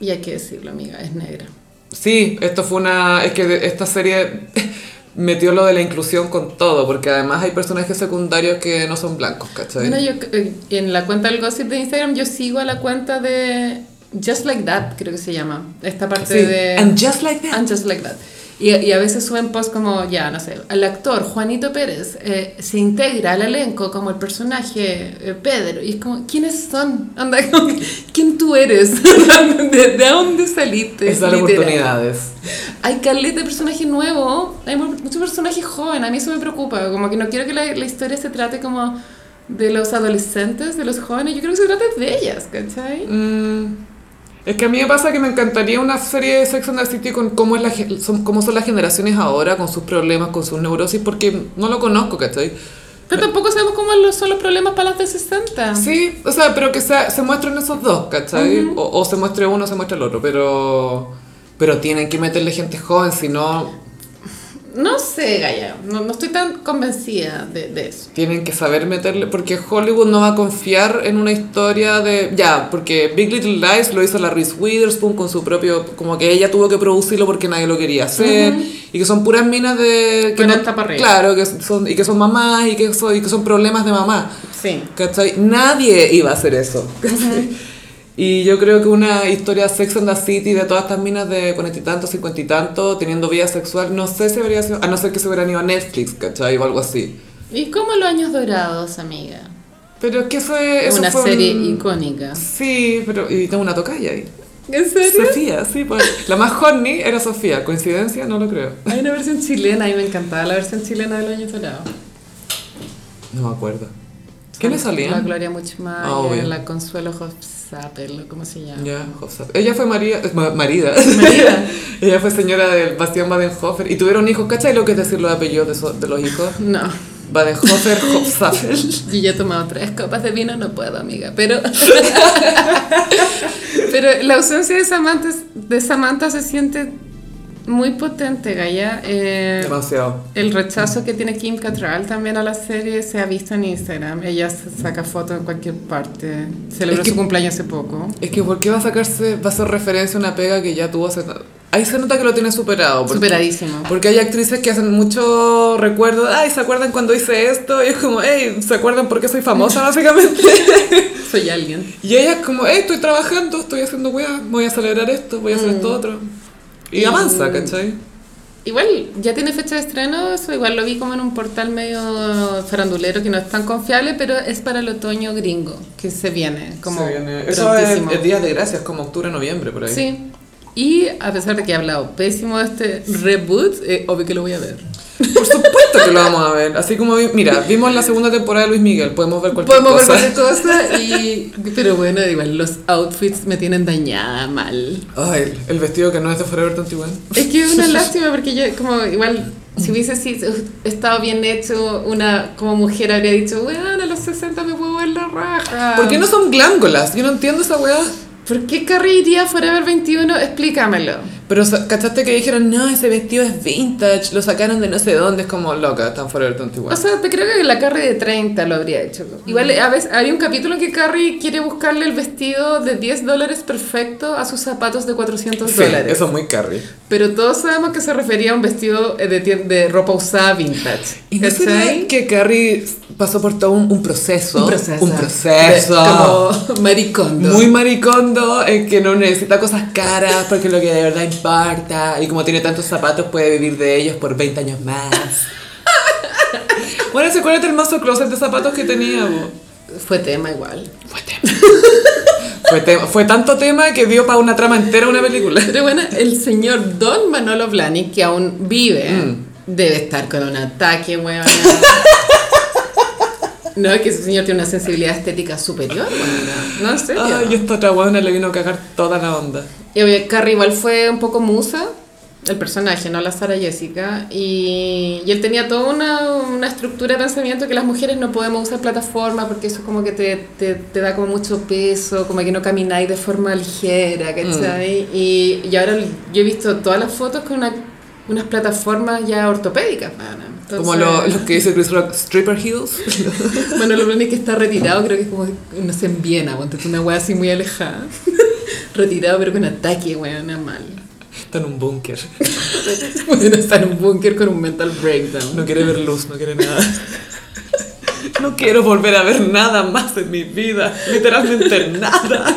Speaker 2: Y hay que decirlo, amiga, es negra.
Speaker 1: Sí, esto fue una... Es que de- esta serie metió lo de la inclusión con todo, porque además hay personajes secundarios que no son blancos, ¿cachai?
Speaker 2: Bueno, yo eh, en la cuenta del gossip de Instagram yo sigo a la cuenta de Just Like That, creo que se llama. Esta parte
Speaker 1: Sí,
Speaker 2: de
Speaker 1: And just like that.
Speaker 2: And Just Like That. Y, y a veces suben posts como, ya, no sé, el actor Juanito Pérez eh, se integra al elenco como el personaje eh, Pedro. Y es como, ¿quiénes son? Anda, como que, ¿quién tú eres? ¿De, de dónde saliste?
Speaker 1: es dar
Speaker 2: Literal.
Speaker 1: oportunidades.
Speaker 2: Hay caleta de personaje nuevo, hay mu- mucho personaje joven, a mí eso me preocupa, como que no quiero que la, la historia se trate como de los adolescentes, de los jóvenes, yo creo que se trate de ellas, ¿cachai?
Speaker 1: Mm, es que a mí me pasa que me encantaría una serie de Sex and the City con cómo, es la, ge- son, cómo son las generaciones ahora, con sus problemas, con sus neurosis, porque no lo conozco, ¿cachai?
Speaker 2: Pero tampoco sabemos cómo lo- son los problemas para las de 60.
Speaker 1: Sí, o sea, pero que sea- se muestren esos dos, ¿cachai? o, o se muestre uno o se muestre el otro, pero, pero tienen que meterle gente joven, si no,
Speaker 2: No sé, Gaya, no, no estoy tan convencida de, de eso.
Speaker 1: tienen que saber meterle, porque Hollywood no va a confiar en una historia de, ya, porque Big Little Lies lo hizo la Reese Witherspoon con su propio, como que ella tuvo que producirlo porque nadie lo quería hacer, y que son puras minas de... Que
Speaker 2: Pero está para arriba.
Speaker 1: Claro, que son, y que son mamás, y que son, y que son problemas de mamá.
Speaker 2: Sí.
Speaker 1: ¿Cachai? Nadie iba a hacer eso. ¿cachai? Y yo creo que una historia Sex and the City de todas estas minas de cuarenta y tanto, cincuenta y tanto, teniendo vida sexual, no sé si habría sido, a no ser que se hubieran ido a Netflix, ¿cachai? O algo así.
Speaker 2: ¿Y cómo los años dorados, amiga?
Speaker 1: Pero es que fue... eso
Speaker 2: Una
Speaker 1: fue
Speaker 2: serie
Speaker 1: un-
Speaker 2: icónica.
Speaker 1: Sí, pero... Y tengo una tocaya ahí.
Speaker 2: ¿En
Speaker 1: Sofía, sí, pues. La más horny era Sofía. ¿Coincidencia? No lo creo.
Speaker 2: Hay una versión chilena y me encantaba la versión chilena de los años dorados.
Speaker 1: No me acuerdo. ¿Quiénes
Speaker 2: La
Speaker 1: salían?
Speaker 2: Gloria Muchmayer,
Speaker 1: Ah, obvio.
Speaker 2: la Consuelo Hofstapel, ¿cómo se llama?
Speaker 1: Ya, Hofstad. Ella fue María, eh, ma- marida.
Speaker 2: Marida.
Speaker 1: Ella fue señora del Bastián Badenhofer. Y tuvieron hijos, ¿cachai lo que es decir los apellidos de, so- de los hijos?
Speaker 2: No,
Speaker 1: Badenhofer, Hofstapel.
Speaker 2: yo ya he tomado tres copas de vino, no puedo, amiga. Pero, pero la ausencia de Samantha, de Samantha se siente muy potente, Gaya. Eh,
Speaker 1: Demasiado.
Speaker 2: el rechazo que tiene Kim Cattrall también a la serie se ha visto en Instagram. Ella se saca fotos en cualquier parte. Celebró
Speaker 1: Es que-
Speaker 2: su cumpleaños hace poco.
Speaker 1: Es que ¿por qué va a sacarse, va a hacer referencia a una pega que ya tuvo hace... Ahí se nota que lo tiene superado. porque-
Speaker 2: Superadísimo.
Speaker 1: Porque hay actrices que hacen mucho recuerdo, ay, ¿se acuerdan cuando hice esto? Y es como, hey, ¿se acuerdan por qué soy famosa básicamente?
Speaker 2: Soy alguien.
Speaker 1: Y ella es como, hey, estoy trabajando, estoy haciendo weá, voy a celebrar esto, voy a hacer esto otro. Y
Speaker 2: Y-
Speaker 1: avanza, ¿cachai?
Speaker 2: Igual, ya tiene fecha de estreno, eso igual lo vi como en un portal medio farandulero que no es tan confiable, pero es para el otoño gringo, que se viene, como
Speaker 1: Eso es,
Speaker 2: prontísimo.
Speaker 1: es Días de Gracias, como octubre, noviembre, por ahí.
Speaker 2: Sí. Y a pesar de que he hablado pésimo de este reboot, eh, obvio que lo voy a ver.
Speaker 1: Por supuesto que lo vamos a ver. Así como, vi- mira, vimos la segunda temporada de Luis Miguel, podemos ver cualquier
Speaker 2: Podemos ver
Speaker 1: cosa.
Speaker 2: cualquier cosa, y, pero bueno, igual los outfits me tienen dañada mal.
Speaker 1: Ay, el vestido que no es de Forever 21.
Speaker 2: Es que es una lástima porque yo como igual si hubiese sido- estado bien hecho una como mujer habría dicho, weón, a los 60 me puedo ver la raja.
Speaker 1: ¿Por qué no son glándulas? Yo no entiendo esa weá.
Speaker 2: ¿Por qué Carrie iría a Forever 21? Explícamelo.
Speaker 1: Pero sa- cachaste que dijeron, no, ese vestido es vintage, lo sacaron de no sé dónde, es como loca, están Forever 21.
Speaker 2: O sea, te creo que la Carrie de 30 lo habría hecho. Igual
Speaker 1: Mm.
Speaker 2: a veces hay un capítulo en que Carrie quiere buscarle el vestido de 10 dólares perfecto a sus zapatos de 400
Speaker 1: Sí,
Speaker 2: dólares.
Speaker 1: eso es muy carry.
Speaker 2: Pero todos sabemos que se refería a un vestido eh, de, tie- de ropa usada vintage.
Speaker 1: ¿Y no será
Speaker 2: ¿Cachai?
Speaker 1: que Carrie pasó por todo un, un proceso?
Speaker 2: Un proceso.
Speaker 1: Un proceso.
Speaker 2: De- como maricondo.
Speaker 1: Muy maricondo, en que no necesita cosas caras, porque lo que de verdad importa, y como tiene tantos zapatos, puede vivir de ellos por 20 años más. bueno, ¿se acuerdan del mazo closet de zapatos que tenía, vos?
Speaker 2: Fue tema igual.
Speaker 1: Fue tema. fue, tema- fue tanto tema que dio para una trama entera una película.
Speaker 2: Pero bueno, el señor Don Manolo Blahnik, que aún vive,
Speaker 1: Mm.
Speaker 2: debe estar con un ataque, weón. No, es que ese señor tiene una sensibilidad estética superior, weón. No, en serio.
Speaker 1: Ay, esta otra huevona le vino a cagar toda la onda.
Speaker 2: Y obvio, Carrie igual fue un poco musa, el personaje, no la Sara Jessica. Y, y él tenía toda una, una estructura de pensamiento que las mujeres no podemos usar plataformas porque eso como que te, te- te da como mucho peso, como que no camináis de forma ligera, ¿cachai?
Speaker 1: Mm.
Speaker 2: Y, y ahora yo he visto todas las fotos con una- unas plataformas ya ortopédicas, pana.
Speaker 1: Como lo,
Speaker 2: Entonces-
Speaker 1: lo que dice Chris Rock, Stripper Heels.
Speaker 2: bueno, lo único que está retirado creo que es como, no sé, en Viena, ponte tú, una wea así muy alejada. retirado pero con ataque, weón, es mal.
Speaker 1: Está en un búnker.
Speaker 2: Pudiera estar en un búnker con un mental breakdown.
Speaker 1: No quiere ver luz, no quiere nada. No quiero volver a ver nada más en mi vida. Literalmente nada.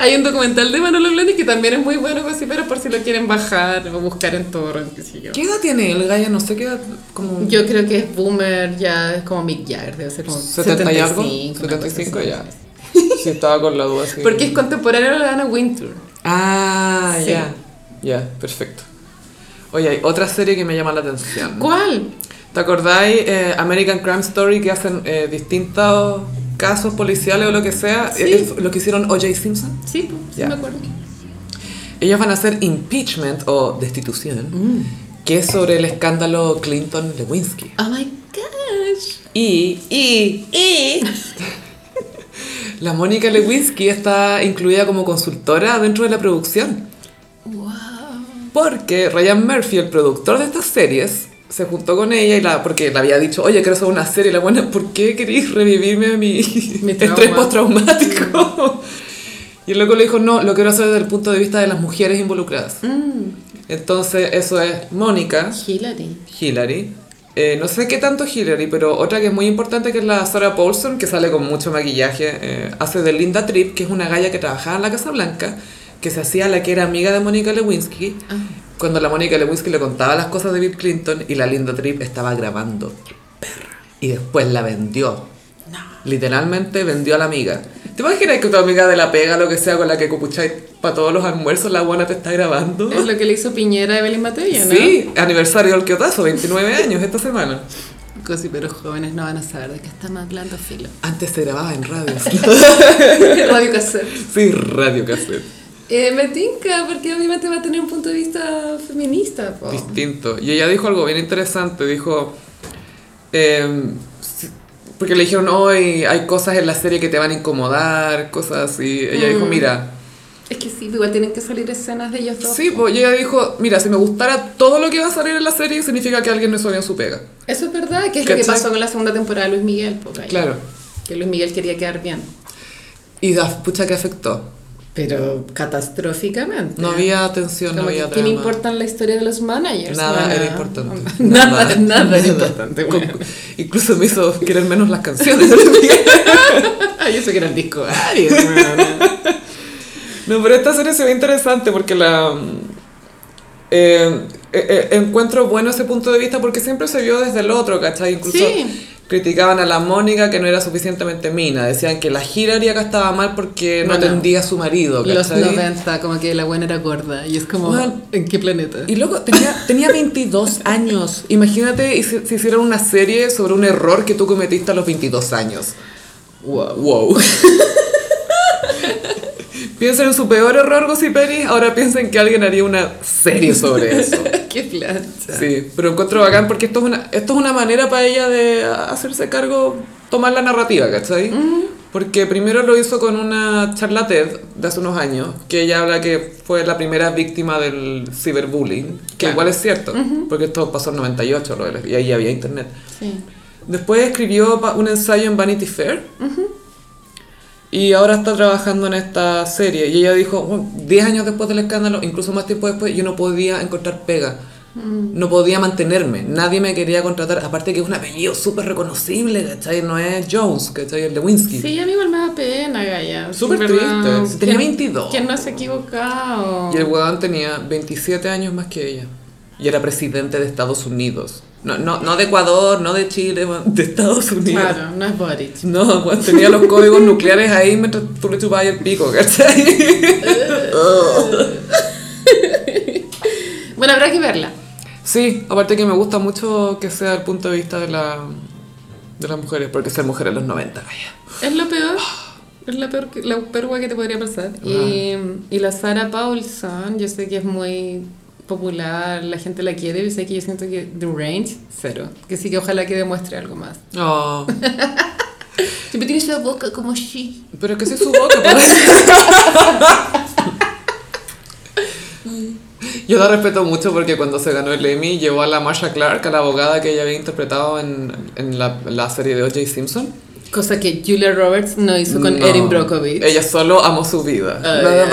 Speaker 2: Hay un documental de Manolo Blahnik que también es muy bueno, así, pero por si lo quieren bajar o buscar en torrent, qué sé yo.
Speaker 1: ¿Qué edad tiene el Gaia? No sé qué edad. Como
Speaker 2: Yo creo que es boomer, ya es como Mick Jagger, debe ser como
Speaker 1: 70 y algo.
Speaker 2: 75, una
Speaker 1: 75
Speaker 2: cosa
Speaker 1: ya.
Speaker 2: así.
Speaker 1: Sí, estaba con la duda. sí.
Speaker 2: Porque es contemporáneo a Anna Wintour.
Speaker 1: Ah,
Speaker 2: Sí.
Speaker 1: ya. Ya, perfecto. Oye, hay otra serie que me llama la atención.
Speaker 2: ¿Cuál?
Speaker 1: ¿Te acordáis eh, American Crime Story que hacen eh, distintos casos policiales o lo que sea?
Speaker 2: Sí.
Speaker 1: Eh, eh, Lo que hicieron O.J. Simpson.
Speaker 2: Sí, pues, sí
Speaker 1: Ya.
Speaker 2: me acuerdo.
Speaker 1: Ellos van a hacer impeachment o destitución, que es sobre el escándalo Clinton-Lewinsky.
Speaker 2: Oh my gosh.
Speaker 1: Y, y, y. La Mónica Lewinsky está incluida como consultora dentro de la producción.
Speaker 2: Wow.
Speaker 1: Porque Ryan Murphy, el productor de estas series, se juntó con ella y la, porque le había dicho, oye, quiero hacer una serie. La buena, ¿por qué queréis revivirme mi,
Speaker 2: Mi
Speaker 1: estrés
Speaker 2: trauma.
Speaker 1: postraumático? Y el loco le dijo, no, lo quiero hacer desde el punto de vista de las mujeres
Speaker 2: Mm.
Speaker 1: involucradas. Entonces, eso es Mónica,
Speaker 2: Hillary.
Speaker 1: Hillary, Eh, no sé qué tanto Hillary, pero otra que es muy importante que es la Sarah Paulson, que sale con mucho maquillaje, eh, hace de Linda Tripp, que es una galla que trabajaba en la Casa Blanca, que se hacía la que era amiga de Mónica Lewinsky,
Speaker 2: Ah.
Speaker 1: cuando la Mónica Lewinsky le contaba las cosas de Bill Clinton y la Linda Tripp estaba grabando. Y después la vendió. Literalmente vendió a la amiga. ¿Te imaginas que tu amiga de la pega, lo que sea, con la que cupucháis para todos los almuerzos, la buena te está grabando?
Speaker 2: Es lo que le hizo Piñera a Evelyn Mateo, ¿no?
Speaker 1: Sí, aniversario del Kiotazo, 29 años esta semana.
Speaker 2: Cosi, pero jóvenes no van a saber de qué estamos hablando, filo.
Speaker 1: Antes se grababa en radio.
Speaker 2: Radio cassette.
Speaker 1: Sí, radio cassette.
Speaker 2: Eh, me tinca, porque obviamente va a tener un punto de vista feminista, po.
Speaker 1: Distinto. Y ella dijo algo bien interesante. Dijo. em, si- porque le dijeron, hoy hay cosas en la serie que te van a incomodar, cosas así. Ella dijo,
Speaker 2: Mm.
Speaker 1: mira.
Speaker 2: Es que sí, igual tienen que salir escenas de ellos dos.
Speaker 1: Sí, pues y ella dijo, mira, si me gustara todo lo que va a salir en la serie, significa que alguien no hizo bien su pega.
Speaker 2: Eso es verdad, que es lo que
Speaker 1: ¿Cachai?
Speaker 2: pasó con la segunda temporada de Luis Miguel, po, calla.
Speaker 1: Claro.
Speaker 2: Que Luis Miguel quería quedar bien.
Speaker 1: Y da, pucha que afectó.
Speaker 2: Pero catastróficamente.
Speaker 1: No había atención, no
Speaker 2: Como
Speaker 1: había
Speaker 2: que, ¿Quién
Speaker 1: drama.
Speaker 2: importa la historia de los managers?
Speaker 1: Nada
Speaker 2: Nada.
Speaker 1: era importante.
Speaker 2: Nada, nada, era importante.
Speaker 1: Con-
Speaker 2: bueno.
Speaker 1: incluso me hizo querer menos las canciones.
Speaker 2: Ay, eso que era el disco. Ay,
Speaker 1: No, pero esta serie se ve interesante porque la... eh, eh, eh, encuentro bueno ese punto de vista porque siempre se vio desde el otro, ¿cachai? Incluso
Speaker 2: Sí.
Speaker 1: criticaban a la Mónica que no era suficientemente mina. Decían que la Hillary acá estaba mal porque no
Speaker 2: Bueno,
Speaker 1: atendía a su marido,
Speaker 2: Los
Speaker 1: ¿cachai?
Speaker 2: 90, como que la buena era gorda. Y es como,
Speaker 1: Bueno.
Speaker 2: ¿en qué planeta?
Speaker 1: Y luego tenía, tenía 22 años. Imagínate y si, si hicieran una serie sobre un error que tú cometiste a los 22 años. Wow. piensen en su peor error, Gossiperis. Ahora piensen que alguien haría una serie sobre eso.
Speaker 2: qué plancha.
Speaker 1: Sí, pero encuentro bacán porque esto es una, esto es una manera para ella de hacerse cargo, tomar la narrativa, ¿cachai? Porque primero lo hizo con una charla TED de hace unos años, que ella habla que fue la primera víctima del ciberbullying, que
Speaker 2: Claro.
Speaker 1: igual es cierto, porque esto pasó en 98 lo del- y ahí había internet.
Speaker 2: Sí.
Speaker 1: Después escribió pa- un ensayo en Vanity Fair. Y ahora está trabajando en esta serie. Y ella dijo, "Bueno, 10 años después del escándalo, incluso más tiempo después, yo no podía encontrar pega.
Speaker 2: Mm.
Speaker 1: No podía mantenerme. Nadie me quería contratar. Aparte que es un apellido súper reconocible, ¿cachai? No es Jones, ¿cachai? El Lewinsky.
Speaker 2: Sí, a mí igual me da pena, Gaya.
Speaker 1: Súper
Speaker 2: Sí, ¿verdad?
Speaker 1: triste. Si tenía
Speaker 2: ¿Quién-
Speaker 1: 22.
Speaker 2: ¿Quién no se ha equivocado?
Speaker 1: Y el weón tenía 27 años más que ella. Y era presidente de Estados Unidos. No, no, no de Ecuador, no de Chile, weón, de Estados Unidos.
Speaker 2: Claro, no es Boric.
Speaker 1: No, weón, tenía los códigos nucleares ahí mientras tú le chupabas el pico, ¿cachai?
Speaker 2: Bueno, habrá que verla.
Speaker 1: Sí, aparte que me gusta mucho que sea el punto de vista de, la, de las mujeres, porque ser mujer en los 90, vaya.
Speaker 2: Es lo peor. Es la peor, que- la peor wea que te podría pasar.
Speaker 1: Ah.
Speaker 2: Y, y la Sarah Paulson, yo sé que es muy popular, la gente la quiere, yo sé que yo siento que The Range, cero. Que sí que ojalá que demuestre algo más.
Speaker 1: No,
Speaker 2: Siempre tienes la boca como she.
Speaker 1: pero es que sí su boca, pues. Yo la respeto mucho porque cuando se ganó el Emmy llevó a la Marsha Clark, a la abogada que ella había interpretado en, en la, la serie de O.J. Simpson.
Speaker 2: Cosa que Julia Roberts no hizo con
Speaker 1: No.
Speaker 2: Erin Brockovich.
Speaker 1: Ella solo amó su vida.
Speaker 2: Ah,
Speaker 1: Nada
Speaker 2: ya.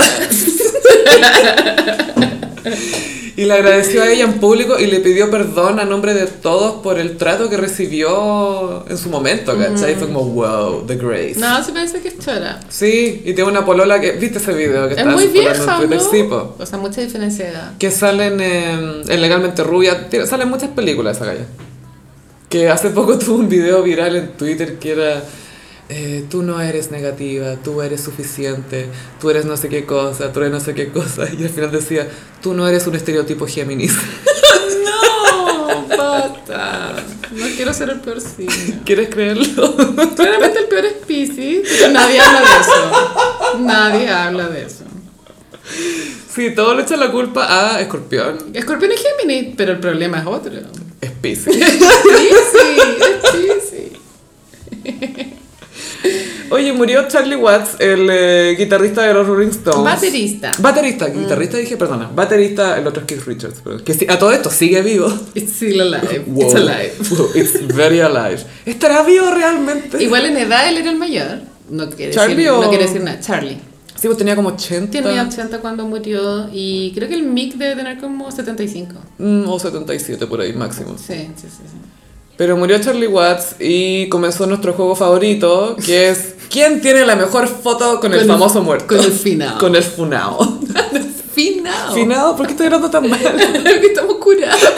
Speaker 1: más. Y le agradeció a ella en público y le pidió perdón a nombre de todos por el trato que recibió en su momento, ¿cachai? Fue como, wow, the grace.
Speaker 2: No, se parece que es chora.
Speaker 1: Sí, y tiene una polola que... ¿Viste ese video que
Speaker 2: Es
Speaker 1: estaba
Speaker 2: muy
Speaker 1: circulando
Speaker 2: vieja,
Speaker 1: en Twitter?
Speaker 2: ¿no?
Speaker 1: Sí, po.
Speaker 2: O sea, mucha diferencia de edad.
Speaker 1: Que salen en, en Legalmente Rubia, tiene- salen muchas películas esa galla. Que hace poco tuvo un video viral en Twitter que era... eh, tú no eres negativa, tú eres suficiente, tú eres no sé qué cosa, tú eres no sé qué cosa. Y al final decía, tú no eres un estereotipo Géminis.
Speaker 2: ¡No! ¡Basta! No quiero ser el peor signo.
Speaker 1: ¿Quieres creerlo?
Speaker 2: Claramente el peor es Pisces, pero nadie habla de eso. Nadie habla de eso.
Speaker 1: Sí, todo le echa la culpa a Escorpión.
Speaker 2: Escorpión es Géminis, pero el problema es otro.
Speaker 1: Es Piscis.
Speaker 2: Pisces, es Pisces.
Speaker 1: Oye, murió Charlie Watts, el eh, guitarrista de los Rolling Stones.
Speaker 2: Baterista.
Speaker 1: Baterista, guitarrista dije, perdona. Baterista, el otro es Keith Richards. pero que sí- a todo esto sigue vivo.
Speaker 2: It's still alive.
Speaker 1: Wow.
Speaker 2: It's alive.
Speaker 1: Wow, it's very alive. ¿Estará vivo realmente?
Speaker 2: Igual en edad él era el mayor. No quiere,
Speaker 1: ¿Charlie
Speaker 2: decir,
Speaker 1: o-
Speaker 2: no quiere decir nada. Charlie.
Speaker 1: Sí, pues tenía como 80.
Speaker 2: Tenía 80 cuando murió y creo que el Mick debe tener como 75.
Speaker 1: mm, o 77 por ahí, máximo.
Speaker 2: Sí, sí, sí. sí.
Speaker 1: Pero murió Charlie Watts y comenzó nuestro juego favorito, que es ¿quién tiene la mejor foto con, el
Speaker 2: Con-
Speaker 1: famoso muerto?
Speaker 2: con el finao.
Speaker 1: Con el funao.
Speaker 2: Finao.
Speaker 1: ¿Finao? ¿Por qué estoy hablando tan mal?
Speaker 2: que estamos curados.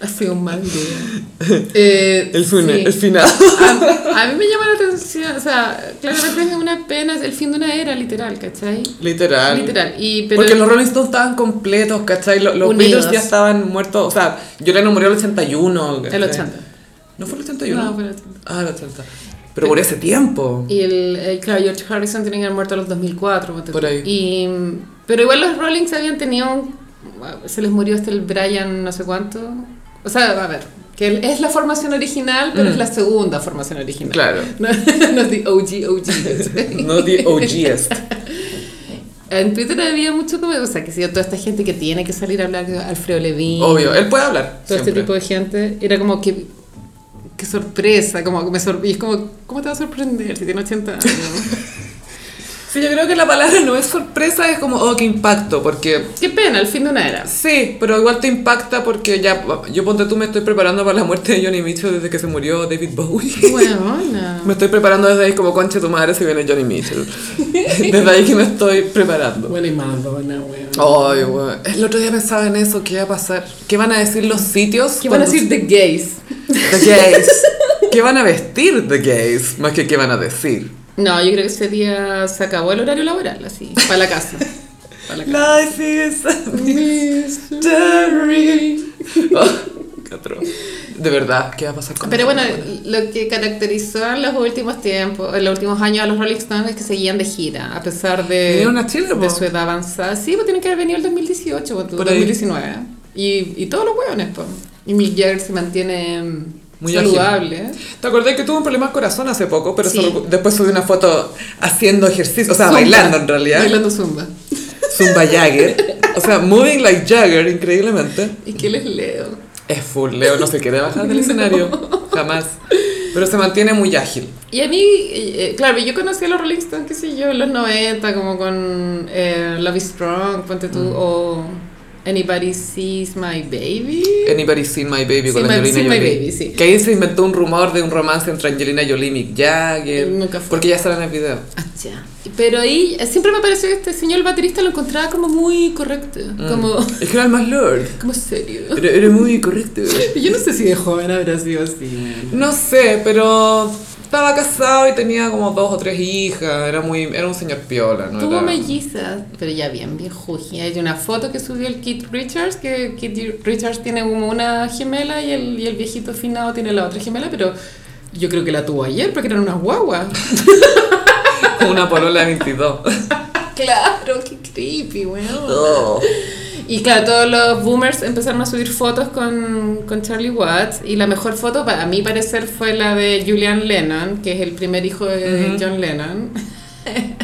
Speaker 2: ha sido un mal día. Eh,
Speaker 1: El, fune-
Speaker 2: sí.
Speaker 1: el finao.
Speaker 2: a, a mí me llama la atención, o sea, claramente es una pena, es el fin de una era, literal, ¿cachai?
Speaker 1: Literal.
Speaker 2: Literal. Y, pero
Speaker 1: Porque los Rolling Stones estaban completos, ¿cachai? Los, los
Speaker 2: Unidos.
Speaker 1: Beatles ya estaban muertos. O sea, Yolanda murió el 81. ¿cachai?
Speaker 2: El 80.
Speaker 1: ¿No fue el
Speaker 2: No,
Speaker 1: 81?
Speaker 2: pero el 80.
Speaker 1: Ah, el 80. Pero murió hace tiempo.
Speaker 2: Y el, el- claro, George Harrison tiene que haber muerto en los 2004. ponte tú.
Speaker 1: Por ahí.
Speaker 2: Y, mm, pero igual los Rollings habían tenido, un- se les murió hasta el Brian no sé cuánto. O sea, a ver, que el- es la formación original, pero
Speaker 1: Mm.
Speaker 2: es la segunda formación original.
Speaker 1: Claro.
Speaker 2: No, no es the OG, OG.
Speaker 1: No the OGs.
Speaker 2: En Twitter había mucho como, o sea, que si toda esta gente que tiene que salir a hablar, Alfredo Levin.
Speaker 1: Obvio, él puede hablar.
Speaker 2: todo este
Speaker 1: siempre.
Speaker 2: tipo de gente, era como que qué sorpresa, como que me sor- y es como ¿cómo te va a sorprender si tiene 80 años?
Speaker 1: Sí, yo creo que la palabra no es sorpresa, es como, oh, qué impacto, porque
Speaker 2: qué pena, el fin de una era.
Speaker 1: Sí, pero igual te impacta porque ya, yo ponte tú, me estoy preparando para la muerte de Johnny Mitchell desde que se murió David Bowie.
Speaker 2: Bueno,
Speaker 1: Me estoy preparando desde ahí como concha de tu madre se viene Johnny Mitchell. Desde ahí que me estoy preparando.
Speaker 2: bueno y Madonna, weón.
Speaker 1: Ay, weón. El otro día pensaba en eso, ¿qué va a pasar? ¿Qué van a decir los sitios?
Speaker 2: ¿Qué van a
Speaker 1: cuando-
Speaker 2: decir de gays?
Speaker 1: The gays. ¿Qué van a vestir the gays? Más que qué van a decir.
Speaker 2: No, yo creo que ese día se acabó el horario laboral, así, para la casa. Pa' la casa.
Speaker 1: Life is a mystery. Oh, qué atroz. de verdad, ¿qué va a pasar con
Speaker 2: Pero
Speaker 1: esa
Speaker 2: bueno,
Speaker 1: weá?
Speaker 2: lo que caracterizó en los últimos tiempos, en los últimos años a los Rolling Stones es que seguían de gira, a pesar de,
Speaker 1: Vinieron a Chile,
Speaker 2: de
Speaker 1: po.
Speaker 2: su edad avanzada. Sí, pues tienen que haber venido el 2018, o
Speaker 1: Por ahí.
Speaker 2: 2019. Y, y todos los hueones, pues. Y Mick Jagger se mantiene mm,
Speaker 1: Muy
Speaker 2: saludable.
Speaker 1: ¿Te acordás que tuvo un problema al corazón hace poco? Pero
Speaker 2: Sí.
Speaker 1: solo- después subí una foto haciendo ejercicio, o sea,
Speaker 2: Zumba.
Speaker 1: bailando en realidad.
Speaker 2: Bailando zumba.
Speaker 1: Zumba Jagger. O sea, moving like Jagger, increíblemente.
Speaker 2: ¿Y qué les leo?
Speaker 1: Es full, Leo no se quiere bajar del escenario, jamás. Pero se mantiene muy ágil.
Speaker 2: Y a mí, eh, eh, claro, yo conocí a los Rolling Stones, qué sé yo, en los 90, como con eh, Love is Strong, ponte tú, o Anybody Sees My Baby.
Speaker 1: Anybody seen my baby con
Speaker 2: Seen My-
Speaker 1: Angelina
Speaker 2: Seen My
Speaker 1: Jolie.
Speaker 2: Baby, sí.
Speaker 1: Que ahí se inventó un rumor de un romance entre Angelina Jolie y Mick Jagger.
Speaker 2: Nunca fue.
Speaker 1: Porque ya salen en el video.
Speaker 2: Ah, ya. Pero ahí eh, siempre me pareció que este señor el baterista lo encontraba como muy correcto,
Speaker 1: Mm.
Speaker 2: como,
Speaker 1: Es que era el más lord.
Speaker 2: como serio.
Speaker 1: Era, era muy correcto.
Speaker 2: Yo no sé si de joven habrá sido así.
Speaker 1: No sé, pero estaba casado y tenía como dos o tres hijas. Era muy, era un señor piola, ¿no?
Speaker 2: Tuvo
Speaker 1: Era-
Speaker 2: mellizas, pero ya bien viejujía. Hay una foto que subió el Kit Richards, que Kit Richards tiene como una gemela y el, y el viejito finado tiene la otra gemela, pero yo creo que la tuvo ayer porque eran unas guaguas.
Speaker 1: como una polola de 22.
Speaker 2: claro, qué creepy, weón. Y claro, todos los boomers empezaron a subir fotos con, con Charlie Watts y la mejor foto, para mí parecer, fue la de Julian Lennon, que es el primer hijo de
Speaker 1: Ujú.
Speaker 2: John Lennon.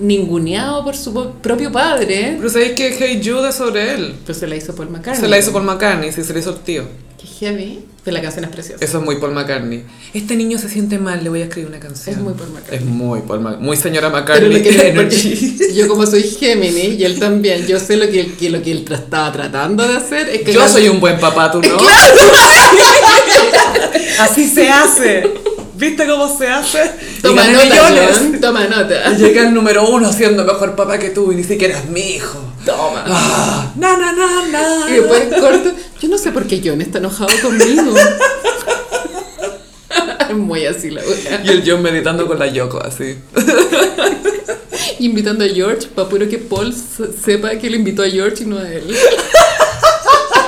Speaker 2: Ninguneado por su po- propio padre.
Speaker 1: Pero sabéis que Hey Jude es sobre él.
Speaker 2: Pero se la hizo Paul McCartney.
Speaker 1: Se la hizo Paul McCartney, sí, se la hizo el tío.
Speaker 2: Qué heavy. Pero la canción es preciosa.
Speaker 1: Eso es muy Paul McCartney. Este niño se siente mal, le voy a escribir una canción.
Speaker 2: Es muy Paul McCartney.
Speaker 1: Es muy Paul McCartney. Muy señora
Speaker 2: Pero
Speaker 1: McCartney.
Speaker 2: lo que
Speaker 1: Energy.
Speaker 2: porque yo como soy Géminis y él también, yo sé lo que él, que lo que él tra- estaba tratando de hacer es que
Speaker 1: Yo soy un buen papá, tú no. Así se hace. ¿Viste cómo se hace? Y
Speaker 2: toma
Speaker 1: gané
Speaker 2: nota,
Speaker 1: millones.
Speaker 2: John, toma nota.
Speaker 1: Llega el número uno siendo mejor papá que tú y ni siquiera es mi hijo.
Speaker 2: Toma.
Speaker 1: Ah, na, na, na, na.
Speaker 2: Y después corto. Yo no sé por qué John está enojado conmigo. Es Muy así la wea.
Speaker 1: Y el John meditando con la Yoko, así.
Speaker 2: Invitando a George para puro que Paul se- sepa que lo invitó a George y no a él.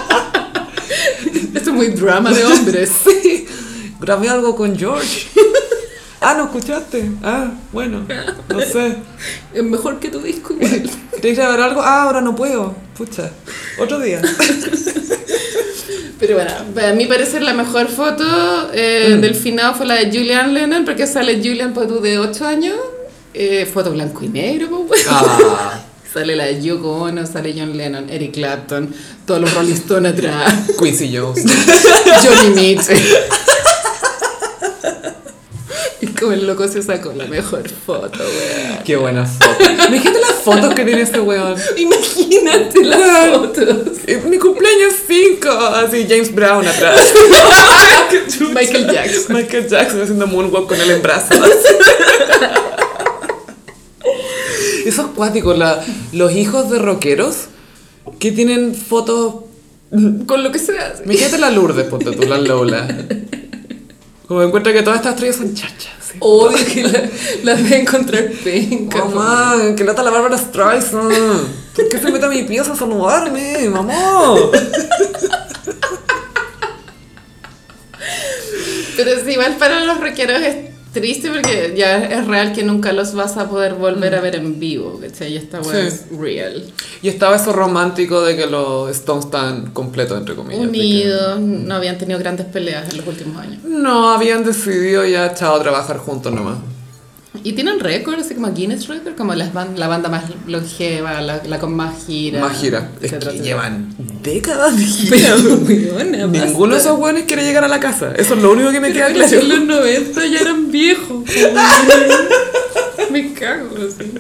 Speaker 2: Esto es muy drama de hombres.
Speaker 1: Sí, grabé algo con George. Ah, ¿no escuchaste? Ah, bueno, no sé.
Speaker 2: Es mejor que tu disco igual.
Speaker 1: ¿Queréis grabar algo? Ah, ahora no puedo. Pucha, otro día.
Speaker 2: Pero bueno, para mí parecer la mejor foto eh, del finado fue la de Julian Lennon, porque sale Julian Potú de 8 años, eh, foto blanco y negro, pues, bueno. Sale la de Yoko Ono, sale John Lennon, Eric Clapton, todos los Rolling Stones atrás,
Speaker 1: Quincy Jones.
Speaker 2: Johnny Mitchell. Y Como el loco se sacó la mejor foto, weón.
Speaker 1: Qué buenas fotos. Me dijiste las fotos que tiene este weón.
Speaker 2: Imagínate las fotos.
Speaker 1: Eh, Mi cumpleaños 5. Así James Brown atrás. Qué chucha.
Speaker 2: Michael Jackson.
Speaker 1: Michael Jackson haciendo moonwalk con él en brazos. Eso es cuático. la- los hijos de rockeros que tienen fotos.
Speaker 2: Con lo que se hace.
Speaker 1: Imagínate la Lourdes, ponte tú, la Lola. Como encuentra que todas estas estrellas son chachas. ¿sí?
Speaker 2: Odio que la- las voy a encontrar penca.
Speaker 1: Mamá, que lata la Bárbara Streisand. ¿Por qué se mete a mi pieza a saludarme, mamá?
Speaker 2: Pero sí, igual para los rockeros es triste porque ya es real que nunca los vas a poder volver a ver en vivo, ¿cachai? Y esta weá
Speaker 1: Sí.
Speaker 2: es real.
Speaker 1: Y estaba eso romántico de que los Stones están completos, entre comillas. de que-
Speaker 2: Unidos, no habían tenido grandes peleas en los últimos años.
Speaker 1: No, habían decidido ya, chao, trabajar juntos nomás.
Speaker 2: Y tienen récord, así como Guinness Record, como las ban- la banda más longeva, la, la con más gira.
Speaker 1: Más gira. Es
Speaker 2: etcétera,
Speaker 1: que
Speaker 2: etcétera.
Speaker 1: llevan décadas de gira.
Speaker 2: Pero, weona,
Speaker 1: Ninguno de esos hueones quiere llegar a la casa. Eso es lo único que me queda
Speaker 2: Pero
Speaker 1: claro.
Speaker 2: en los 90 ya eran viejos. Me cago. así.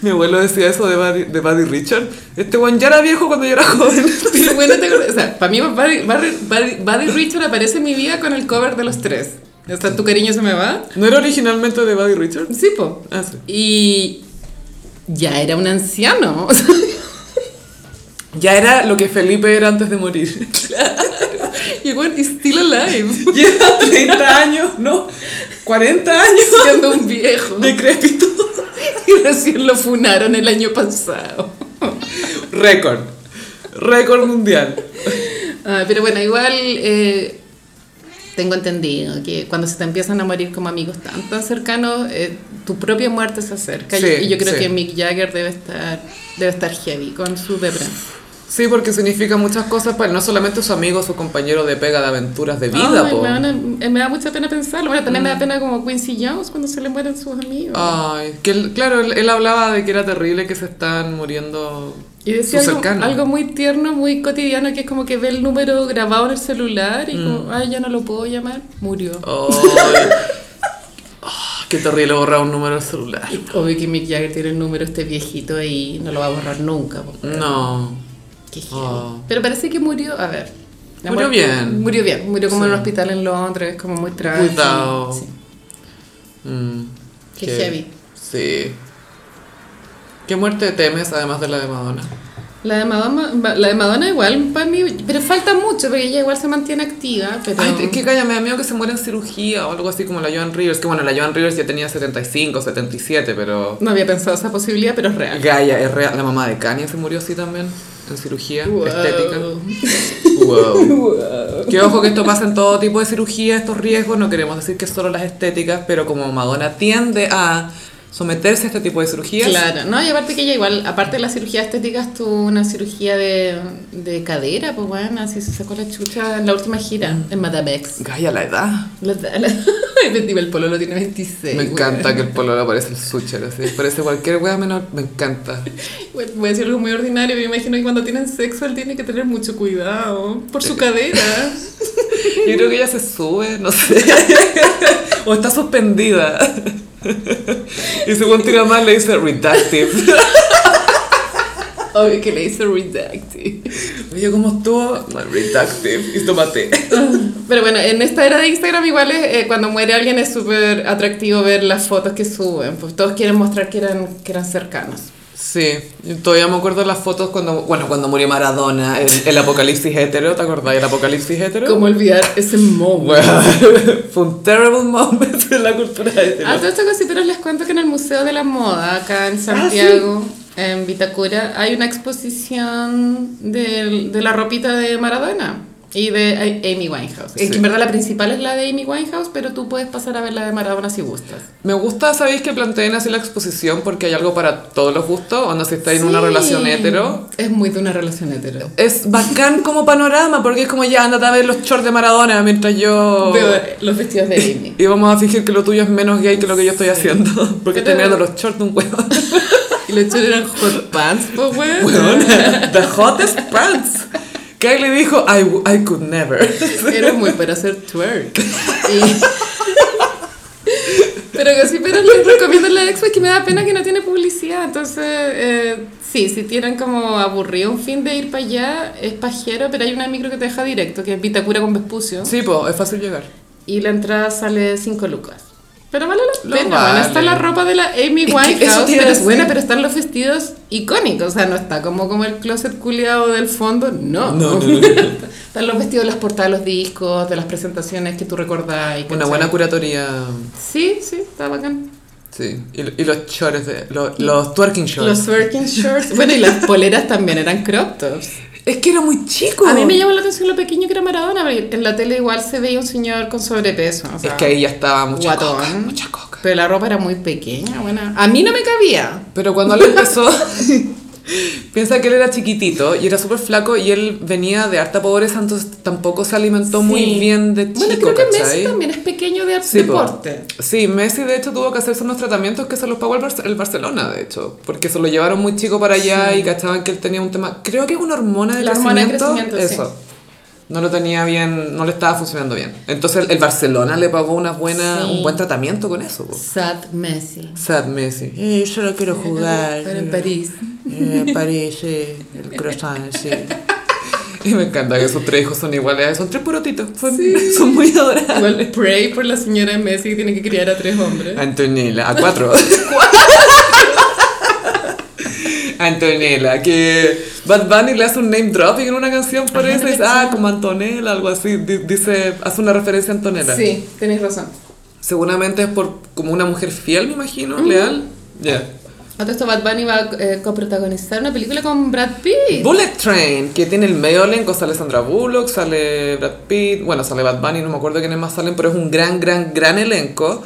Speaker 1: Mi abuelo decía eso de Buddy, de Buddy Richard. Este hueón ya era viejo cuando yo era joven.
Speaker 2: Pero bueno, te acuerdas- o sea, para mí Buddy, Buddy- Buddy- Buddy Richard aparece en mi vida con el cover de los tres. O sea, tu cariño se me va.
Speaker 1: ¿No era originalmente de Buddy Richard?
Speaker 2: Sí, po.
Speaker 1: Ah, sí.
Speaker 2: Y ya era un anciano. o sea,
Speaker 1: Ya era lo que Felipe era antes de morir.
Speaker 2: y bueno, y still alive.
Speaker 1: Lleva 30 años, no, 40 años
Speaker 2: Siendo un viejo.
Speaker 1: decrépito.
Speaker 2: Y recién lo funaron el año pasado.
Speaker 1: Récord. Récord mundial.
Speaker 2: Ah, pero bueno, igual eh, tengo entendido que cuando se te empiezan a morir como amigos tan, tan cercanos, eh, tu propia muerte se acerca.
Speaker 1: Sí,
Speaker 2: y yo creo
Speaker 1: sí.
Speaker 2: que Mick Jagger debe estar, debe estar heavy con su depresión.
Speaker 1: Sí, porque significa muchas cosas para él, no solamente su amigo, su compañero de pega, de aventuras, de vida,
Speaker 2: Ay,
Speaker 1: po. Mm.
Speaker 2: me, van a- eh, me da mucha pena pensarlo. Bueno, también me da pena como Quincy Jones cuando se le mueren sus amigos.
Speaker 1: Ah, Ay, que él- claro, él, él hablaba de que era terrible que se están muriendo
Speaker 2: Y decía
Speaker 1: sus
Speaker 2: algo,
Speaker 1: cercanos.
Speaker 2: algo muy tierno, muy cotidiano, que es como que ve el número grabado en el celular y
Speaker 1: Mm.
Speaker 2: como, ay, ya no lo puedo llamar, murió.
Speaker 1: Ay. Ah, qué terrible borrar un número del celular.
Speaker 2: Obvio que Mick Jagger tiene el número este viejito ahí, no lo va a borrar nunca. po.
Speaker 1: No.
Speaker 2: Qué heavy.
Speaker 1: Oh.
Speaker 2: Pero parece que murió, a ver. la
Speaker 1: Murió
Speaker 2: muerte-
Speaker 1: bien.
Speaker 2: Murió bien, murió como
Speaker 1: Sí.
Speaker 2: en un hospital en Londres, como muy trágico.
Speaker 1: Cuidado.
Speaker 2: Sí.
Speaker 1: Mm,
Speaker 2: Qué heavy.
Speaker 1: Sí. ¿Qué muerte temes además de la de Madonna?
Speaker 2: La de Madonna, la de Madonna igual para mí, pero falta mucho porque ella igual se mantiene activa, pero
Speaker 1: Ay, es que calla, me da miedo que se muera en cirugía o algo así como la Joan Rivers. Que bueno, la Joan Rivers ya tenía 75, 77, pero.
Speaker 2: no había pensado esa posibilidad, pero es real.
Speaker 1: Gaia, es real. La mamá de Kanye se murió así también, en cirugía
Speaker 2: Wow.
Speaker 1: estética. Wow. Que ojo que esto pasa en todo tipo de cirugía, estos riesgos, no queremos decir que solo las estéticas, pero como Madonna tiende a someterse a este tipo de cirugías,
Speaker 2: Claro, no, y aparte que ella igual, aparte de la cirugía estética, tuvo una cirugía de, de cadera, pues bueno, así se sacó la chucha en la última gira, en Matamex.
Speaker 1: Gaia la edad.
Speaker 2: La- la- Este El pololo tiene 26.
Speaker 1: Me
Speaker 2: weón.
Speaker 1: encanta que el pololo parece el sucher, así, parece cualquier wea menor, me encanta.
Speaker 2: Bueno, Voy a decir algo muy ordinario, pero imagino que cuando tienen sexo él tiene que tener mucho cuidado por su cadera.
Speaker 1: Yo creo que ella se sube, no sé. O está suspendida. Y según tira más le dice reductive.
Speaker 2: Obvio que le hizo redactive.
Speaker 1: Oye, ¿cómo estuvo? Reductive. Y tomate.
Speaker 2: Pero bueno, en esta era de Instagram igual es, eh, cuando muere alguien es súper atractivo ver las fotos que suben, pues todos quieren mostrar que eran, que eran cercanos.
Speaker 1: Sí, yo todavía me acuerdo las fotos cuando, bueno, cuando murió Maradona, el, el apocalipsis hetero, ¿te acordás del apocalipsis hetero?
Speaker 2: ¿Cómo olvidar ese momento?
Speaker 1: Bueno, fue un terrible moment en la cultura este hetero.
Speaker 2: A Ah, todas estas cosas, pero les cuento que en el Museo de la Moda, acá en Santiago, en Vitacura, hay una exposición del- de, la ropita de Maradona y de A- Amy Winehouse. Es
Speaker 1: Sí.
Speaker 2: que en verdad la principal es la de Amy Winehouse, pero tú puedes pasar a ver la de Maradona si gustas.
Speaker 1: Me gusta, sabéis que planteen así la exposición porque hay algo para todos los gustos, cuando si estáis en una
Speaker 2: Sí.
Speaker 1: relación hetero,
Speaker 2: Es muy de una relación hetero.
Speaker 1: es bacán como panorama porque es como ya andate a ver los shorts de Maradona mientras yo
Speaker 2: Veo los vestidos de Amy.
Speaker 1: y vamos a fingir que lo tuyo es menos gay que lo que yo estoy haciendo porque estoy
Speaker 2: Pero-
Speaker 1: mirando los shorts de un huevón
Speaker 2: y los chores eran hot pants, pues, weón.
Speaker 1: Huevona, the hottest pants Kylie dijo I, w- I could never
Speaker 2: Era muy para hacer twerk. Y, Pero que sí, pero les recomiendo la expo, es que me da pena que no tiene publicidad. Entonces, eh, sí, si tienen como aburrido un fin de ir para allá, es pajero, pero hay una micro que te deja directo, que es Vitacura con Vespucio.
Speaker 1: Sí, pues, es fácil llegar.
Speaker 2: Y la entrada sale 5 lucas. Pero vale la
Speaker 1: Lo
Speaker 2: pena, bueno,
Speaker 1: vale.
Speaker 2: está la ropa de la Amy
Speaker 1: que
Speaker 2: Winehouse,
Speaker 1: eso te iba a
Speaker 2: pero es
Speaker 1: decir.
Speaker 2: buena, pero están los vestidos icónicos, o sea, no está como, como el closet culiado del fondo, no.
Speaker 1: No, no, no, no.
Speaker 2: están los vestidos de las portadas de los discos, de las presentaciones que tú recordás.
Speaker 1: Una buena curatoría.
Speaker 2: Sí, sí, está bacán.
Speaker 1: Sí. Y, y los shorts, de, lo- los twerking shorts.
Speaker 2: Los working shorts, bueno, y las poleras también eran crop tops.
Speaker 1: Es que era muy chico.
Speaker 2: A mí me llamó la atención lo pequeño que era Maradona, porque en la tele igual se veía un señor con sobrepeso. o sea,
Speaker 1: Es que ahí ya estaba mucha
Speaker 2: guatón.
Speaker 1: coca, mucha coca.
Speaker 2: Pero la ropa era muy pequeña, buena. A mí no me cabía.
Speaker 1: Pero cuando él empezó, piensa que él era chiquitito y era súper flaco y él venía de harta pobreza, entonces tampoco se alimentó muy
Speaker 2: Sí.
Speaker 1: bien de chico,
Speaker 2: Bueno, creo que
Speaker 1: ¿cachai?
Speaker 2: Messi también es pequeño de
Speaker 1: Sí, po.
Speaker 2: deporte.
Speaker 1: Sí, Messi de hecho tuvo que hacerse unos tratamientos que se los pagó el, Barce- el Barcelona, de hecho, porque se lo llevaron muy chico para allá y cachaban que él tenía un tema, creo que es una hormona de
Speaker 2: La hormona de
Speaker 1: crecimiento,
Speaker 2: crecimiento,
Speaker 1: eso. No lo tenía bien, no le estaba funcionando bien. Entonces el, el Barcelona le pagó una buena,
Speaker 2: Sí.
Speaker 1: un buen tratamiento con eso. po.
Speaker 2: Sad Messi.
Speaker 1: Sad Messi. Eh, yo no quiero jugar.
Speaker 2: Pero en París.
Speaker 1: Eh, París, sí. El croissant, sí. Y me encanta que sus tres hijos son iguales. Son tres porotitos. Son, son muy adorables.
Speaker 2: Igual pray por la señora Messi que tiene que criar a tres hombres.
Speaker 1: Antonella, a cuatro. Antonella, que Bad Bunny le hace un name dropping en una canción por
Speaker 2: Ajá,
Speaker 1: eso
Speaker 2: no
Speaker 1: y dice, ah, como Antonella, algo así, di- dice, hace una referencia a Antonella.
Speaker 2: Sí, tenés razón.
Speaker 1: Seguramente es por como una mujer fiel, me imagino, leal. Ya.
Speaker 2: A todo esto Bad Bunny va a eh, coprotagonizar una película con Brad Pitt.
Speaker 1: Bullet Train, que tiene el medio elenco, sale Sandra Bullock, sale Brad Pitt, bueno, sale Bad Bunny, no me acuerdo quiénes más salen, pero es un gran, gran, gran elenco.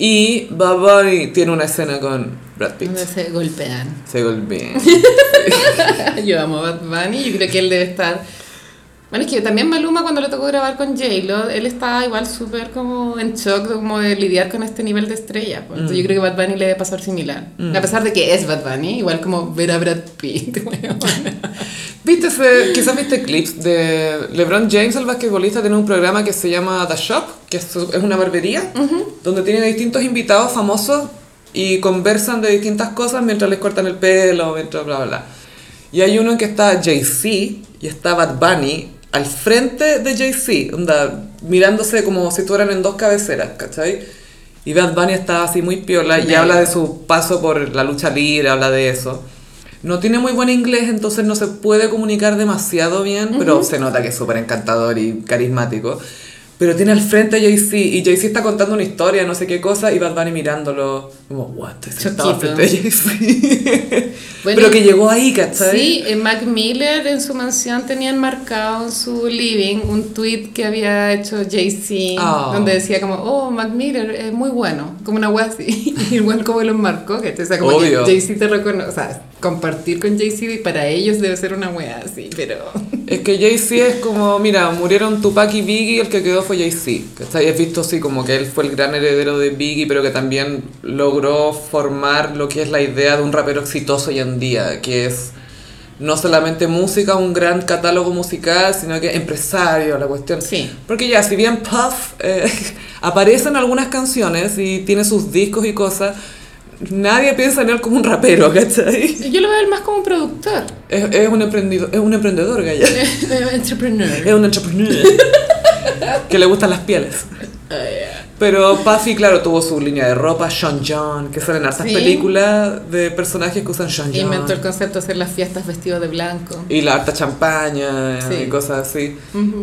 Speaker 1: Y Bad Bunny tiene una escena con Brad Pitt.
Speaker 2: Donde se golpean.
Speaker 1: Se golpea.
Speaker 2: yo amo a Bad Bunny, yo creo que él debe estar... Bueno, es que también Maluma cuando le tocó grabar con J-Lo, él estaba igual súper como en shock de, como de lidiar con este nivel de estrella. pues. Entonces yo creo que Bad Bunny le debe pasar similar. A pesar de que es Bad Bunny, igual como ver a Brad Pitt. weón.
Speaker 1: ¿Viste ese- quizás viste clips de LeBron James, el basquetbolista, tiene un programa que se llama The Shop, que es, su- es una barbería, donde tiene distintos invitados famosos y conversan de distintas cosas mientras les cortan el pelo, mientras bla, bla, bla. Y hay uno en que está Jay-Z y está Bad Bunny al frente de Jay-Z, onda, mirándose como si estuvieran en dos cabeceras, ¿cachai? Y Bad Bunny está así muy piola y
Speaker 2: Nice.
Speaker 1: habla de su paso por la lucha libre, habla de eso. No tiene muy buen inglés, entonces no se puede comunicar demasiado bien, pero se nota que es súper encantador y carismático. Pero tiene al frente a Jay-Z y Jay-Z está contando una historia, no sé qué cosa, y Bad Bunny mirándolo como, what, se estaba
Speaker 2: Choquito.
Speaker 1: frente a Jay-Z.
Speaker 2: Bueno,
Speaker 1: pero que llegó ahí, ¿cachai?
Speaker 2: Sí, eh, Mac Miller en su mansión tenía enmarcado en su living un tweet que había hecho Jay-Z,
Speaker 1: Oh.
Speaker 2: donde decía como, oh, Mac Miller es muy bueno, como una wea así, igual como lo enmarcó, que o sea, como que
Speaker 1: Obvio.
Speaker 2: Jay-Z te reconoce, o sea, compartir con Jay-Z para ellos debe ser una wea así, pero...
Speaker 1: Es que Jay-Z es como, mira, murieron Tupac y Biggie, el que quedó fue Jay-Z. ¿Cachai? Es visto así como que él fue el gran heredero de Biggie, pero que también logró formar lo que es la idea de un rapero exitoso hoy en día, que es no solamente música, un gran catálogo musical, sino que empresario, la cuestión.
Speaker 2: Sí.
Speaker 1: Porque ya, si bien Puff eh, aparece en algunas canciones y tiene sus discos y cosas, nadie piensa en él como un rapero, ¿cachai?
Speaker 2: Yo lo veo él más como un productor,
Speaker 1: Es, es un, emprendido, es un emprendedor, Gaya.
Speaker 2: entrepreneur.
Speaker 1: Es un entrepreneur que le gustan las pieles. Ah, Pero Puffy, claro, tuvo su línea de ropa, Sean John, que salen hartas
Speaker 2: Sí.
Speaker 1: películas de personajes que usan Sean John.
Speaker 2: Inventó el concepto de hacer las fiestas vestido de blanco.
Speaker 1: Y la harta champaña
Speaker 2: Sí.
Speaker 1: y cosas así.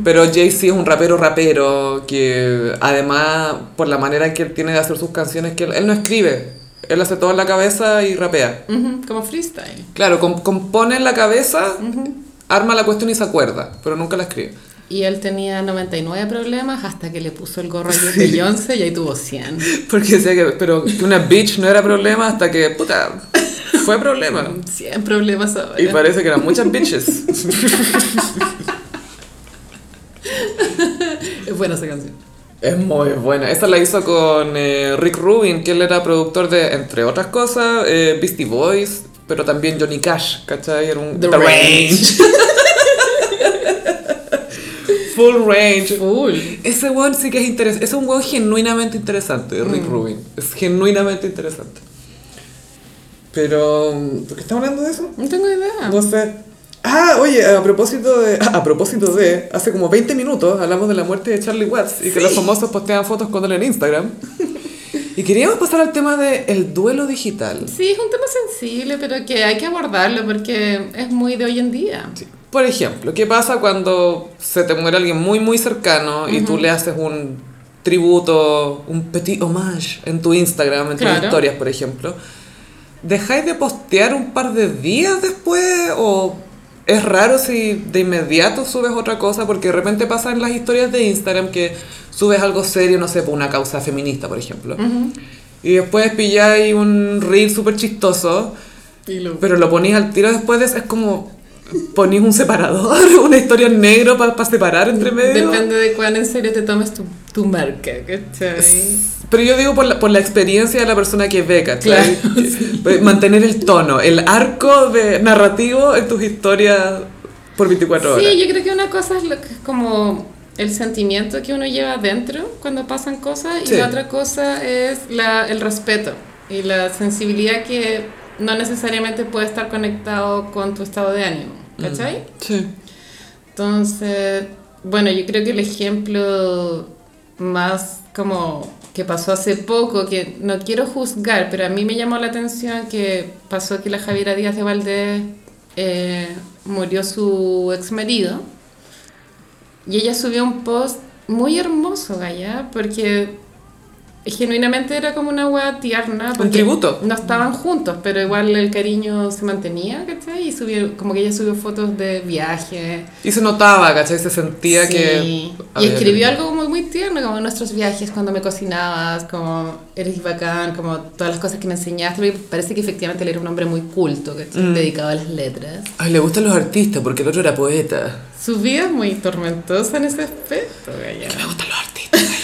Speaker 1: Pero Jay-Z es un rapero rapero que además por la manera que él tiene de hacer sus canciones, que él, él no escribe, él hace todo en la cabeza y rapea.
Speaker 2: Ujú, como freestyle.
Speaker 1: Claro, com- compone en la cabeza, arma la cuestión y se acuerda, pero nunca la escribe.
Speaker 2: Y él tenía 99 problemas hasta que le puso el gorro a
Speaker 1: Sí.
Speaker 2: Beyoncé y ahí tuvo 100.
Speaker 1: Porque decía que, pero que una bitch no era problema hasta que, puta, fue problema.
Speaker 2: 100 problemas ahora.
Speaker 1: Y parece que eran muchas bitches.
Speaker 2: Es buena esa canción.
Speaker 1: Es muy buena. Esa la hizo con eh, Rick Rubin, que él era productor de, entre otras cosas, eh, Beastie Boys, pero también Johnny Cash, ¿cachai? Era un
Speaker 2: The Range.
Speaker 1: Full range.
Speaker 2: Full.
Speaker 1: Ese weón sí que es interesante. Es un weón genuinamente interesante, Rick Rubin. Es genuinamente interesante. Pero, ¿por qué estamos hablando de eso?
Speaker 2: No tengo idea.
Speaker 1: No sé. Ah, oye, a propósito de, a propósito de, hace como 20 minutos hablamos de la muerte de Charlie Watts y que los famosos postean fotos con él en Instagram. Y queríamos pasar al tema del el duelo digital.
Speaker 2: Sí, es un tema sensible, pero que hay que abordarlo porque es muy de hoy en día.
Speaker 1: Sí. Por ejemplo, ¿qué pasa cuando se te muere alguien muy, muy cercano y tú le haces un tributo, un petit homage en tu Instagram, en tus
Speaker 2: Claro.
Speaker 1: historias, por ejemplo? ¿Dejáis de postear un par de días después o es raro si de inmediato subes otra cosa? Porque de repente pasa en las historias de Instagram que subes algo serio, no sé, por una causa feminista, por ejemplo. Y después pilláis un reel súper chistoso.
Speaker 2: Y lo-
Speaker 1: Pero lo ponís al tiro después de eso, es como ponís un separador, una historia en negro para separar entre medio.
Speaker 2: Depende de cuán en serio te tomes tu, tu marca, ¿cachai?
Speaker 1: Pero yo digo por la, por la experiencia de la persona que ve, ¿cachai?
Speaker 2: Claro,
Speaker 1: Que- pues, Mantener el tono, el arco de narrativo en tus historias por 24 horas.
Speaker 2: Sí, yo creo que una cosa es lo que- como el sentimiento que uno lleva adentro cuando pasan cosas y
Speaker 1: Sí.
Speaker 2: la otra cosa es la, el respeto y la sensibilidad que no necesariamente puede estar conectado con tu estado de ánimo,
Speaker 1: Mm.
Speaker 2: ¿cachai?
Speaker 1: Sí.
Speaker 2: Entonces, bueno, yo creo que el ejemplo más como que pasó hace poco, que no quiero juzgar, pero a mí me llamó la atención que pasó que la Javiera Díaz de Valdés eh, murió su ex marido y ella subió un post muy hermoso, Gaya, porque genuinamente era como una hueá tierna. porque
Speaker 1: tributo.
Speaker 2: No estaban juntos, pero igual el cariño se mantenía, ¿cachai? Y subió, como que ella subió fotos de viajes.
Speaker 1: Y se notaba, ¿cachai? Se sentía
Speaker 2: Sí.
Speaker 1: que...
Speaker 2: Y
Speaker 1: había-
Speaker 2: escribió algo como muy tierno, como nuestros viajes cuando me cocinabas, como eres bacán, como todas las cosas que me enseñaste. Me parece que efectivamente él era un hombre muy culto, que
Speaker 1: Mm.
Speaker 2: dedicado a las letras.
Speaker 1: Ay, le gustan los artistas porque el otro era poeta.
Speaker 2: Su vida es muy tormentosa en ese aspecto, Gaya.
Speaker 1: Me gustan los artistas.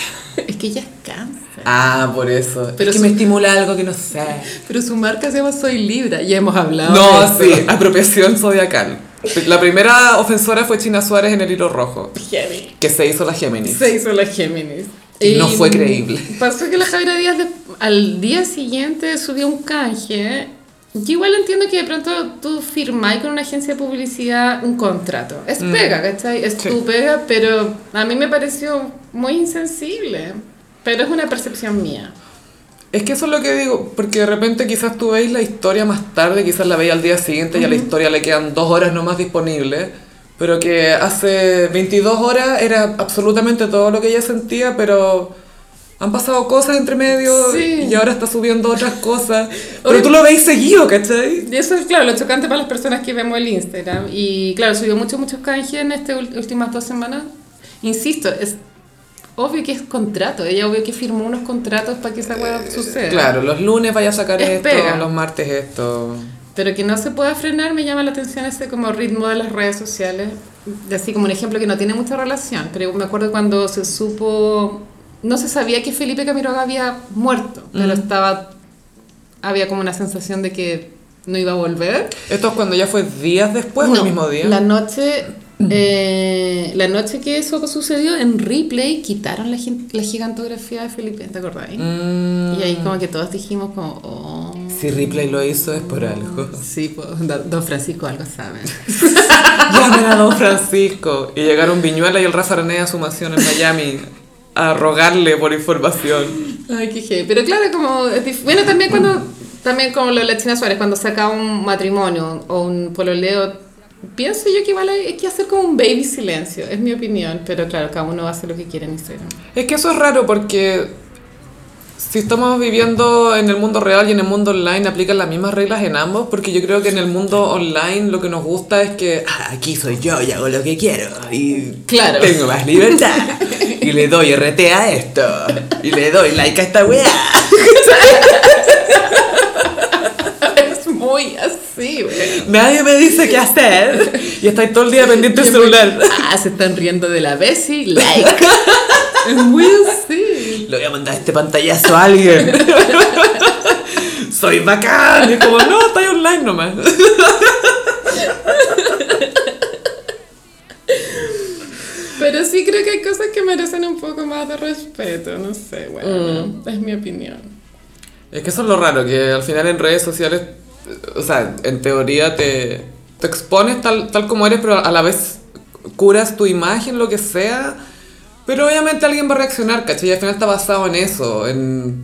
Speaker 2: Es que ella cansa.
Speaker 1: ah, por eso.
Speaker 2: Pero
Speaker 1: es que
Speaker 2: su-
Speaker 1: me estimula algo que no sé.
Speaker 2: Pero su marca se llama Soy Libra, ya hemos hablado.
Speaker 1: No,
Speaker 2: de
Speaker 1: sí, apropiación zodiacal. La primera ofensora fue China Suárez en el hilo rojo,
Speaker 2: esto. Heavy.
Speaker 1: que se hizo la Géminis.
Speaker 2: Se hizo la Géminis.
Speaker 1: Y no fue creíble.
Speaker 2: Pasó que la Javiera Díaz de- al día siguiente subió un canje. Yo igual entiendo que de pronto tú firmáis con una agencia de publicidad un contrato. Es pega, ¿cachai? Es
Speaker 1: Mm. Sí.
Speaker 2: tu pega, pero a mí me pareció muy insensible. Pero es una percepción mía.
Speaker 1: Es que eso es lo que digo, porque de repente quizás tú veis la historia más tarde, quizás la veis al día siguiente y a la historia le quedan dos horas nomás disponibles, pero que hace 22 horas era absolutamente todo lo que ella sentía, pero han pasado cosas entre medio
Speaker 2: Sí.
Speaker 1: y ahora está subiendo otras cosas.
Speaker 2: Oye,
Speaker 1: Pero tú lo veis seguido, ¿cachai?
Speaker 2: Y eso es, claro, lo chocante para las personas que vemos el Instagram. Y claro, subió muchos, muchos canjes en estas ul- últimas dos semanas. Insisto, es obvio que es contrato. Ella obvio que firmó unos contratos para que esa hueá suceda.
Speaker 1: Claro, los lunes vaya a sacar
Speaker 2: Es
Speaker 1: esto,
Speaker 2: pega.
Speaker 1: los martes esto.
Speaker 2: Pero que no se pueda frenar me llama la atención ese como ritmo de las redes sociales. Y Así como un ejemplo que no tiene mucha relación. Pero me acuerdo cuando se supo... No se sabía que Felipe Camiroaga había muerto. Pero estaba... Había como una sensación de que no iba a volver.
Speaker 1: Esto es cuando ya fue días después o
Speaker 2: No,
Speaker 1: el Pues mismo día. Mm.
Speaker 2: La noche, eh, la noche que eso sucedió en replay quitaron la, gin- la gigantografía de Felipe, ¿te acordáis?
Speaker 1: Mm,
Speaker 2: Y ahí como que todos dijimos como, oh,
Speaker 1: si Ripley lo hizo es por algo.
Speaker 2: sí, po, don don Francisco algo sabe.
Speaker 1: Llamen a Don Francisco. Y llegaron Viñuela y el Rafa Araneda a su mansión en Miami a rogarle por información.
Speaker 2: Ay, qué heavy. Pero claro, como. es dif- Bueno, también cuando. También como lo de la China Suárez, cuando saca un matrimonio o un pololeo, pienso yo que igual hay, hay que hacer como un baby silencio, es mi opinión, pero claro, cada uno hace lo que quiere en Instagram.
Speaker 1: Es que eso es raro porque si estamos viviendo en el mundo real y en el mundo online, aplican las mismas reglas en ambos. Porque yo creo que en el mundo online lo que nos gusta es que "Ah, aquí soy yo y hago lo que quiero. Y
Speaker 2: Claro.
Speaker 1: tengo más libertad. Y le doy RT a esto. Y le doy like a esta weá.
Speaker 2: Es muy así, güey.
Speaker 1: Nadie me dice qué hacer. Y estáis todo el día pendiente del celular.
Speaker 2: Ah, se están riendo de la Bessie, like. es muy así.
Speaker 1: Le voy a mandar este pantallazo a alguien. Soy bacán. Y es como, no, estáis online nomás.
Speaker 2: Pero sí creo que hay cosas que merecen un poco más de respeto, no sé, bueno, es mi opinión.
Speaker 1: Es que eso es lo raro, que al final en redes sociales, o sea, en teoría te, te expones tal, tal como eres, pero a la vez curas tu imagen, lo que sea. Pero obviamente alguien va a reaccionar, ¿cachai? Y al final está basado en eso, en,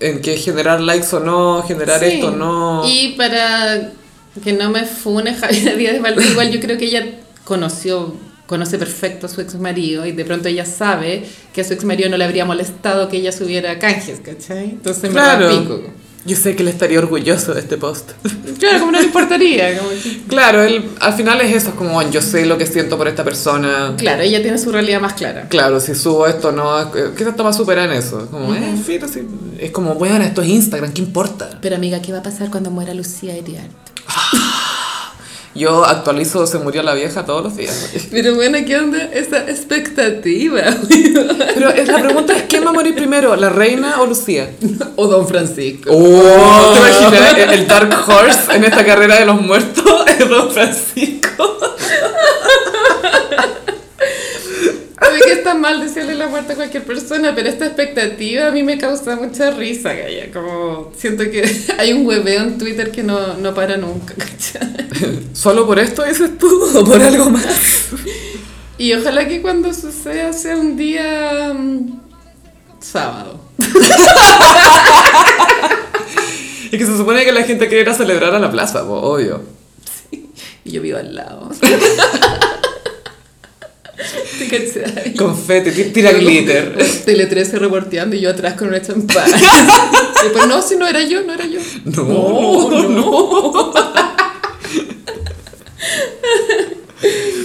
Speaker 1: en que generar likes o no, generar
Speaker 2: Sí.
Speaker 1: esto o no.
Speaker 2: Y para que no me fune Javier Díaz de Valdés, igual yo creo que ella conoció, conoce perfecto a su ex marido y de pronto ella sabe que a su ex marido no le habría molestado que ella subiera canjes, ¿cachai? Entonces me
Speaker 1: Claro.
Speaker 2: claro. pico.
Speaker 1: Yo sé que él estaría orgulloso de este post.
Speaker 2: Claro, como no le importaría. como que-
Speaker 1: Claro, él, al final es eso, es como "Oh, yo sé lo que siento por esta persona.
Speaker 2: Claro, ella tiene su realidad más clara.
Speaker 1: Claro, si subo esto no, eh, quizás toma supera en eso. Es como, eh, sí, no, sí. Es como, bueno, esto es Instagram, ¿qué importa?
Speaker 2: Pero amiga, ¿qué va a pasar cuando muera Lucía Iriarte?
Speaker 1: Yo actualizo Se murió la vieja todos los días. güey.
Speaker 2: Pero bueno, ¿qué onda esa expectativa?
Speaker 1: Pero es- la pregunta es, ¿quién va a morir primero, la reina o Lucía?
Speaker 2: o Don Francisco.
Speaker 1: ¡Oh! ¿Te imaginas el, el Dark Horse en esta carrera de los muertos? Es Don Francisco.
Speaker 2: Sabe que está mal decirle la muerte a cualquier persona, pero esta expectativa a mí me causa mucha risa, Gaya. Como siento que hay un hueveo en Twitter que no, no para nunca, ¿cachai?
Speaker 1: ¿Solo por esto dices tú o por algo más?
Speaker 2: Y ojalá que cuando suceda sea un día. mm, sábado.
Speaker 1: Es que se supone que la gente quiere ir a celebrar a la plaza, po, obvio.
Speaker 2: Y yo vivo al lado. ¿Te cachai?
Speaker 1: Confeti, ti- tira
Speaker 2: Yo como-
Speaker 1: glitter.
Speaker 2: como Tele 13 reporteando y yo atrás con una champaña. Y pues no, si no era yo, no era yo.
Speaker 1: No,
Speaker 2: no.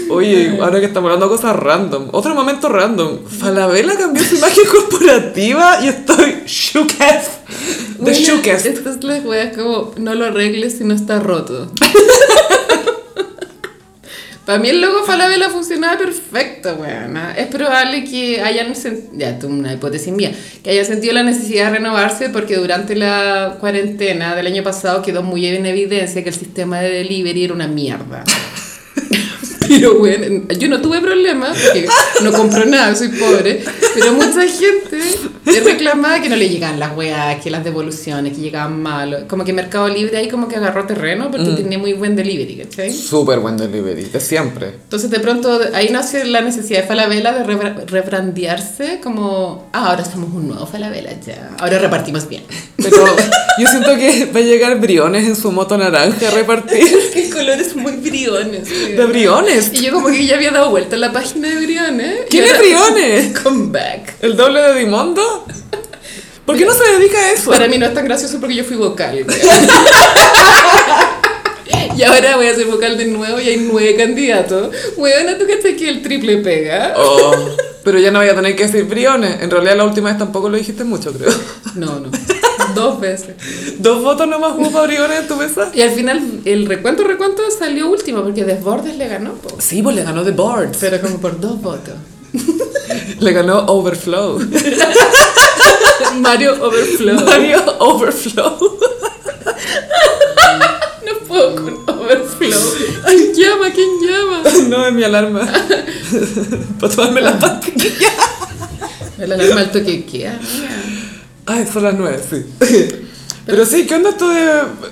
Speaker 1: Oye, ahora que estamos hablando de cosas random, otro momento random. Falabella cambió su imagen corporativa y estoy shookest. The
Speaker 2: Bueno,
Speaker 1: shookest.
Speaker 2: Estas las weas como no lo arregles si no está roto. Para mí el logo Falabella funcionaba perfecto, weona. Es probable que hayan sen- ya, esto es una hipótesis mía, que hayan sentido la necesidad de renovarse porque durante la cuarentena del año pasado quedó muy en evidencia que el sistema de delivery era una mierda. Pero bueno, yo no tuve problemas porque no compro nada, soy pobre. Pero mucha gente me reclamaba que no le llegaban las weas, que las devoluciones, que llegaban mal. Como que Mercado Libre ahí como que agarró terreno porque
Speaker 1: Mm.
Speaker 2: tenía muy buen delivery, ¿cachai?
Speaker 1: Súper buen delivery, de siempre.
Speaker 2: Entonces de pronto ahí nació la necesidad de Falabella de rebra- rebrandearse como, ah, ahora somos un nuevo Falabella ya, ahora repartimos bien.
Speaker 1: Pero yo siento que va a llegar Briones en su moto naranja a repartir.
Speaker 2: Qué colores muy briones.
Speaker 1: De Briones.
Speaker 2: Y yo como que ya había dado vuelta en la página de Briones.
Speaker 1: ¿Quién es Briones?
Speaker 2: Come back.
Speaker 1: ¿El doble de Dimondo? ¿Por qué no se dedica a eso?
Speaker 2: Para mí no es tan gracioso porque yo fui vocal. güey. y ahora voy a ser vocal de nuevo y hay nueve candidatos. Weona, ¿tú cachas que el triple pega?
Speaker 1: Oh, pero ya no voy a tener que decir Briones. En realidad la última vez tampoco lo dijiste mucho, creo.
Speaker 2: No, no. Dos veces.
Speaker 1: Dos votos nomás hubo para Briones en tu mesa.
Speaker 2: Y al final el recuento, recuento salió último porque Desbordes le ganó. po.
Speaker 1: Sí, pues le ganó The Boards.
Speaker 2: Pero como por dos votos.
Speaker 1: Le ganó Overflow.
Speaker 2: Mario Overflow.
Speaker 1: Mario Overflow.
Speaker 2: No puedo con Overflow. Ay, llama, ¿quién llama?
Speaker 1: No es mi alarma. Para tomarme la pastilla.
Speaker 2: El alarma alto que queda.
Speaker 1: Ay, son las nueve, sí. Pero sí, ¿qué onda esto de...?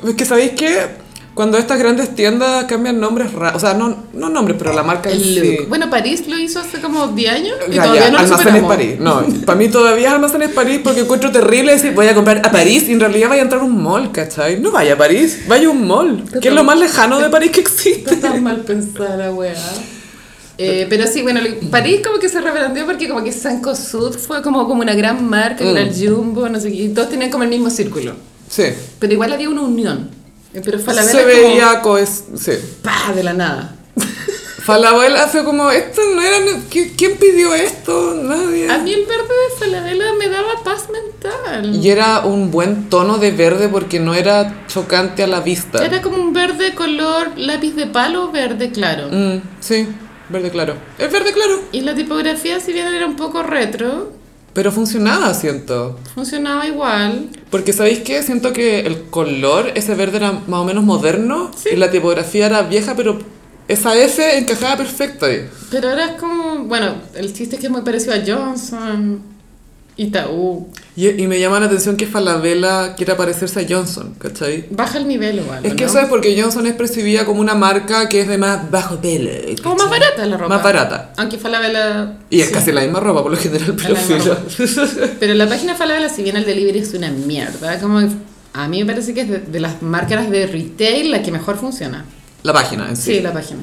Speaker 1: Es que sabéis que cuando estas grandes tiendas cambian nombres raros, o sea, no, no nombres, pero la marca en
Speaker 2: El
Speaker 1: sí.
Speaker 2: look. Bueno, París lo hizo hace como 10 años y
Speaker 1: Ya,
Speaker 2: todavía
Speaker 1: ya,
Speaker 2: no lo
Speaker 1: almacenes
Speaker 2: superamos.
Speaker 1: París. No, para mí todavía es almacenes París porque encuentro terrible decir voy a comprar a París y en realidad vaya a entrar a un mall, ¿cachai? No vaya a París, vaya a un mall, que es lo más lejano de París que existe.
Speaker 2: Está tan mal pensada la weá. Eh, pero sí, bueno, lo- París como que se rebrandeó porque como que Sanco Sud fue como, como una gran marca,
Speaker 1: Mm.
Speaker 2: que era el Jumbo, no sé qué, y todos tenían como el mismo círculo.
Speaker 1: Sí.
Speaker 2: Pero igual había una unión. Eh, Pero Falabella
Speaker 1: Se
Speaker 2: es como,
Speaker 1: veía coes... Sí.
Speaker 2: ¡pah! de la nada.
Speaker 1: Falabella fue como, esto no era... ¿qui- ¿Quién pidió esto? Nadie.
Speaker 2: A mí el verde de Falabella me daba paz mental.
Speaker 1: Y era un buen tono de verde porque no era chocante a la vista.
Speaker 2: Era como un verde color lápiz de palo verde claro.
Speaker 1: Mm, sí, verde claro. Es verde claro.
Speaker 2: Y la tipografía, si bien era un poco retro,
Speaker 1: Pero funcionaba, siento.
Speaker 2: funcionaba igual.
Speaker 1: Porque ¿sabéis qué? Siento que el color, ese verde era más o menos moderno
Speaker 2: Sí.
Speaker 1: y la tipografía era vieja, pero esa F encajaba perfecto ahí.
Speaker 2: Pero ahora es como bueno, el chiste es que es muy parecido a Johnson, Itaú.
Speaker 1: Y, y me llama la atención que Falabella quiera parecerse a Johnson, ¿cachai?
Speaker 2: Baja el nivel igual.
Speaker 1: Es que
Speaker 2: ¿no?
Speaker 1: eso es porque Johnson es percibida como una marca que es de más bajo pelo.
Speaker 2: Como más
Speaker 1: ¿cachai?
Speaker 2: barata la ropa.
Speaker 1: Más barata.
Speaker 2: Aunque Falabella.
Speaker 1: Y es
Speaker 2: sí.
Speaker 1: casi la misma ropa por lo general, pero
Speaker 2: la misma
Speaker 1: filo.
Speaker 2: Pero la página Falabella, si bien el delivery es una mierda, como que a mí me parece que es de, de las marcas de retail la que mejor funciona.
Speaker 1: la página en
Speaker 2: Sí, la página.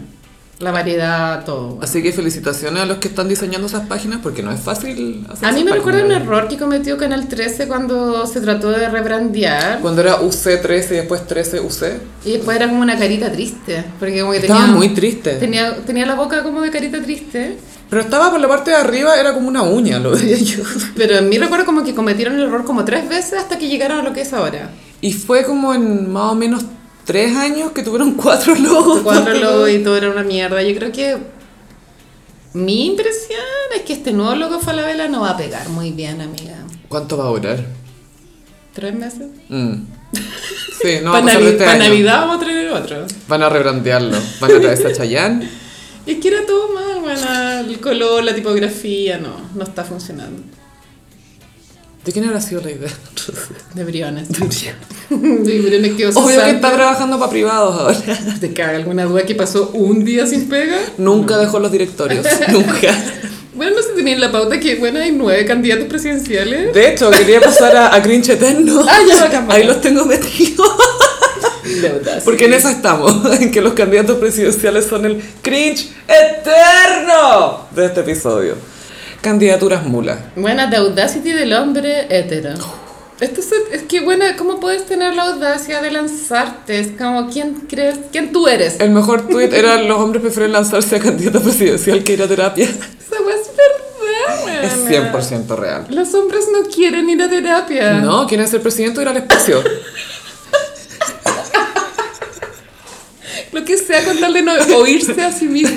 Speaker 2: La variedad, todo.
Speaker 1: Así que felicitaciones a los que están diseñando esas páginas porque no es fácil hacer
Speaker 2: A mí
Speaker 1: esas
Speaker 2: me recuerda un
Speaker 1: páginas.
Speaker 2: error que cometió Canal 13 cuando se trató de rebrandear.
Speaker 1: Cuando era UC13 y después 13UC.
Speaker 2: Y después era como una carita triste. Porque como que
Speaker 1: Estaba
Speaker 2: tenía,
Speaker 1: muy triste.
Speaker 2: tenía, tenía la boca como de carita triste.
Speaker 1: Pero estaba por la parte de arriba, era como una uña, lo veía yo.
Speaker 2: Pero en mi recuerdo como que cometieron el error como tres veces hasta que llegaron a lo que es ahora.
Speaker 1: Y fue como en más o menos tres años que tuvieron cuatro logos.
Speaker 2: Cuatro logos y todo era una mierda. Yo creo que mi impresión es que este nuevo logo Falabella no va a pegar muy bien, amiga.
Speaker 1: ¿Cuánto va a durar?
Speaker 2: ¿Tres meses?
Speaker 1: Mm. Sí, no, va a
Speaker 2: para
Speaker 1: pasar de este año.
Speaker 2: Navidad vamos a traer otro.
Speaker 1: Van a rebrandearlo. Van a traerse a Chayanne.
Speaker 2: Es que era todo mal, bueno, el color, la tipografía, no, no está funcionando.
Speaker 1: ¿De quién habrá sido la idea?
Speaker 2: De briones. De briones. De briones quedó
Speaker 1: Obvio que
Speaker 2: Susana.
Speaker 1: está trabajando para privados ahora.
Speaker 2: ¿Te caga alguna duda que pasó un día sin pega?
Speaker 1: Nunca dejó los directorios. Nunca.
Speaker 2: Bueno, no se tenía en la pauta que, bueno, hay nueve candidatos presidenciales.
Speaker 1: De hecho, quería pasar a, a Grinch Eterno.
Speaker 2: Ah, ya, bacán, bacán.
Speaker 1: Ahí los tengo metidos. Porque en esa estamos, en que los candidatos presidenciales son el cringe eterno de este episodio. Candidaturas mulas.
Speaker 2: Buena, The Audacity del hombre hétero. Esto es, es que, bueno, ¿cómo puedes tener la audacia de lanzarte? Es como, ¿quién crees? ¿Quién tú eres?
Speaker 1: El mejor tweet era los hombres prefieren lanzarse a candidato presidencial que ir a terapia.
Speaker 2: Esa weá es verdad, weona.
Speaker 1: Es 100% real.
Speaker 2: Los hombres no quieren ir a terapia.
Speaker 1: No, quieren ser presidente o ir al espacio.
Speaker 2: Lo que sea con tal de no oírse a sí mismo.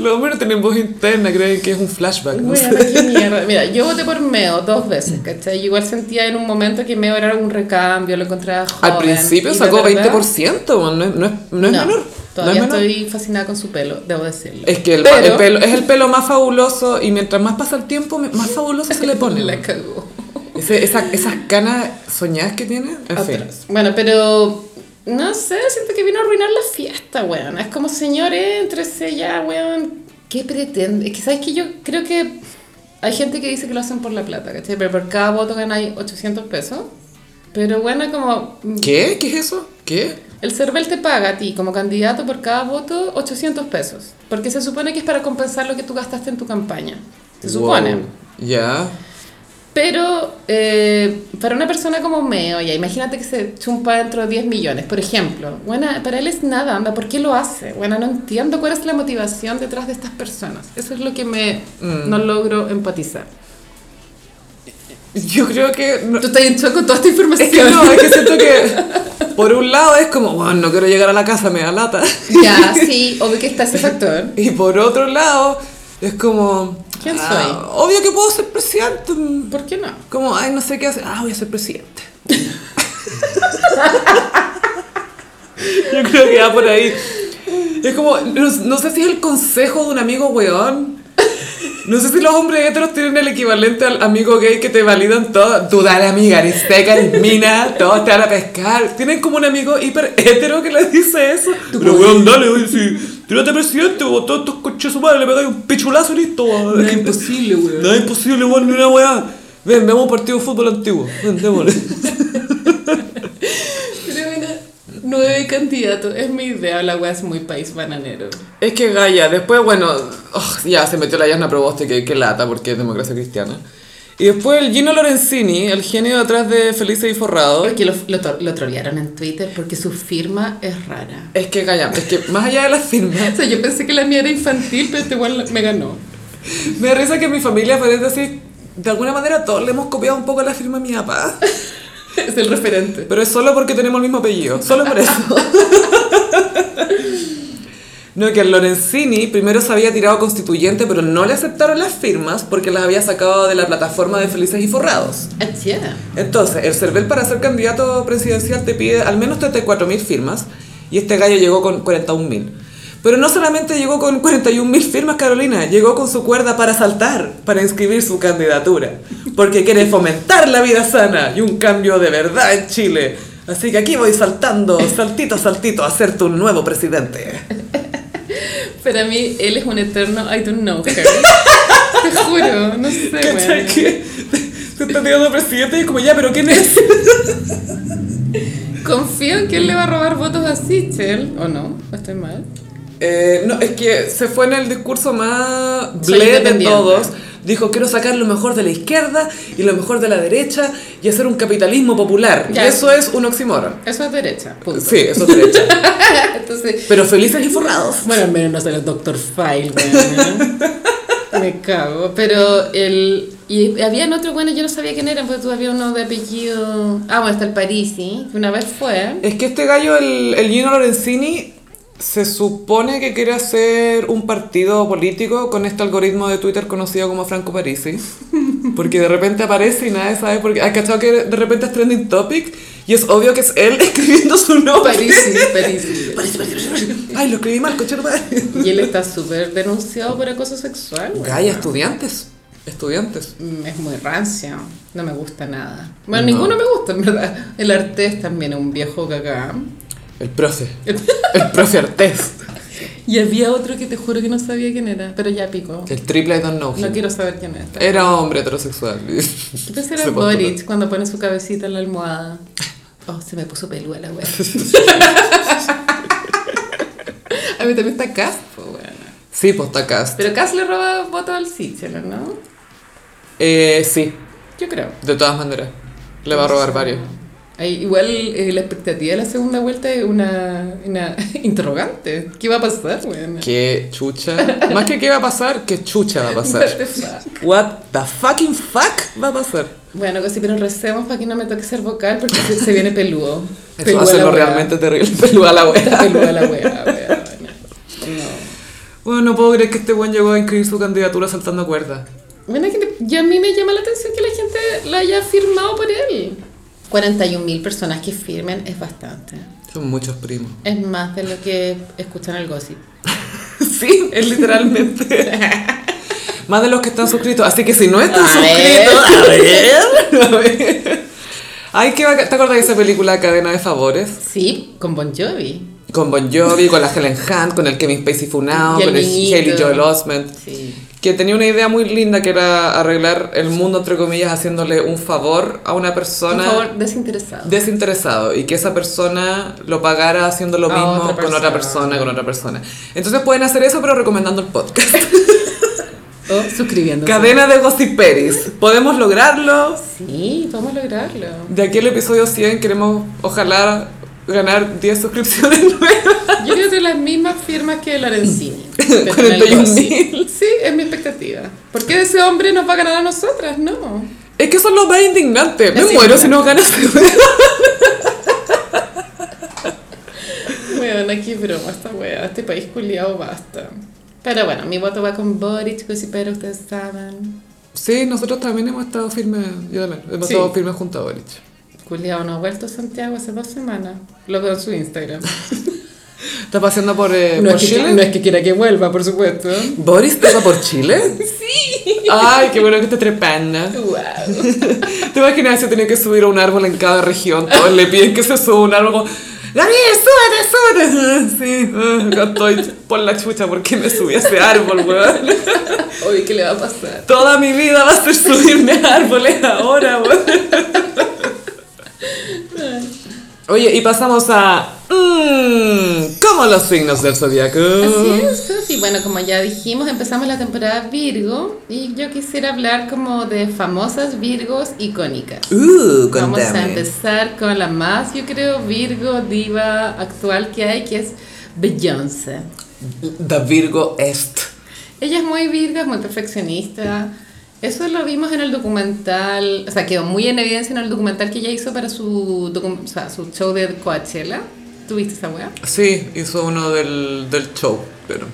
Speaker 1: Los hombres no tienen voz interna, creen que es un flashback. no sé.
Speaker 2: Bueno, qué mierda. Mira, yo voté por Meo dos veces, ¿cachai? Yo igual sentía en un momento que Meo era un recambio, lo encontraba joven.
Speaker 1: Al principio
Speaker 2: y de
Speaker 1: sacó
Speaker 2: verdad-
Speaker 1: 20%, no es, no es, no es menor. No es
Speaker 2: Todavía
Speaker 1: menor.
Speaker 2: estoy fascinada con su pelo, debo decirlo.
Speaker 1: Es que el,
Speaker 2: Pero-
Speaker 1: el pelo, es el pelo más fabuloso y mientras más pasa el tiempo, me- más fabuloso se le pone.
Speaker 2: La cagó.
Speaker 1: Ese- esa- esas canas soñadas que tiene, en fin.
Speaker 2: Atroz. Bueno, pero no sé, siento que vino a arruinar la fiesta, weón. Es como, señores, entrese ya, weón. ¿Qué pretende? Es que, ¿sabes que Yo creo que hay gente que dice que lo hacen por la plata, ¿cachai? Pero por cada voto ganáis 800 pesos. Pero bueno, como mm,
Speaker 1: ¿Qué? ¿Qué es eso? ¿Qué?
Speaker 2: el CERVEL te paga a ti como candidato por cada voto 800 pesos. Porque se supone que es para compensar lo que tú gastaste en tu campaña. Se supone.
Speaker 1: Wow. Ya.
Speaker 2: Pero eh, para una persona como Meo, ya imagínate que se chumpa dentro de 10 millones, por ejemplo. Bueno, para él es nada, anda, ¿por qué lo hace? Bueno, no entiendo cuál es la motivación detrás de estas personas. Eso es lo que me
Speaker 1: Mm.
Speaker 2: no logro empatizar.
Speaker 1: Yo creo que... no-
Speaker 2: Tú estás en shock con toda esta información.
Speaker 1: es que no, es que siento que... Por un lado es como, bueno, no quiero llegar a la casa, me da lata.
Speaker 2: ya, sí, obvio que está ese factor.
Speaker 1: Y por otro lado es como...
Speaker 2: ¿Quién
Speaker 1: ah, obvio que puedo ser presidente.
Speaker 2: ¿Por qué no?
Speaker 1: Como, ay, no sé qué hacer. Ah, voy a ser presidente. Yo creo que va por ahí. Es como, no, no sé si es el consejo de un amigo weón. No sé si los hombres heteros tienen el equivalente al amigo gay que te validan todo. Dudar, amiga, eres seca, eres mina, todos te van a pescar. Tienen como un amigo hiper hetero que les dice eso. Pero weón, dale, oye, si tírate presidente, vos todos estos coches su madre, le pegáis un pichulazo y listo. weón.
Speaker 2: imposible, weón.
Speaker 1: No es imposible, weón, ni una weá. Ven, veamos un partido de fútbol antiguo. Ven, démosle.
Speaker 2: Pero bueno, nueve candidatos, es mi idea, la weá es muy país bananero.
Speaker 1: Es que Gaia, después, bueno, oh, ya se metió la Yasna Proboste, que, que lata, porque es democracia cristiana. Y después el Gino Lorenzini, el genio detrás de Felice y Forrado.
Speaker 2: Porque Oh, lo, lo, tro- lo trolearon en Twitter porque su firma es rara.
Speaker 1: Es que Gaia, es que más allá de las firmas,
Speaker 2: O sea, yo pensé que la mía era infantil, pero este igual me ganó.
Speaker 1: me da risa que mi familia parece así, de alguna manera todos le hemos copiado un poco la firma a mi papá.
Speaker 2: Es el referente.
Speaker 1: Pero es solo porque tenemos el mismo apellido, solo por eso. No, que el Lorenzini primero se había tirado constituyente, pero no le aceptaron las firmas porque las había sacado de la plataforma de Felices y Forrados.
Speaker 2: Ah,
Speaker 1: Entonces, el CERVEL para ser candidato presidencial te pide al menos 34.000 firmas y este gallo llegó con 41.000. Pero no solamente llegó con 41.000 firmas Carolina, llegó con su cuerda para saltar, para inscribir su candidatura, porque quiere fomentar la vida sana y un cambio de verdad en Chile. Así que aquí voy saltando, saltito, saltito, a ser tu nuevo presidente.
Speaker 2: Para mí, él es un eterno I don't know her. Te juro, no sé,
Speaker 1: ¿Cachai?
Speaker 2: weón.
Speaker 1: que te están tirando presidente y es como, ya, pero ¿quién es?
Speaker 2: Confío en que él le va a robar votos a Sichel, ¿o no? ¿Estoy mal?
Speaker 1: Eh, no, es que se fue en el discurso más
Speaker 2: Soy
Speaker 1: ble de
Speaker 2: independiente.
Speaker 1: todos. Dijo, quiero sacar lo mejor de la izquierda y lo mejor de la derecha y hacer un capitalismo popular.
Speaker 2: Ya.
Speaker 1: Y eso es un oxímoron.
Speaker 2: Eso es derecha, punto.
Speaker 1: Sí, eso es derecha.
Speaker 2: Entonces,
Speaker 1: Pero felices y forrados.
Speaker 2: bueno, al menos no sale el Dr. File, weón. Me cago. Pero el. Y habían otro, bueno, yo no sabía quién eran, porque tú había uno de apellido. Ah, bueno, está el Parisi, que una vez fue.
Speaker 1: Es que este gallo, el, el Gino Lorenzini, se supone que quiere hacer un partido político con este algoritmo de Twitter conocido como Franco Parisi. Porque de repente aparece y nadie sabe por qué. ¿Has cachado que de repente es trending topic? Y es obvio que es él escribiendo su nombre.
Speaker 2: Parisi, Parisi.
Speaker 1: Parisi, Parisi, Parisi. Ay, lo escribí mal, coche.
Speaker 2: Y él está súper denunciado por acoso sexual. weón.
Speaker 1: Gaya, estudiantes. Estudiantes.
Speaker 2: Mm, Es muy rancio, no me gusta nada. Bueno, ninguno me gusta, en verdad. El Artés también es un viejo cagá.
Speaker 1: El profe. El profe Artés.
Speaker 2: Y había otro que te juro que no sabía quién era, pero ya pico.
Speaker 1: El triple I don't know.
Speaker 2: No
Speaker 1: him.
Speaker 2: quiero saber quién es.
Speaker 1: Era hombre heterosexual.
Speaker 2: Yo pensé
Speaker 1: Se
Speaker 2: era
Speaker 1: postuló.
Speaker 2: Boric cuando pone su cabecita en la almohada. Oh, se me puso peluda la wea. A mí también está Cass, pues bueno.
Speaker 1: Sí, postacast.
Speaker 2: Pero Cass le roba votos al Sichel, ¿no?
Speaker 1: Eh, sí.
Speaker 2: Yo creo.
Speaker 1: De todas maneras, le va a robar varios.
Speaker 2: Ahí, igual eh, la expectativa de la segunda vuelta es una, una interrogante. ¿Qué va a pasar, weón?
Speaker 1: Qué chucha. Más que qué va a pasar, qué chucha va a
Speaker 2: What
Speaker 1: pasar.
Speaker 2: the fuck?
Speaker 1: What the fucking fuck va a pasar.
Speaker 2: Bueno, cosí, pero recemos para que no me toque ser vocal porque se, se viene peludo.
Speaker 1: Eso
Speaker 2: Peluda
Speaker 1: va a ser
Speaker 2: la
Speaker 1: lo
Speaker 2: wea.
Speaker 1: realmente terrible. Peluda la
Speaker 2: Está
Speaker 1: wea.
Speaker 2: peluda la wea, weón. No.
Speaker 1: Bueno, no puedo creer que este buen llegó a inscribir su candidatura saltando cuerda.
Speaker 2: Bueno, gente, ya a mí me llama la atención que la gente la haya firmado por él. 41.000 personas que firmen es bastante.
Speaker 1: Son muchos primos.
Speaker 2: Es más de lo que escuchan el gossip.
Speaker 1: Sí, es literalmente. Más de los que están suscritos. Así que si no están
Speaker 2: A ver.
Speaker 1: suscritos, a ver. A ver. Ay, qué bacán. ¿Te acordás de esa película Cadena de Favores?
Speaker 2: Sí, con Bon Jovi.
Speaker 1: Con Bon Jovi, con la Helen Hunt, con el Kevin Spacey Funao,
Speaker 2: Y el
Speaker 1: con el
Speaker 2: niñito.
Speaker 1: Haley Joel Osment.
Speaker 2: Sí.
Speaker 1: Que tenía una idea muy linda que era arreglar el mundo, entre comillas, haciéndole un favor a una
Speaker 2: Por
Speaker 1: persona
Speaker 2: favor, desinteresado.
Speaker 1: desinteresado y que esa persona lo pagara haciendo lo
Speaker 2: A
Speaker 1: mismo
Speaker 2: otra
Speaker 1: con otra
Speaker 2: persona.
Speaker 1: persona, con otra persona. Entonces pueden hacer eso, pero recomendando el podcast.
Speaker 2: o suscribiéndose.
Speaker 1: Cadena de Gossip Peris. Podemos lograrlo.
Speaker 2: Sí, vamos a lograrlo.
Speaker 1: De aquí al episodio 100 queremos, ojalá, ganar 10 suscripciones nuevas.
Speaker 2: Yo quiero hacer las mismas firmas que Lorenzini. pero con el
Speaker 1: 41.000.
Speaker 2: gossip. Sí, es mi expectativa. ¿Por qué ese hombre nos va a ganar a nosotras? No.
Speaker 1: Es que eso es lo más indignante. Me
Speaker 2: Es
Speaker 1: muero
Speaker 2: indignante.
Speaker 1: si no ganas.
Speaker 2: Bueno, qué broma esta wea, este país culiado basta. Pero bueno, mi voto va con Boric, chicos, y pero ustedes saben.
Speaker 1: Sí, nosotros también hemos estado firmes, yo también, hemos
Speaker 2: Sí.
Speaker 1: estado firmes junto a Boric.
Speaker 2: Culiado no ha vuelto a Santiago hace dos semanas. Lo veo en su Instagram.
Speaker 1: ¿Está paseando por, eh, por Chile?
Speaker 2: quiera que vuelva, por supuesto.
Speaker 1: ¿Boris pasa por Chile? ¡Sí! ¡Ay, qué bueno que te trepana!
Speaker 2: Wow.
Speaker 1: ¿Te imaginas si tenía que subir a un árbol en cada región? Todos le piden que se suba a un árbol como... ¡Gabriel, súbete, súbete! Sí, ah, acá estoy por la chucha, ¿por qué me subí a ese árbol, weón?
Speaker 2: Oye, ¿qué le va a pasar?
Speaker 1: Toda mi vida va a ser subirme a árboles ahora, weón. Oye, y pasamos a... Mmm, ¿Cómo los signos del zodiaco?
Speaker 2: Así es, Susi. Bueno, como ya dijimos, empezamos la temporada Virgo y yo quisiera hablar como de famosas Virgos icónicas.
Speaker 1: Uh,
Speaker 2: Vamos a
Speaker 1: contame.
Speaker 2: empezar con la más, yo creo, Virgo diva actual que hay, que es Beyoncé.
Speaker 1: The Virgo Est.
Speaker 2: Ella es muy virga, es muy perfeccionista. Eso lo vimos en el documental, o sea, quedó muy en evidencia en el documental que ella hizo para su, docu- o sea, su show de Coachella. ¿Tuviste esa weá?
Speaker 1: Sí, hizo uno del, del show, pero...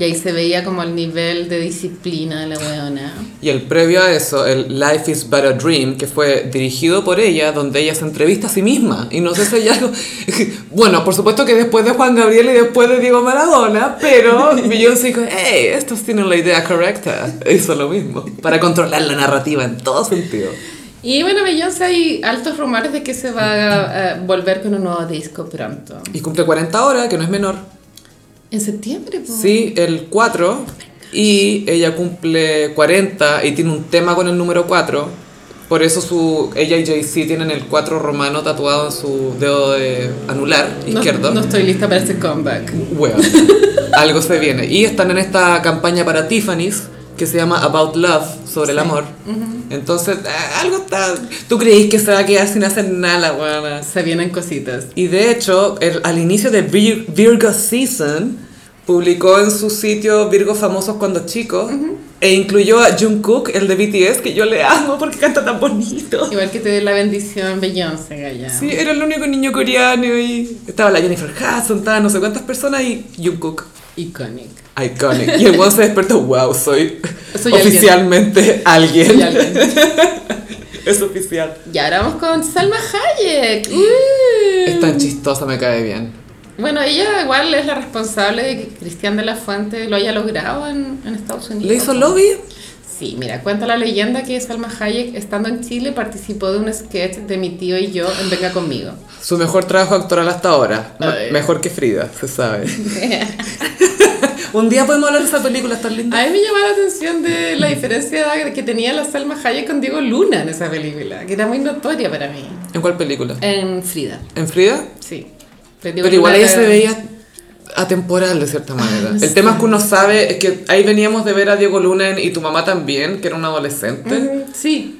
Speaker 2: Y ahí se veía como el nivel de disciplina de la weona.
Speaker 1: Y el previo a eso, el Life is But a Dream, que fue dirigido por ella, donde ella se entrevista a sí misma. Y no sé si hay algo... Bueno, por supuesto que después de Juan Gabriel y después de Diego Maradona, pero Beyoncé dijo, hey, estos tienen la idea correcta. Hizo lo mismo, para controlar la narrativa en todo sentido.
Speaker 2: Y bueno, Beyoncé hay altos rumores de que se va a eh, volver con un nuevo disco pronto.
Speaker 1: Y cumple 40 horas, que no es menor.
Speaker 2: En septiembre, pues.
Speaker 1: Sí, el 4. Y ella cumple 40 y tiene un tema con el número 4. Por eso su, ella y Jay-Z tienen el 4 romano tatuado en su dedo de anular
Speaker 2: No-
Speaker 1: izquierdo.
Speaker 2: No estoy lista para este comeback.
Speaker 1: Weón, algo se viene. Y están en esta campaña para Tiffany's que se llama About Love, sobre el amor. Entonces, ah, algo está... ¿Tú creís que se va a quedar sin hacer nada, weón?
Speaker 2: Se vienen cositas.
Speaker 1: Y de hecho, el- al inicio de Vir- Virgo Season, publicó en su sitio Virgo Famosos cuando chico, e incluyó a Jungkook, el de BTS, que yo le amo porque canta tan bonito.
Speaker 2: Igual que te dé la bendición Beyoncé, Gaya.
Speaker 1: Sí, era el único niño coreano y estaba la Jennifer Hudson, estaba no sé cuántas personas y Jungkook.
Speaker 2: Iconic.
Speaker 1: Iconic. Y el weón se despertó, wow, soy,
Speaker 2: Soy alguien".
Speaker 1: oficialmente alguien.
Speaker 2: Soy alguien.
Speaker 1: es oficial.
Speaker 2: Y ahora vamos con Salma Hayek. Mm.
Speaker 1: Es tan chistosa, me cae bien.
Speaker 2: Bueno, ella igual es la responsable de que Cristian de la Fuente lo haya logrado en, en Estados Unidos.
Speaker 1: ¿Le hizo lobby?
Speaker 2: Sí, mira, cuenta la leyenda que Salma Hayek, estando en Chile, participó de un sketch de mi tío y yo en Venga Conmigo.
Speaker 1: Su mejor trabajo actoral hasta ahora.
Speaker 2: A
Speaker 1: Me-
Speaker 2: ver.
Speaker 1: mejor que Frida, se sabe. Un día podemos hablar de esa película, es tan linda.
Speaker 2: A mí me llamó la atención de la diferencia de edad que tenía la Salma Hayek con Diego Luna en esa película, que era muy notoria para mí.
Speaker 1: ¿En cuál película?
Speaker 2: En Frida,
Speaker 1: ¿En Frida?
Speaker 2: sí. Pero, Diego
Speaker 1: Pero igual
Speaker 2: Luna
Speaker 1: ella se
Speaker 2: era-
Speaker 1: veía atemporal de cierta manera.
Speaker 2: Ah, sí.
Speaker 1: El tema es que uno sabe, es que ahí veníamos de ver a Diego Luna en Y tu mamá también, que era un adolescente.
Speaker 2: Ujú, Sí.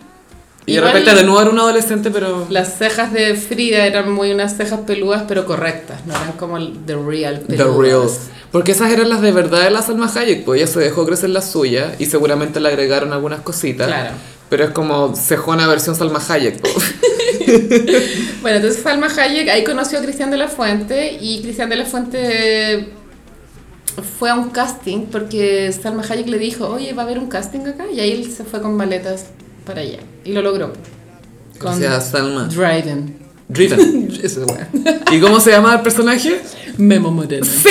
Speaker 1: Y de
Speaker 2: Ah, Igual-
Speaker 1: repente de nuevo era un adolescente, pero...
Speaker 2: Las cejas de Frida eran muy unas cejas peludas, pero correctas, no eran como el- the real
Speaker 1: The
Speaker 2: peludas.
Speaker 1: real. Porque esas eran las de verdad de la Salma Hayek, pues ella se dejó crecer la suya y seguramente le agregaron algunas cositas.
Speaker 2: Claro.
Speaker 1: Pero es como cejona versión Salma Hayek. pues. po.
Speaker 2: Bueno, entonces Salma Hayek ahí conoció a Cristian de la Fuente y Cristian de la Fuente fue a un casting porque Salma Hayek le dijo, oye, va a haber un casting acá y ahí él se fue con maletas para allá y lo logró. Con
Speaker 1: Gracias, Salma.
Speaker 2: Dryden.
Speaker 1: Driven. Esa wea. ¿Y cómo se llama el personaje?
Speaker 2: Memo Moreno.
Speaker 1: ¡Sí!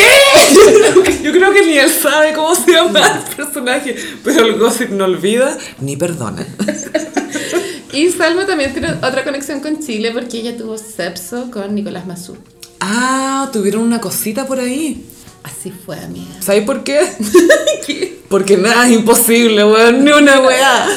Speaker 1: Yo creo que ni él sabe cómo se llama el personaje, pero el gossip no olvida ni perdona.
Speaker 2: Y Salma también tiene otra conexión con Chile porque ella tuvo sexo con Nicolás Mazú.
Speaker 1: Ah, tuvieron una cosita por ahí.
Speaker 2: Así fue, amiga.
Speaker 1: ¿Sabes por qué? Porque nada es imposible, weón. Ni una weá.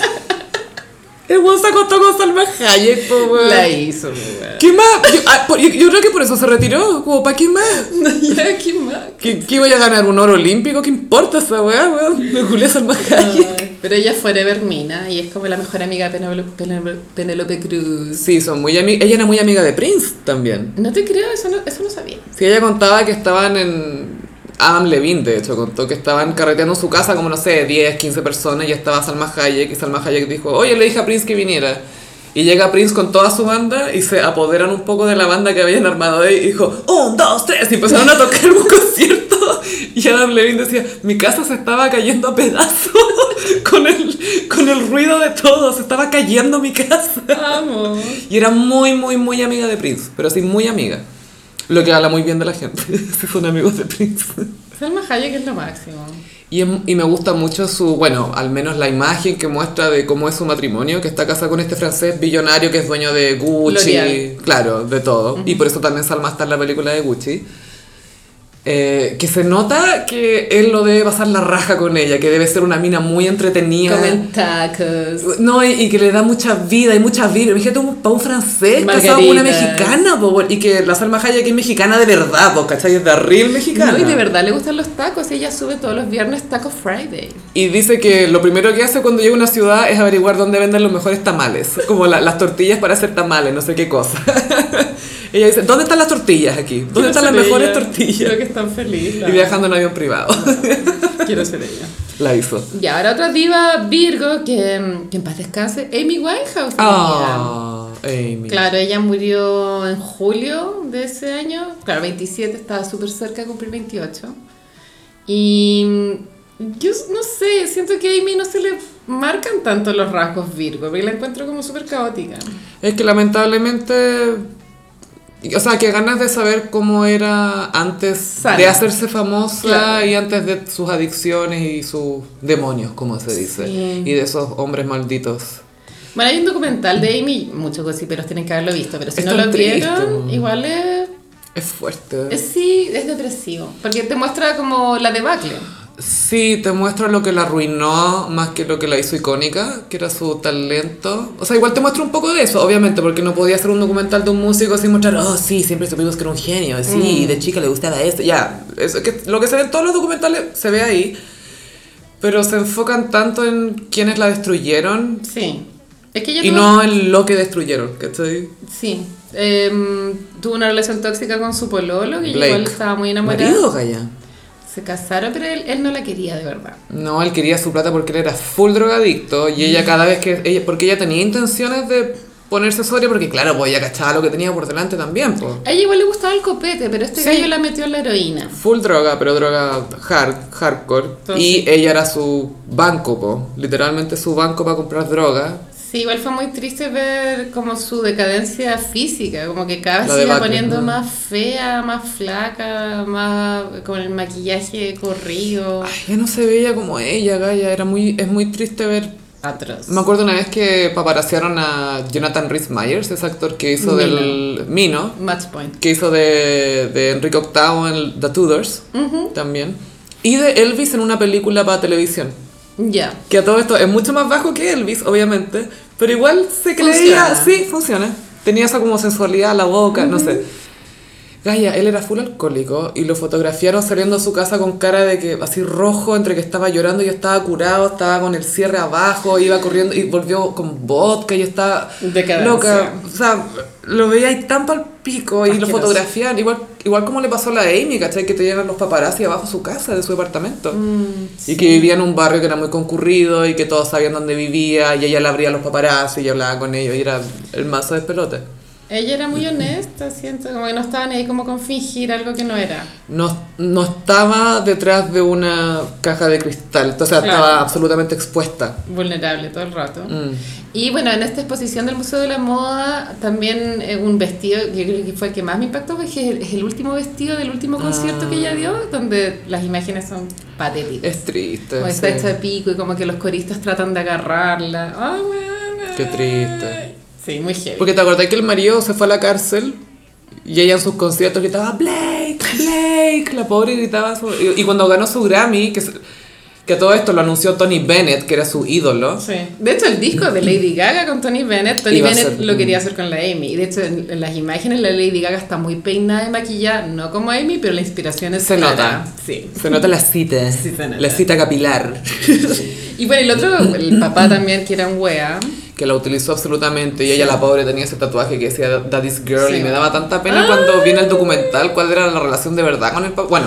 Speaker 1: El weón se acostó con Salma Hayek, po, weón.
Speaker 2: La hizo, weón.
Speaker 1: ¿Qué más? Yo, ah, por- yo- yo creo que por eso se retiró. Como, ¿para qué más?
Speaker 2: Ya, ¿qué más?
Speaker 1: ¿Qué, qué voy a ganar? ¿Un oro olímpico? ¿Qué importa esa weá, weón? Me culé a Salma Hayek.
Speaker 2: Ay, Pero ella fue Vermina y es como la mejor amiga de Penelo- Penelo- Penélope Cruz.
Speaker 1: Sí, son muy ami- ella era muy amiga de Prince también.
Speaker 2: No te creo, eso no, eso no sabía.
Speaker 1: Sí, ella contaba que estaban en... Adam Levine, de hecho, contó que estaban carreteando en su casa como, no sé, 10, 15 personas y estaba Salma Hayek y Salma Hayek dijo, oye, le dije a Prince que viniera. Y llega Prince con toda su banda y se apoderan un poco de la banda que habían armado ahí y dijo, un, dos, tres, y empezaron a tocar un concierto. Y Adam Levine decía, mi casa se estaba cayendo a pedazos con el, con el ruido de todo, se estaba cayendo mi casa.
Speaker 2: Vamos.
Speaker 1: Y era muy, muy, muy amiga de Prince, pero así muy amiga. Lo que habla muy bien de la gente, si son amigos de Prince.
Speaker 2: Salma Hayek es lo máximo.
Speaker 1: Y, em- y me gusta mucho su, bueno, al menos la imagen que muestra de cómo es su matrimonio, que está casada con este francés billonario que es dueño de Gucci,
Speaker 2: L'Oréal.
Speaker 1: claro, de todo. Y por eso también Salma está en la película de Gucci. Eh, que se nota que él lo debe pasar la raja con ella, que debe ser una mina muy entretenida.
Speaker 2: Comen tacos.
Speaker 1: No, y, y que le da mucha vida y mucha vibra. Imagínate un, para un francés casado con una
Speaker 2: Margaritas.
Speaker 1: mexicana, po, weón. y que la Salma Hayek es mexicana de verdad, po, ¿cachai? Es de real mexicana.
Speaker 2: No, y de verdad le gustan los tacos. Ella sube todos los viernes Taco Friday.
Speaker 1: Y dice que lo primero que hace cuando llega a una ciudad es averiguar dónde venden los mejores tamales, como la- las tortillas para hacer tamales, no sé qué cosa. Ella dice, ¿dónde están las tortillas aquí? ¿Dónde están las mejores tortillas?
Speaker 2: Creo que están felices.
Speaker 1: Y viajando en avión privado.
Speaker 2: Quiero ser ella.
Speaker 1: La hizo.
Speaker 2: Y ahora otra diva Virgo que, mm, que en paz descanse, Amy Winehouse. amiga.
Speaker 1: Ah, Amy.
Speaker 2: Claro, ella murió en julio de ese año. Claro, 27, estaba súper cerca de cumplir 28. Y yo no sé, siento que a Amy no se le marcan tanto los rasgos Virgo, porque la encuentro como súper caótica.
Speaker 1: Es que lamentablemente. O sea, que ganas de saber cómo era antes
Speaker 2: Sara.
Speaker 1: de hacerse famosa
Speaker 2: Claro.
Speaker 1: y antes de sus adicciones y sus demonios, como se dice,
Speaker 2: Sí.
Speaker 1: y de esos hombres malditos.
Speaker 2: Bueno, hay un documental de Amy, muchos gossiperos tienen que haberlo visto, pero si
Speaker 1: Es
Speaker 2: no
Speaker 1: tan
Speaker 2: lo
Speaker 1: triste,
Speaker 2: vieron,
Speaker 1: weón.
Speaker 2: igual es,
Speaker 1: Es fuerte.
Speaker 2: es- sí, es depresivo, porque te muestra como la debacle.
Speaker 1: Sí, te muestra lo que la arruinó más que lo que la hizo icónica, que era su talento. O sea, igual te muestra un poco de eso, obviamente, porque no podía hacer un documental de un músico sin mostrar, oh, sí, siempre supimos que era un genio,
Speaker 2: Mm.
Speaker 1: sí, de chica le gustaba esto, ya. Eso que, lo que se ve en todos los documentales se ve ahí, pero se enfocan tanto en quienes la destruyeron
Speaker 2: Sí. Es que ella
Speaker 1: y
Speaker 2: tuvo-
Speaker 1: no en lo que destruyeron, ¿cachai?
Speaker 2: Sí. Em, tuvo una relación tóxica con su pololo, que ella
Speaker 1: Blake.
Speaker 2: igual estaba muy enamorada.
Speaker 1: Marido, Gaya.
Speaker 2: Se casaron, pero él, él no la quería de verdad.
Speaker 1: No, él quería su plata porque él era full drogadicto y ella cada vez que... Ella, porque ella tenía intenciones de ponerse sobria porque claro, pues ella cachaba lo que tenía por delante también, pues.
Speaker 2: A ella igual le gustaba el copete, pero este
Speaker 1: Sí.
Speaker 2: gallo la metió en la heroína.
Speaker 1: Full droga, pero droga hard, hardcore.
Speaker 2: Entonces-
Speaker 1: y ella era su banco, po. Literalmente su banco para comprar droga.
Speaker 2: Sí, igual fue muy triste ver como su decadencia física, como que cada vez
Speaker 1: La
Speaker 2: se iba
Speaker 1: debacle,
Speaker 2: poniendo
Speaker 1: ¿no?
Speaker 2: más fea, más flaca, más con el maquillaje corrido.
Speaker 1: Ay, ya no se veía como ella, Gaya. Era muy, es muy triste ver...
Speaker 2: Atroz.
Speaker 1: Me acuerdo una vez que paparaciaron a Jonathan Rhys Myers, ese actor que hizo del... Mino.
Speaker 2: Match point.
Speaker 1: que hizo de, de Enrique VIII en The Tudors también. Y de Elvis en una película para televisión.
Speaker 2: Ya.
Speaker 1: Que a todo esto es mucho más bajo que Elvis, obviamente. Pero igual se creía.
Speaker 2: Funciona.
Speaker 1: Sí, funciona. Tenía esa como sensualidad a la boca, no sé. Gaia, él era full alcohólico y lo fotografiaron saliendo de su casa con cara de que así rojo, entre que estaba llorando y estaba curado, estaba con el cierre abajo, iba corriendo y volvió con vodka y estaba
Speaker 2: Decadencia.
Speaker 1: loca. O sea, lo veía ahí tan pal pico y lo
Speaker 2: Asqueroso.
Speaker 1: fotografían, igual, igual como le pasó a la Amy, ¿cachai? Que tenían los paparazzi abajo de su casa, de su departamento.
Speaker 2: Mm,
Speaker 1: Y que vivía en un barrio que era muy concurrido y que todos sabían dónde vivía y ella le abría a los paparazzi y hablaba con ellos y era el mazo de pelote.
Speaker 2: Ella era muy honesta, siento, como que no estaba ni ahí como con fingir algo que no era.
Speaker 1: No, no estaba detrás de una caja de cristal, o sea,
Speaker 2: Claro.
Speaker 1: estaba absolutamente expuesta.
Speaker 2: Vulnerable todo el rato.
Speaker 1: Mm.
Speaker 2: Y bueno, en esta exposición del Museo de la Moda, también eh, un vestido, yo creo que fue el que más me impactó, porque es el, es el último vestido del último concierto que
Speaker 1: Ah.
Speaker 2: ella dio, donde las imágenes son patéticas.
Speaker 1: Es triste.
Speaker 2: Como
Speaker 1: sí.
Speaker 2: está hecha de pico y como que los coristas tratan de agarrarla. Ay, weona.
Speaker 1: Qué triste.
Speaker 2: Sí, muy heavy.
Speaker 1: Porque te acordás que el marido se fue a la cárcel y ella en sus conciertos gritaba Blake, Blake, la pobre gritaba su- y, y cuando ganó su Grammy, que, se- que todo esto lo anunció Tony Bennett, que era su ídolo.
Speaker 2: Sí. De hecho, el disco de Lady Gaga con Tony Bennett, Tony
Speaker 1: Iba a
Speaker 2: Bennett
Speaker 1: ser-
Speaker 2: lo quería hacer con la Amy. Y de hecho, en, en las imágenes la Lady Gaga está muy peinada y maquillada, no como Amy, pero la inspiración es
Speaker 1: Se
Speaker 2: clara.
Speaker 1: nota.
Speaker 2: Sí.
Speaker 1: Se nota la cita,
Speaker 2: Sí, se nota.
Speaker 1: la cita capilar,
Speaker 2: Y bueno, el otro, el papá también, que era un wea.
Speaker 1: que la utilizó absolutamente y ella la pobre tenía ese tatuaje que decía Daddy's Girl
Speaker 2: Sí.
Speaker 1: y me daba tanta pena cuando viene el documental cuál era la relación de verdad con el papá. Bueno,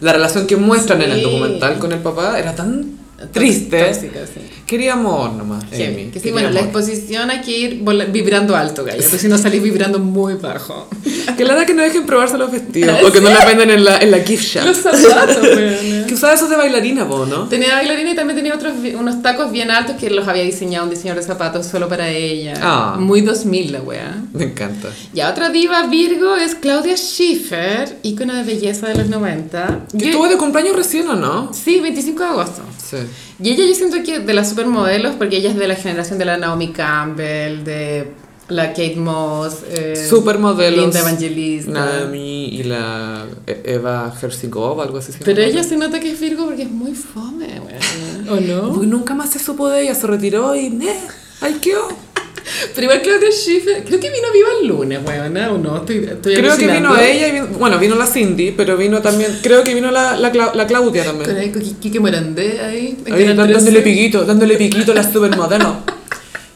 Speaker 1: la relación que muestran en el
Speaker 2: Sí.
Speaker 1: documental con el papá era tan triste.
Speaker 2: Tóxica, sí.
Speaker 1: Quería amor nomás,
Speaker 2: Heavy.
Speaker 1: Amy.
Speaker 2: Que sí,
Speaker 1: quería
Speaker 2: bueno, la
Speaker 1: amor.
Speaker 2: exposición hay que ir vola- vibrando alto, gallo. Porque si no salís vibrando muy bajo.
Speaker 1: Que la verdad que no dejen probarse los vestidos o que no la venden en la, en la gift shop.
Speaker 2: Los zapatos, weona.
Speaker 1: Que usaba esos de bailarina vos, ¿no?
Speaker 2: Tenía bailarina y también tenía otros, vi- unos tacos bien altos que los había diseñado un diseñador de zapatos solo para ella.
Speaker 1: Ah.
Speaker 2: Muy 2000 la wea.
Speaker 1: Me encanta.
Speaker 2: Y a otra diva Virgo es Claudia Schiffer, ícono de belleza de los 90.
Speaker 1: Que
Speaker 2: Yo-
Speaker 1: estuvo de cumpleaños recién, ¿o no?
Speaker 2: Sí, 25 de agosto.
Speaker 1: Sí.
Speaker 2: Y ella yo siento que de las supermodelos, porque ella es de la generación de la Naomi Campbell, de la Kate Moss, eh,
Speaker 1: Supermodelos.
Speaker 2: Linda Evangelista.
Speaker 1: Nami y la E- Eva Herzigova, algo así. se
Speaker 2: Pero
Speaker 1: llama.
Speaker 2: ella se nota que es Virgo porque es muy fome, weona. ¿O no?
Speaker 1: Uy, nunca más se supo de ella, se retiró y... eh, ¡Ay, qué!
Speaker 2: Pero igual Claudia Schiffer, creo que vino viva el lunes, weona, ¿o no? Estoy, estoy
Speaker 1: Creo que
Speaker 2: alucinando.
Speaker 1: vino ella y vino- Bueno, vino la Cindy, pero vino también... Creo que vino la, la, Cla- la Claudia
Speaker 2: Con
Speaker 1: también.
Speaker 2: el Kiki- Kike Morandé ahí. en
Speaker 1: Ahí,
Speaker 2: Canal
Speaker 1: dan-
Speaker 2: 13.
Speaker 1: dándole piquito, dándole piquito a las supermodelos.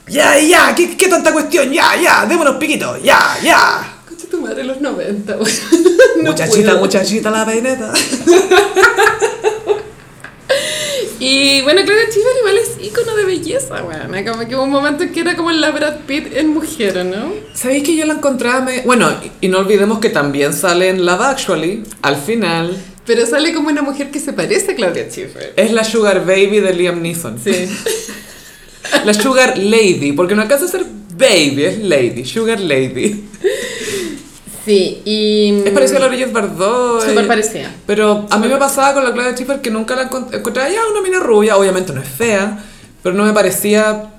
Speaker 1: ¡Ya, ya! ¿Qué, qué tanta cuestión? ¡Ya, ya! ¡Démonos piquitos! ¡Ya, ya!
Speaker 2: Concha tu madre, los 90, weona. No
Speaker 1: muchachita,
Speaker 2: puedo.
Speaker 1: muchachita la peineta.
Speaker 2: Y bueno, Claudia Schiffer igual es ícono de belleza, weona. Como que hubo un momento que era como la Brad Pitt en mujer, ¿o ¿no?
Speaker 1: ¿Sabéis que yo la encontraba? me- Bueno, y y no olvidemos que también sale en Love Actually, al final.
Speaker 2: Pero sale como una mujer que se parece a Claudia Schiffer.
Speaker 1: Es la Sugar Baby de Liam Neeson.
Speaker 2: Sí.
Speaker 1: La Sugar Lady, porque no alcanza a ser baby, es lady, Sugar Lady.
Speaker 2: Sí, y...
Speaker 1: Es parecida a la Bridget Bardot.
Speaker 2: Mm. Súper
Speaker 1: eh,
Speaker 2: parecida.
Speaker 1: Pero a mí me pasaba con la Claudia Schiffer que nunca la encont- encontraba ya una mina rubia, obviamente no es fea, pero no me parecía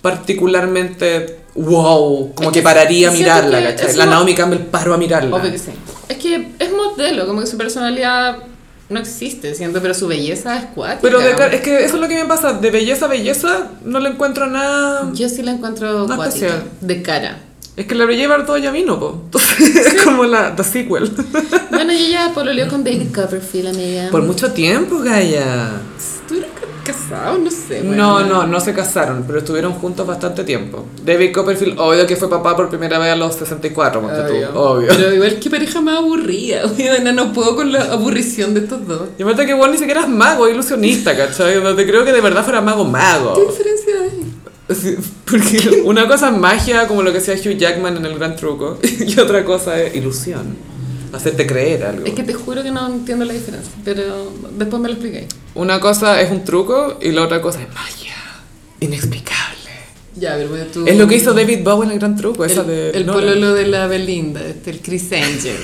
Speaker 1: particularmente wow, como
Speaker 2: Es
Speaker 1: que,
Speaker 2: que
Speaker 1: pararía a
Speaker 2: siento
Speaker 1: mirarla,
Speaker 2: que
Speaker 1: ¿cachai?
Speaker 2: es
Speaker 1: La
Speaker 2: mo-
Speaker 1: Naomi Campbell paró a mirarla.
Speaker 2: Obvio que sí. Es que es modelo, como que su personalidad no existe, siento, pero su belleza es cuática.
Speaker 1: Pero de car- es que eso es lo que me pasa, de belleza a belleza no le encuentro nada.
Speaker 2: Yo sí la encuentro
Speaker 1: No
Speaker 2: cuática,
Speaker 1: especial.
Speaker 2: de cara.
Speaker 1: Es que la Bridget Bardot ya vino, po. Entonces es como la the sequel.
Speaker 2: Bueno, y ella pololeó con David Copperfield, amiga.
Speaker 1: Por mucho tiempo, Gaia.
Speaker 2: ¿Estuvieron casados? No sé.
Speaker 1: No,
Speaker 2: weona.
Speaker 1: no, no se casaron, pero estuvieron juntos bastante tiempo. David Copperfield, obvio que fue papá por primera vez a los 64, ponte tú,
Speaker 2: Obvio.
Speaker 1: obvio.
Speaker 2: Pero igual que pareja más aburrida, weona, no puedo con la aburrición de estos dos.
Speaker 1: Y aparte que vos ni siquiera es mago, es ilusionista, ¿cachai? No te creo que de verdad fuera mago mago.
Speaker 2: ¿Qué diferencia hay?
Speaker 1: Sí, porque una cosa es magia, como lo que hacía Hugh Jackman en El Gran Truco, y otra cosa es ilusión. Hacerte creer algo.
Speaker 2: Es que te juro que no entiendo la diferencia, pero después me lo expliqué.
Speaker 1: Una cosa es un truco y la otra cosa es magia. Inexplicable.
Speaker 2: Ya, a ver, voy a tu-
Speaker 1: Es lo que hizo David Bowie en El Gran Truco, esa
Speaker 2: el,
Speaker 1: de...
Speaker 2: el
Speaker 1: Nolan.
Speaker 2: pololo de la Belinda, este, el Chris Angel.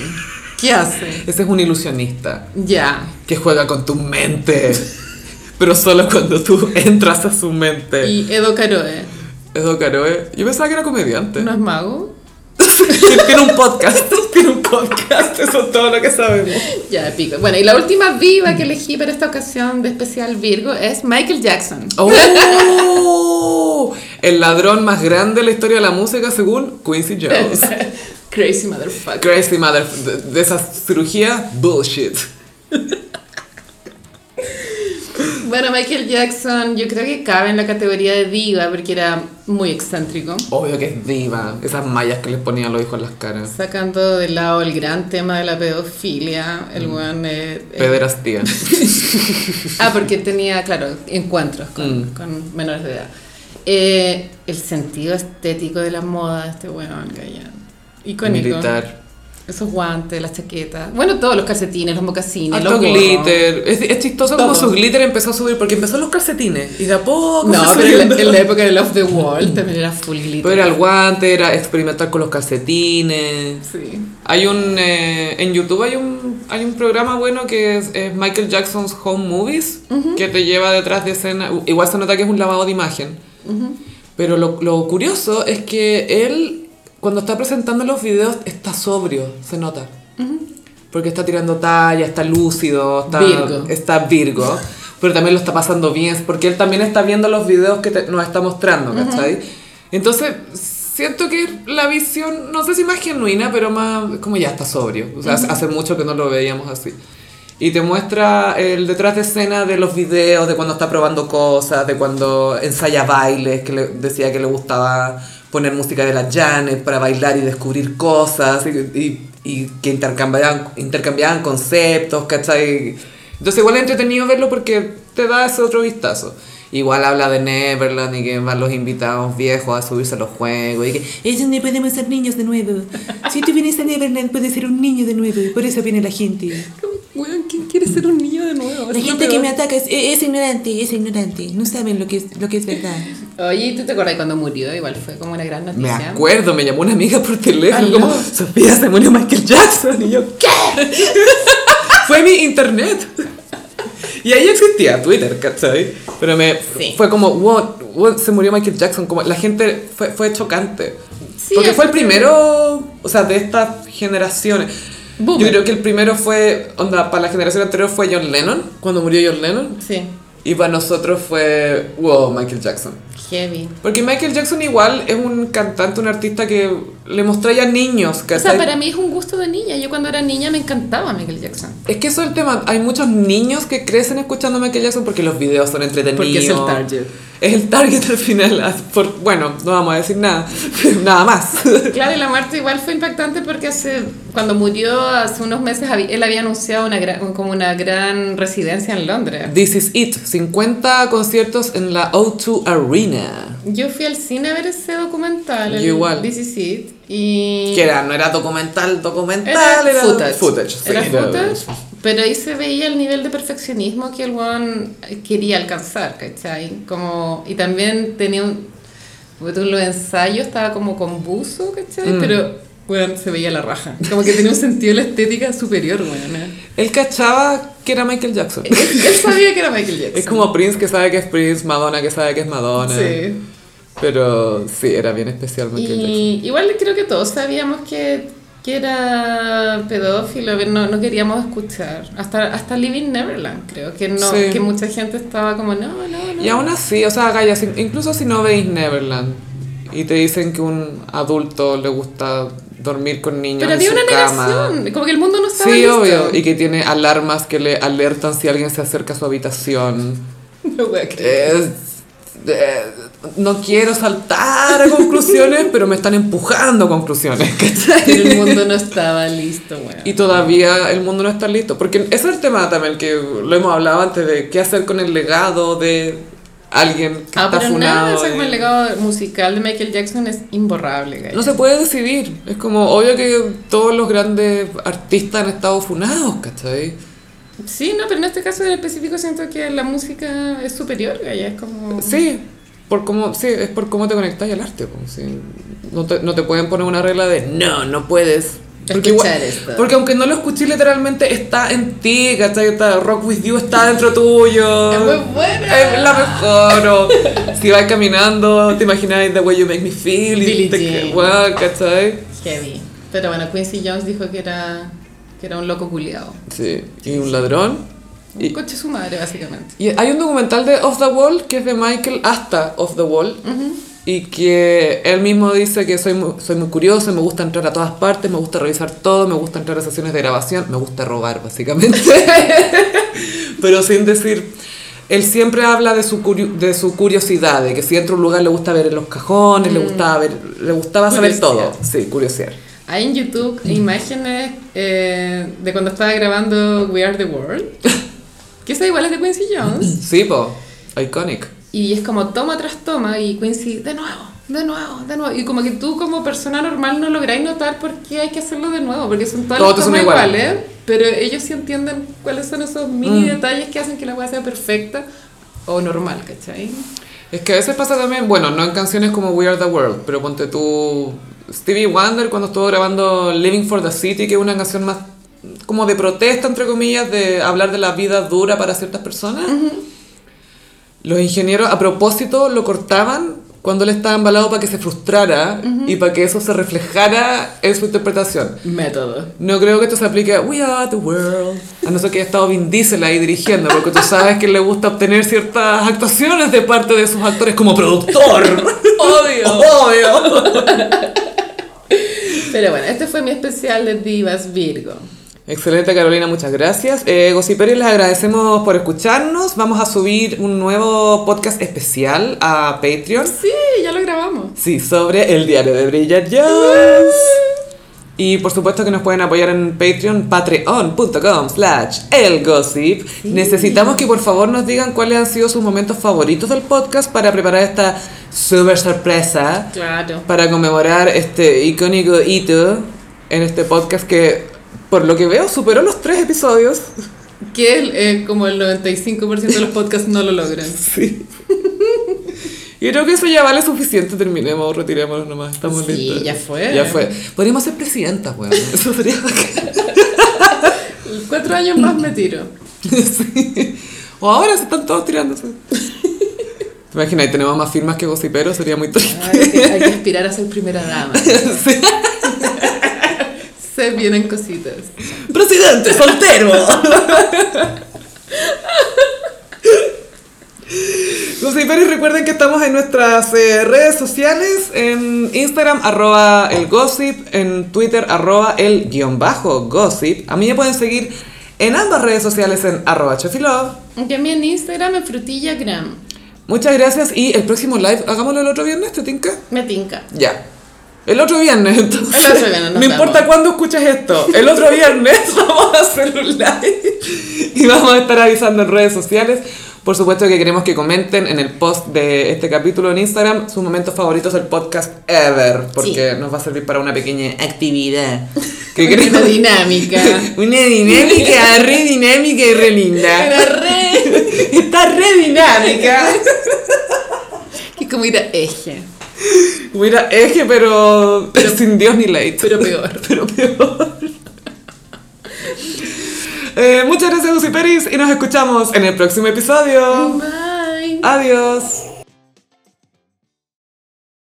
Speaker 2: ¿Qué hace?
Speaker 1: Ese es un ilusionista.
Speaker 2: Ya.
Speaker 1: que juega con tu mente. Pero solo cuando tú entras a su mente.
Speaker 2: Y Edo Caroe,
Speaker 1: Edo Caroe. Yo pensaba que era comediante.
Speaker 2: ¿no es mago?
Speaker 1: Tiene un podcast. Tiene un podcast. Eso es todo lo que sabemos.
Speaker 2: Ya, pico. Bueno, y la última viva que elegí para esta ocasión de especial Virgo es Michael Jackson.
Speaker 1: ¡Oh! El ladrón más grande de la historia de la música según Quincy Jones.
Speaker 2: Crazy motherfucker.
Speaker 1: Crazy mother. De, de esas cirugías, bullshit.
Speaker 2: Bueno, Michael Jackson yo creo que cabe en la categoría de diva porque era muy excéntrico.
Speaker 1: Obvio que es diva. Esas mallas que les ponían los hijos en las caras.
Speaker 2: Sacando de lado el gran tema de la pedofilia, el
Speaker 1: Mm.
Speaker 2: weón... eh, eh,
Speaker 1: Pederastía.
Speaker 2: Ah, porque él tenía, claro, encuentros con,
Speaker 1: Mm.
Speaker 2: con menores de edad. Eh, el sentido estético de la moda, este weón, calla. Icónico.
Speaker 1: Militar.
Speaker 2: Esos guantes, las chaquetas. Bueno, todos los calcetines, los mocasines,
Speaker 1: Harto
Speaker 2: los gorros.
Speaker 1: glitter. Es, es chistoso como
Speaker 2: Todo.
Speaker 1: su glitter empezó a subir porque empezó en los calcetines y de a poco.
Speaker 2: No,
Speaker 1: fue
Speaker 2: pero en
Speaker 1: subiendo.
Speaker 2: la, en la época del Off the Wall también era full glitter.
Speaker 1: Pero era el guante, era experimentar con los calcetines.
Speaker 2: Sí.
Speaker 1: Hay un. eh, en YouTube hay un, hay un programa bueno que es, es Michael Jackson's Home Movies que te lleva detrás de escena. u- Igual se nota que es un lavado de imagen. Pero lo, lo curioso es que él, cuando está presentando los videos, está sobrio, se nota. Porque está tirando talla, está lúcido, está
Speaker 2: Virgo.
Speaker 1: está Virgo, pero también lo está pasando bien, porque él también está viendo los videos que te- nos está mostrando, ¿cachai? Entonces, siento que la visión, no sé si más genuina, pero más como ya está sobrio, o sea, hace mucho que no lo veíamos así. Y te muestra el detrás de escena de los videos, de cuando está probando cosas, de cuando ensaya bailes, que le decía que le gustaba poner música de la Janet para bailar y descubrir cosas, y, y- y que intercambiaban, intercambiaban conceptos, ¿cachai? Entonces igual es entretenido verlo porque te da ese otro vistazo. Igual habla de Neverland y que van los invitados viejos a subirse a los juegos y que es donde podemos ser niños de nuevo. Si tú vienes a Neverland puedes ser un niño de nuevo, por eso viene la gente.
Speaker 2: Weón, ¿quién quiere ser un niño de nuevo?
Speaker 3: La
Speaker 2: Es lo
Speaker 3: gente que
Speaker 2: peor.
Speaker 3: me ataca es, es ignorante, es ignorante. No saben lo que es, lo que es verdad.
Speaker 2: Oye, ¿tú te acuerdas cuando murió? Igual fue como una gran
Speaker 1: Me
Speaker 2: noticia.
Speaker 1: acuerdo, me llamó una amiga por teléfono
Speaker 2: Aló.
Speaker 1: como, Sofía se murió Michael Jackson y yo, ¿qué? Fue mi internet. Y ahí existía Twitter, ¿cachai? Pero me
Speaker 2: Sí.
Speaker 1: fue como, wow, wow, se murió Michael Jackson. Como, la gente fue, fue chocante.
Speaker 2: Sí,
Speaker 1: Porque fue el
Speaker 2: aparte-
Speaker 1: primero, o sea, de estas generaciones.
Speaker 2: Boomer.
Speaker 1: Yo creo que el primero fue, onda, para la generación anterior fue John Lennon, cuando murió John Lennon.
Speaker 2: Sí,
Speaker 1: Y para nosotros fue, wow, Michael Jackson.
Speaker 2: heavy.
Speaker 1: Porque Michael Jackson igual es un cantante, un artista que le mostró ya niños,
Speaker 2: O sea,
Speaker 1: ¿cachai?
Speaker 2: para mí es un gusto de niña. Yo cuando era niña me encantaba Michael Jackson.
Speaker 1: Es que eso es el tema. Hay muchos niños que crecen escuchando a Michael Jackson porque los videos son entretenidos.
Speaker 2: Porque es el target.
Speaker 1: Es el target al final. as- por- bueno, no vamos a decir nada. nada más.
Speaker 2: Claro, y la muerte igual fue impactante porque hace, cuando murió hace unos meses habí- él había anunciado una gran- como una gran residencia en Londres.
Speaker 1: This is it. 50 conciertos en la O2 Arena.
Speaker 2: Yo fui al cine a ver ese documental, el
Speaker 1: Yo igual.
Speaker 2: This Is It, y...
Speaker 1: Que era, no era documental, documental.
Speaker 2: Era footage.
Speaker 1: footage, sí,
Speaker 2: Era footage, Pero ahí se veía el nivel de perfeccionismo que el weón quería alcanzar, ¿cachai? Como, y también tenía un... Porque tú en los ensayos estaba como con buzo, ¿cachai?
Speaker 1: Mm.
Speaker 2: Pero, weón, se veía la raja. Como que tenía un sentido de la estética superior, weón. ¿eh?
Speaker 1: Él cachaba que era Michael Jackson.
Speaker 2: Él, él sabía que era Michael Jackson.
Speaker 1: Es como Prince que sabe que es Prince, Madonna que sabe que es Madonna.
Speaker 2: Sí.
Speaker 1: Pero sí, era bien especial Michael Jackson.
Speaker 2: Y igual creo que todos sabíamos que, que era pedófilo, que no, no queríamos escuchar. Hasta, hasta Living Neverland, creo que no,
Speaker 1: Sí.
Speaker 2: que mucha gente estaba como, no, no, no.
Speaker 1: Y aún así, o sea, Gaya, si- incluso si no veis Neverland y te dicen que un adulto le gusta dormir con niños
Speaker 2: Pero
Speaker 1: en
Speaker 2: había
Speaker 1: su
Speaker 2: una
Speaker 1: cama.
Speaker 2: negación, como que el mundo no estaba
Speaker 1: Sí,
Speaker 2: listo.
Speaker 1: obvio. Y que tiene alarmas que le alertan si alguien se acerca a su habitación.
Speaker 2: No voy a creer.
Speaker 1: Es- eh, no quiero saltar a conclusiones, pero me están empujando a conclusiones. ¿cachai?
Speaker 2: Pero el mundo no estaba listo, weón.
Speaker 1: Y todavía el mundo no está listo. Porque ese es el tema también que lo hemos hablado antes de qué hacer con el legado de alguien que
Speaker 2: Ah,
Speaker 1: está
Speaker 2: pero nada,
Speaker 1: funado.
Speaker 2: o sea, como
Speaker 1: de-
Speaker 2: el legado musical de Michael Jackson es imborrable, gallo.
Speaker 1: No se puede decidir. Es como obvio que todos los grandes artistas han estado funados, ¿cachai?
Speaker 2: Sí, no, pero en este caso en específico siento que la música es superior, gallo. Es como...
Speaker 1: Sí, por cómo, sí, es por cómo te conectas al arte. po, sí. No, te, no te pueden poner una regla de no, no puedes. Porque,
Speaker 2: Escuchar esto.
Speaker 1: porque aunque no lo escuché literalmente, está en ti, ¿cachai? Está- Rock With You está dentro tuyo.
Speaker 2: Es muy buena.
Speaker 1: Es Eh, la mejor. o si vas caminando, te imaginas The Way You Make Me Feel. Y
Speaker 2: Billie
Speaker 1: te,
Speaker 2: Jean.
Speaker 1: guau, ¿cachai?
Speaker 2: Heavy. Pero bueno, Quincy Jones dijo que era, que era un loco culiado.
Speaker 1: Sí. Y un ladrón.
Speaker 2: Un
Speaker 1: Y,
Speaker 2: coche su madre, básicamente.
Speaker 1: Y hay un documental de Off the Wall que es de Michael hasta Off the Wall. Y que él mismo dice que soy muy, soy muy curioso, me gusta entrar a todas partes, me gusta revisar todo, me gusta entrar a sesiones de grabación, me gusta robar, básicamente. Pero sin decir. Él siempre habla de su, curio- de su curiosidad, de que si entra a un lugar le gusta ver en los cajones, le, gustaba ver, le gustaba saber todo.
Speaker 2: Curiosear.
Speaker 1: Sí, curiosear.
Speaker 2: Hay en YouTube imágenes eh, de cuando estaba grabando We Are the World, que esa igual es de Quincy Jones,
Speaker 1: Sí, po. Iconic.
Speaker 2: y es como toma tras toma, y Quincy, de nuevo, de nuevo, de nuevo. Y como que tú, como persona normal, no lográis notar por qué hay que hacerlo de nuevo, porque son todas
Speaker 1: Todos
Speaker 2: las
Speaker 1: son
Speaker 2: tomas
Speaker 1: iguales. Mm.
Speaker 2: iguales, pero ellos sí entienden cuáles son esos mini detalles que hacen que la cosa sea perfecta o normal, ¿cachai?
Speaker 1: Es que a veces pasa también, bueno, no en canciones como We Are the World, pero ponte tú Stevie Wonder cuando estuvo grabando Living for the City, que es una canción más como de protesta, entre comillas, de hablar de la vida dura para ciertas personas. Los ingenieros a propósito lo cortaban cuando él estaba embalado para que se frustrara y para que eso se reflejara en su interpretación.
Speaker 2: Método.
Speaker 1: No creo que esto se aplique a We Are the World. A no ser que haya estado Vin Diesel ahí dirigiendo, porque tú sabes que le gusta obtener ciertas actuaciones de parte de sus actores como productor.
Speaker 2: Obvio.
Speaker 1: Obvio.
Speaker 2: Pero bueno, este fue mi especial de Divas Virgo.
Speaker 1: Excelente Carolina, muchas gracias. Eh, Gossiperis, les agradecemos por escucharnos. Vamos a subir un nuevo podcast especial a Patreon.
Speaker 2: Sí, ya lo grabamos.
Speaker 1: Sí, sobre el diario de Bridget Jones. Y por supuesto que nos pueden apoyar en Patreon, patreon.com slash elgossip. Necesitamos que por favor nos digan cuáles han sido sus momentos favoritos del podcast para preparar esta super sorpresa,
Speaker 2: Claro.
Speaker 1: para conmemorar este icónico hito en este podcast que, por lo que veo, superó los tres episodios.
Speaker 2: Que el, eh, como el 95% de los podcasts no lo logran.
Speaker 1: Sí. Yo creo que eso ya vale suficiente. Terminemos, retirémonos nomás. Estamos
Speaker 2: Sí,
Speaker 1: listos.
Speaker 2: ya fue.
Speaker 1: Ya fue. Podríamos ser presidentas, weón. Eso sería bacán.
Speaker 2: Cuatro años más me tiro.
Speaker 1: Sí. O ahora se están todos tirándose. ¿Te imaginas? Y tenemos más firmas que gossiperos. Sería muy triste.
Speaker 2: Ay, hay, que, hay que aspirar a ser primera dama. Se vienen cositas.
Speaker 1: ¡Presidente soltero! Gossiperos, recuerden que estamos en nuestras eh, redes sociales, en Instagram, arroba el gossip, en Twitter, arroba el guión bajo gossip. A mí me pueden seguir en ambas redes sociales en arroba chefilove.
Speaker 2: Aunque a mí en Instagram es frutillagram.
Speaker 1: Muchas gracias y el próximo live, hagámoslo el otro viernes, ¿te tinca?
Speaker 2: Me tinca.
Speaker 1: Ya. El otro viernes, entonces.
Speaker 2: El otro viernes, nos
Speaker 1: no importa
Speaker 2: vemos.
Speaker 1: cuándo escuches esto. El otro viernes vamos a hacer un live y vamos a estar avisando en redes sociales. Por supuesto que queremos que comenten en el post de este capítulo en Instagram sus momentos favoritos del podcast ever, porque nos va a servir para una pequeña actividad. Que
Speaker 2: Una
Speaker 1: queremos-
Speaker 2: dinámica.
Speaker 1: una dinámica, re dinámica y re linda.
Speaker 2: Era re.
Speaker 1: Está re dinámica.
Speaker 2: Que como ir a eje,
Speaker 1: Mira, eje, pero, sin Dios ni ley.
Speaker 2: pero peor.
Speaker 1: pero peor.
Speaker 2: Oh
Speaker 1: Eh, muchas gracias, Lucy Peris, y nos escuchamos en el próximo episodio.
Speaker 2: Bye.
Speaker 1: Adiós.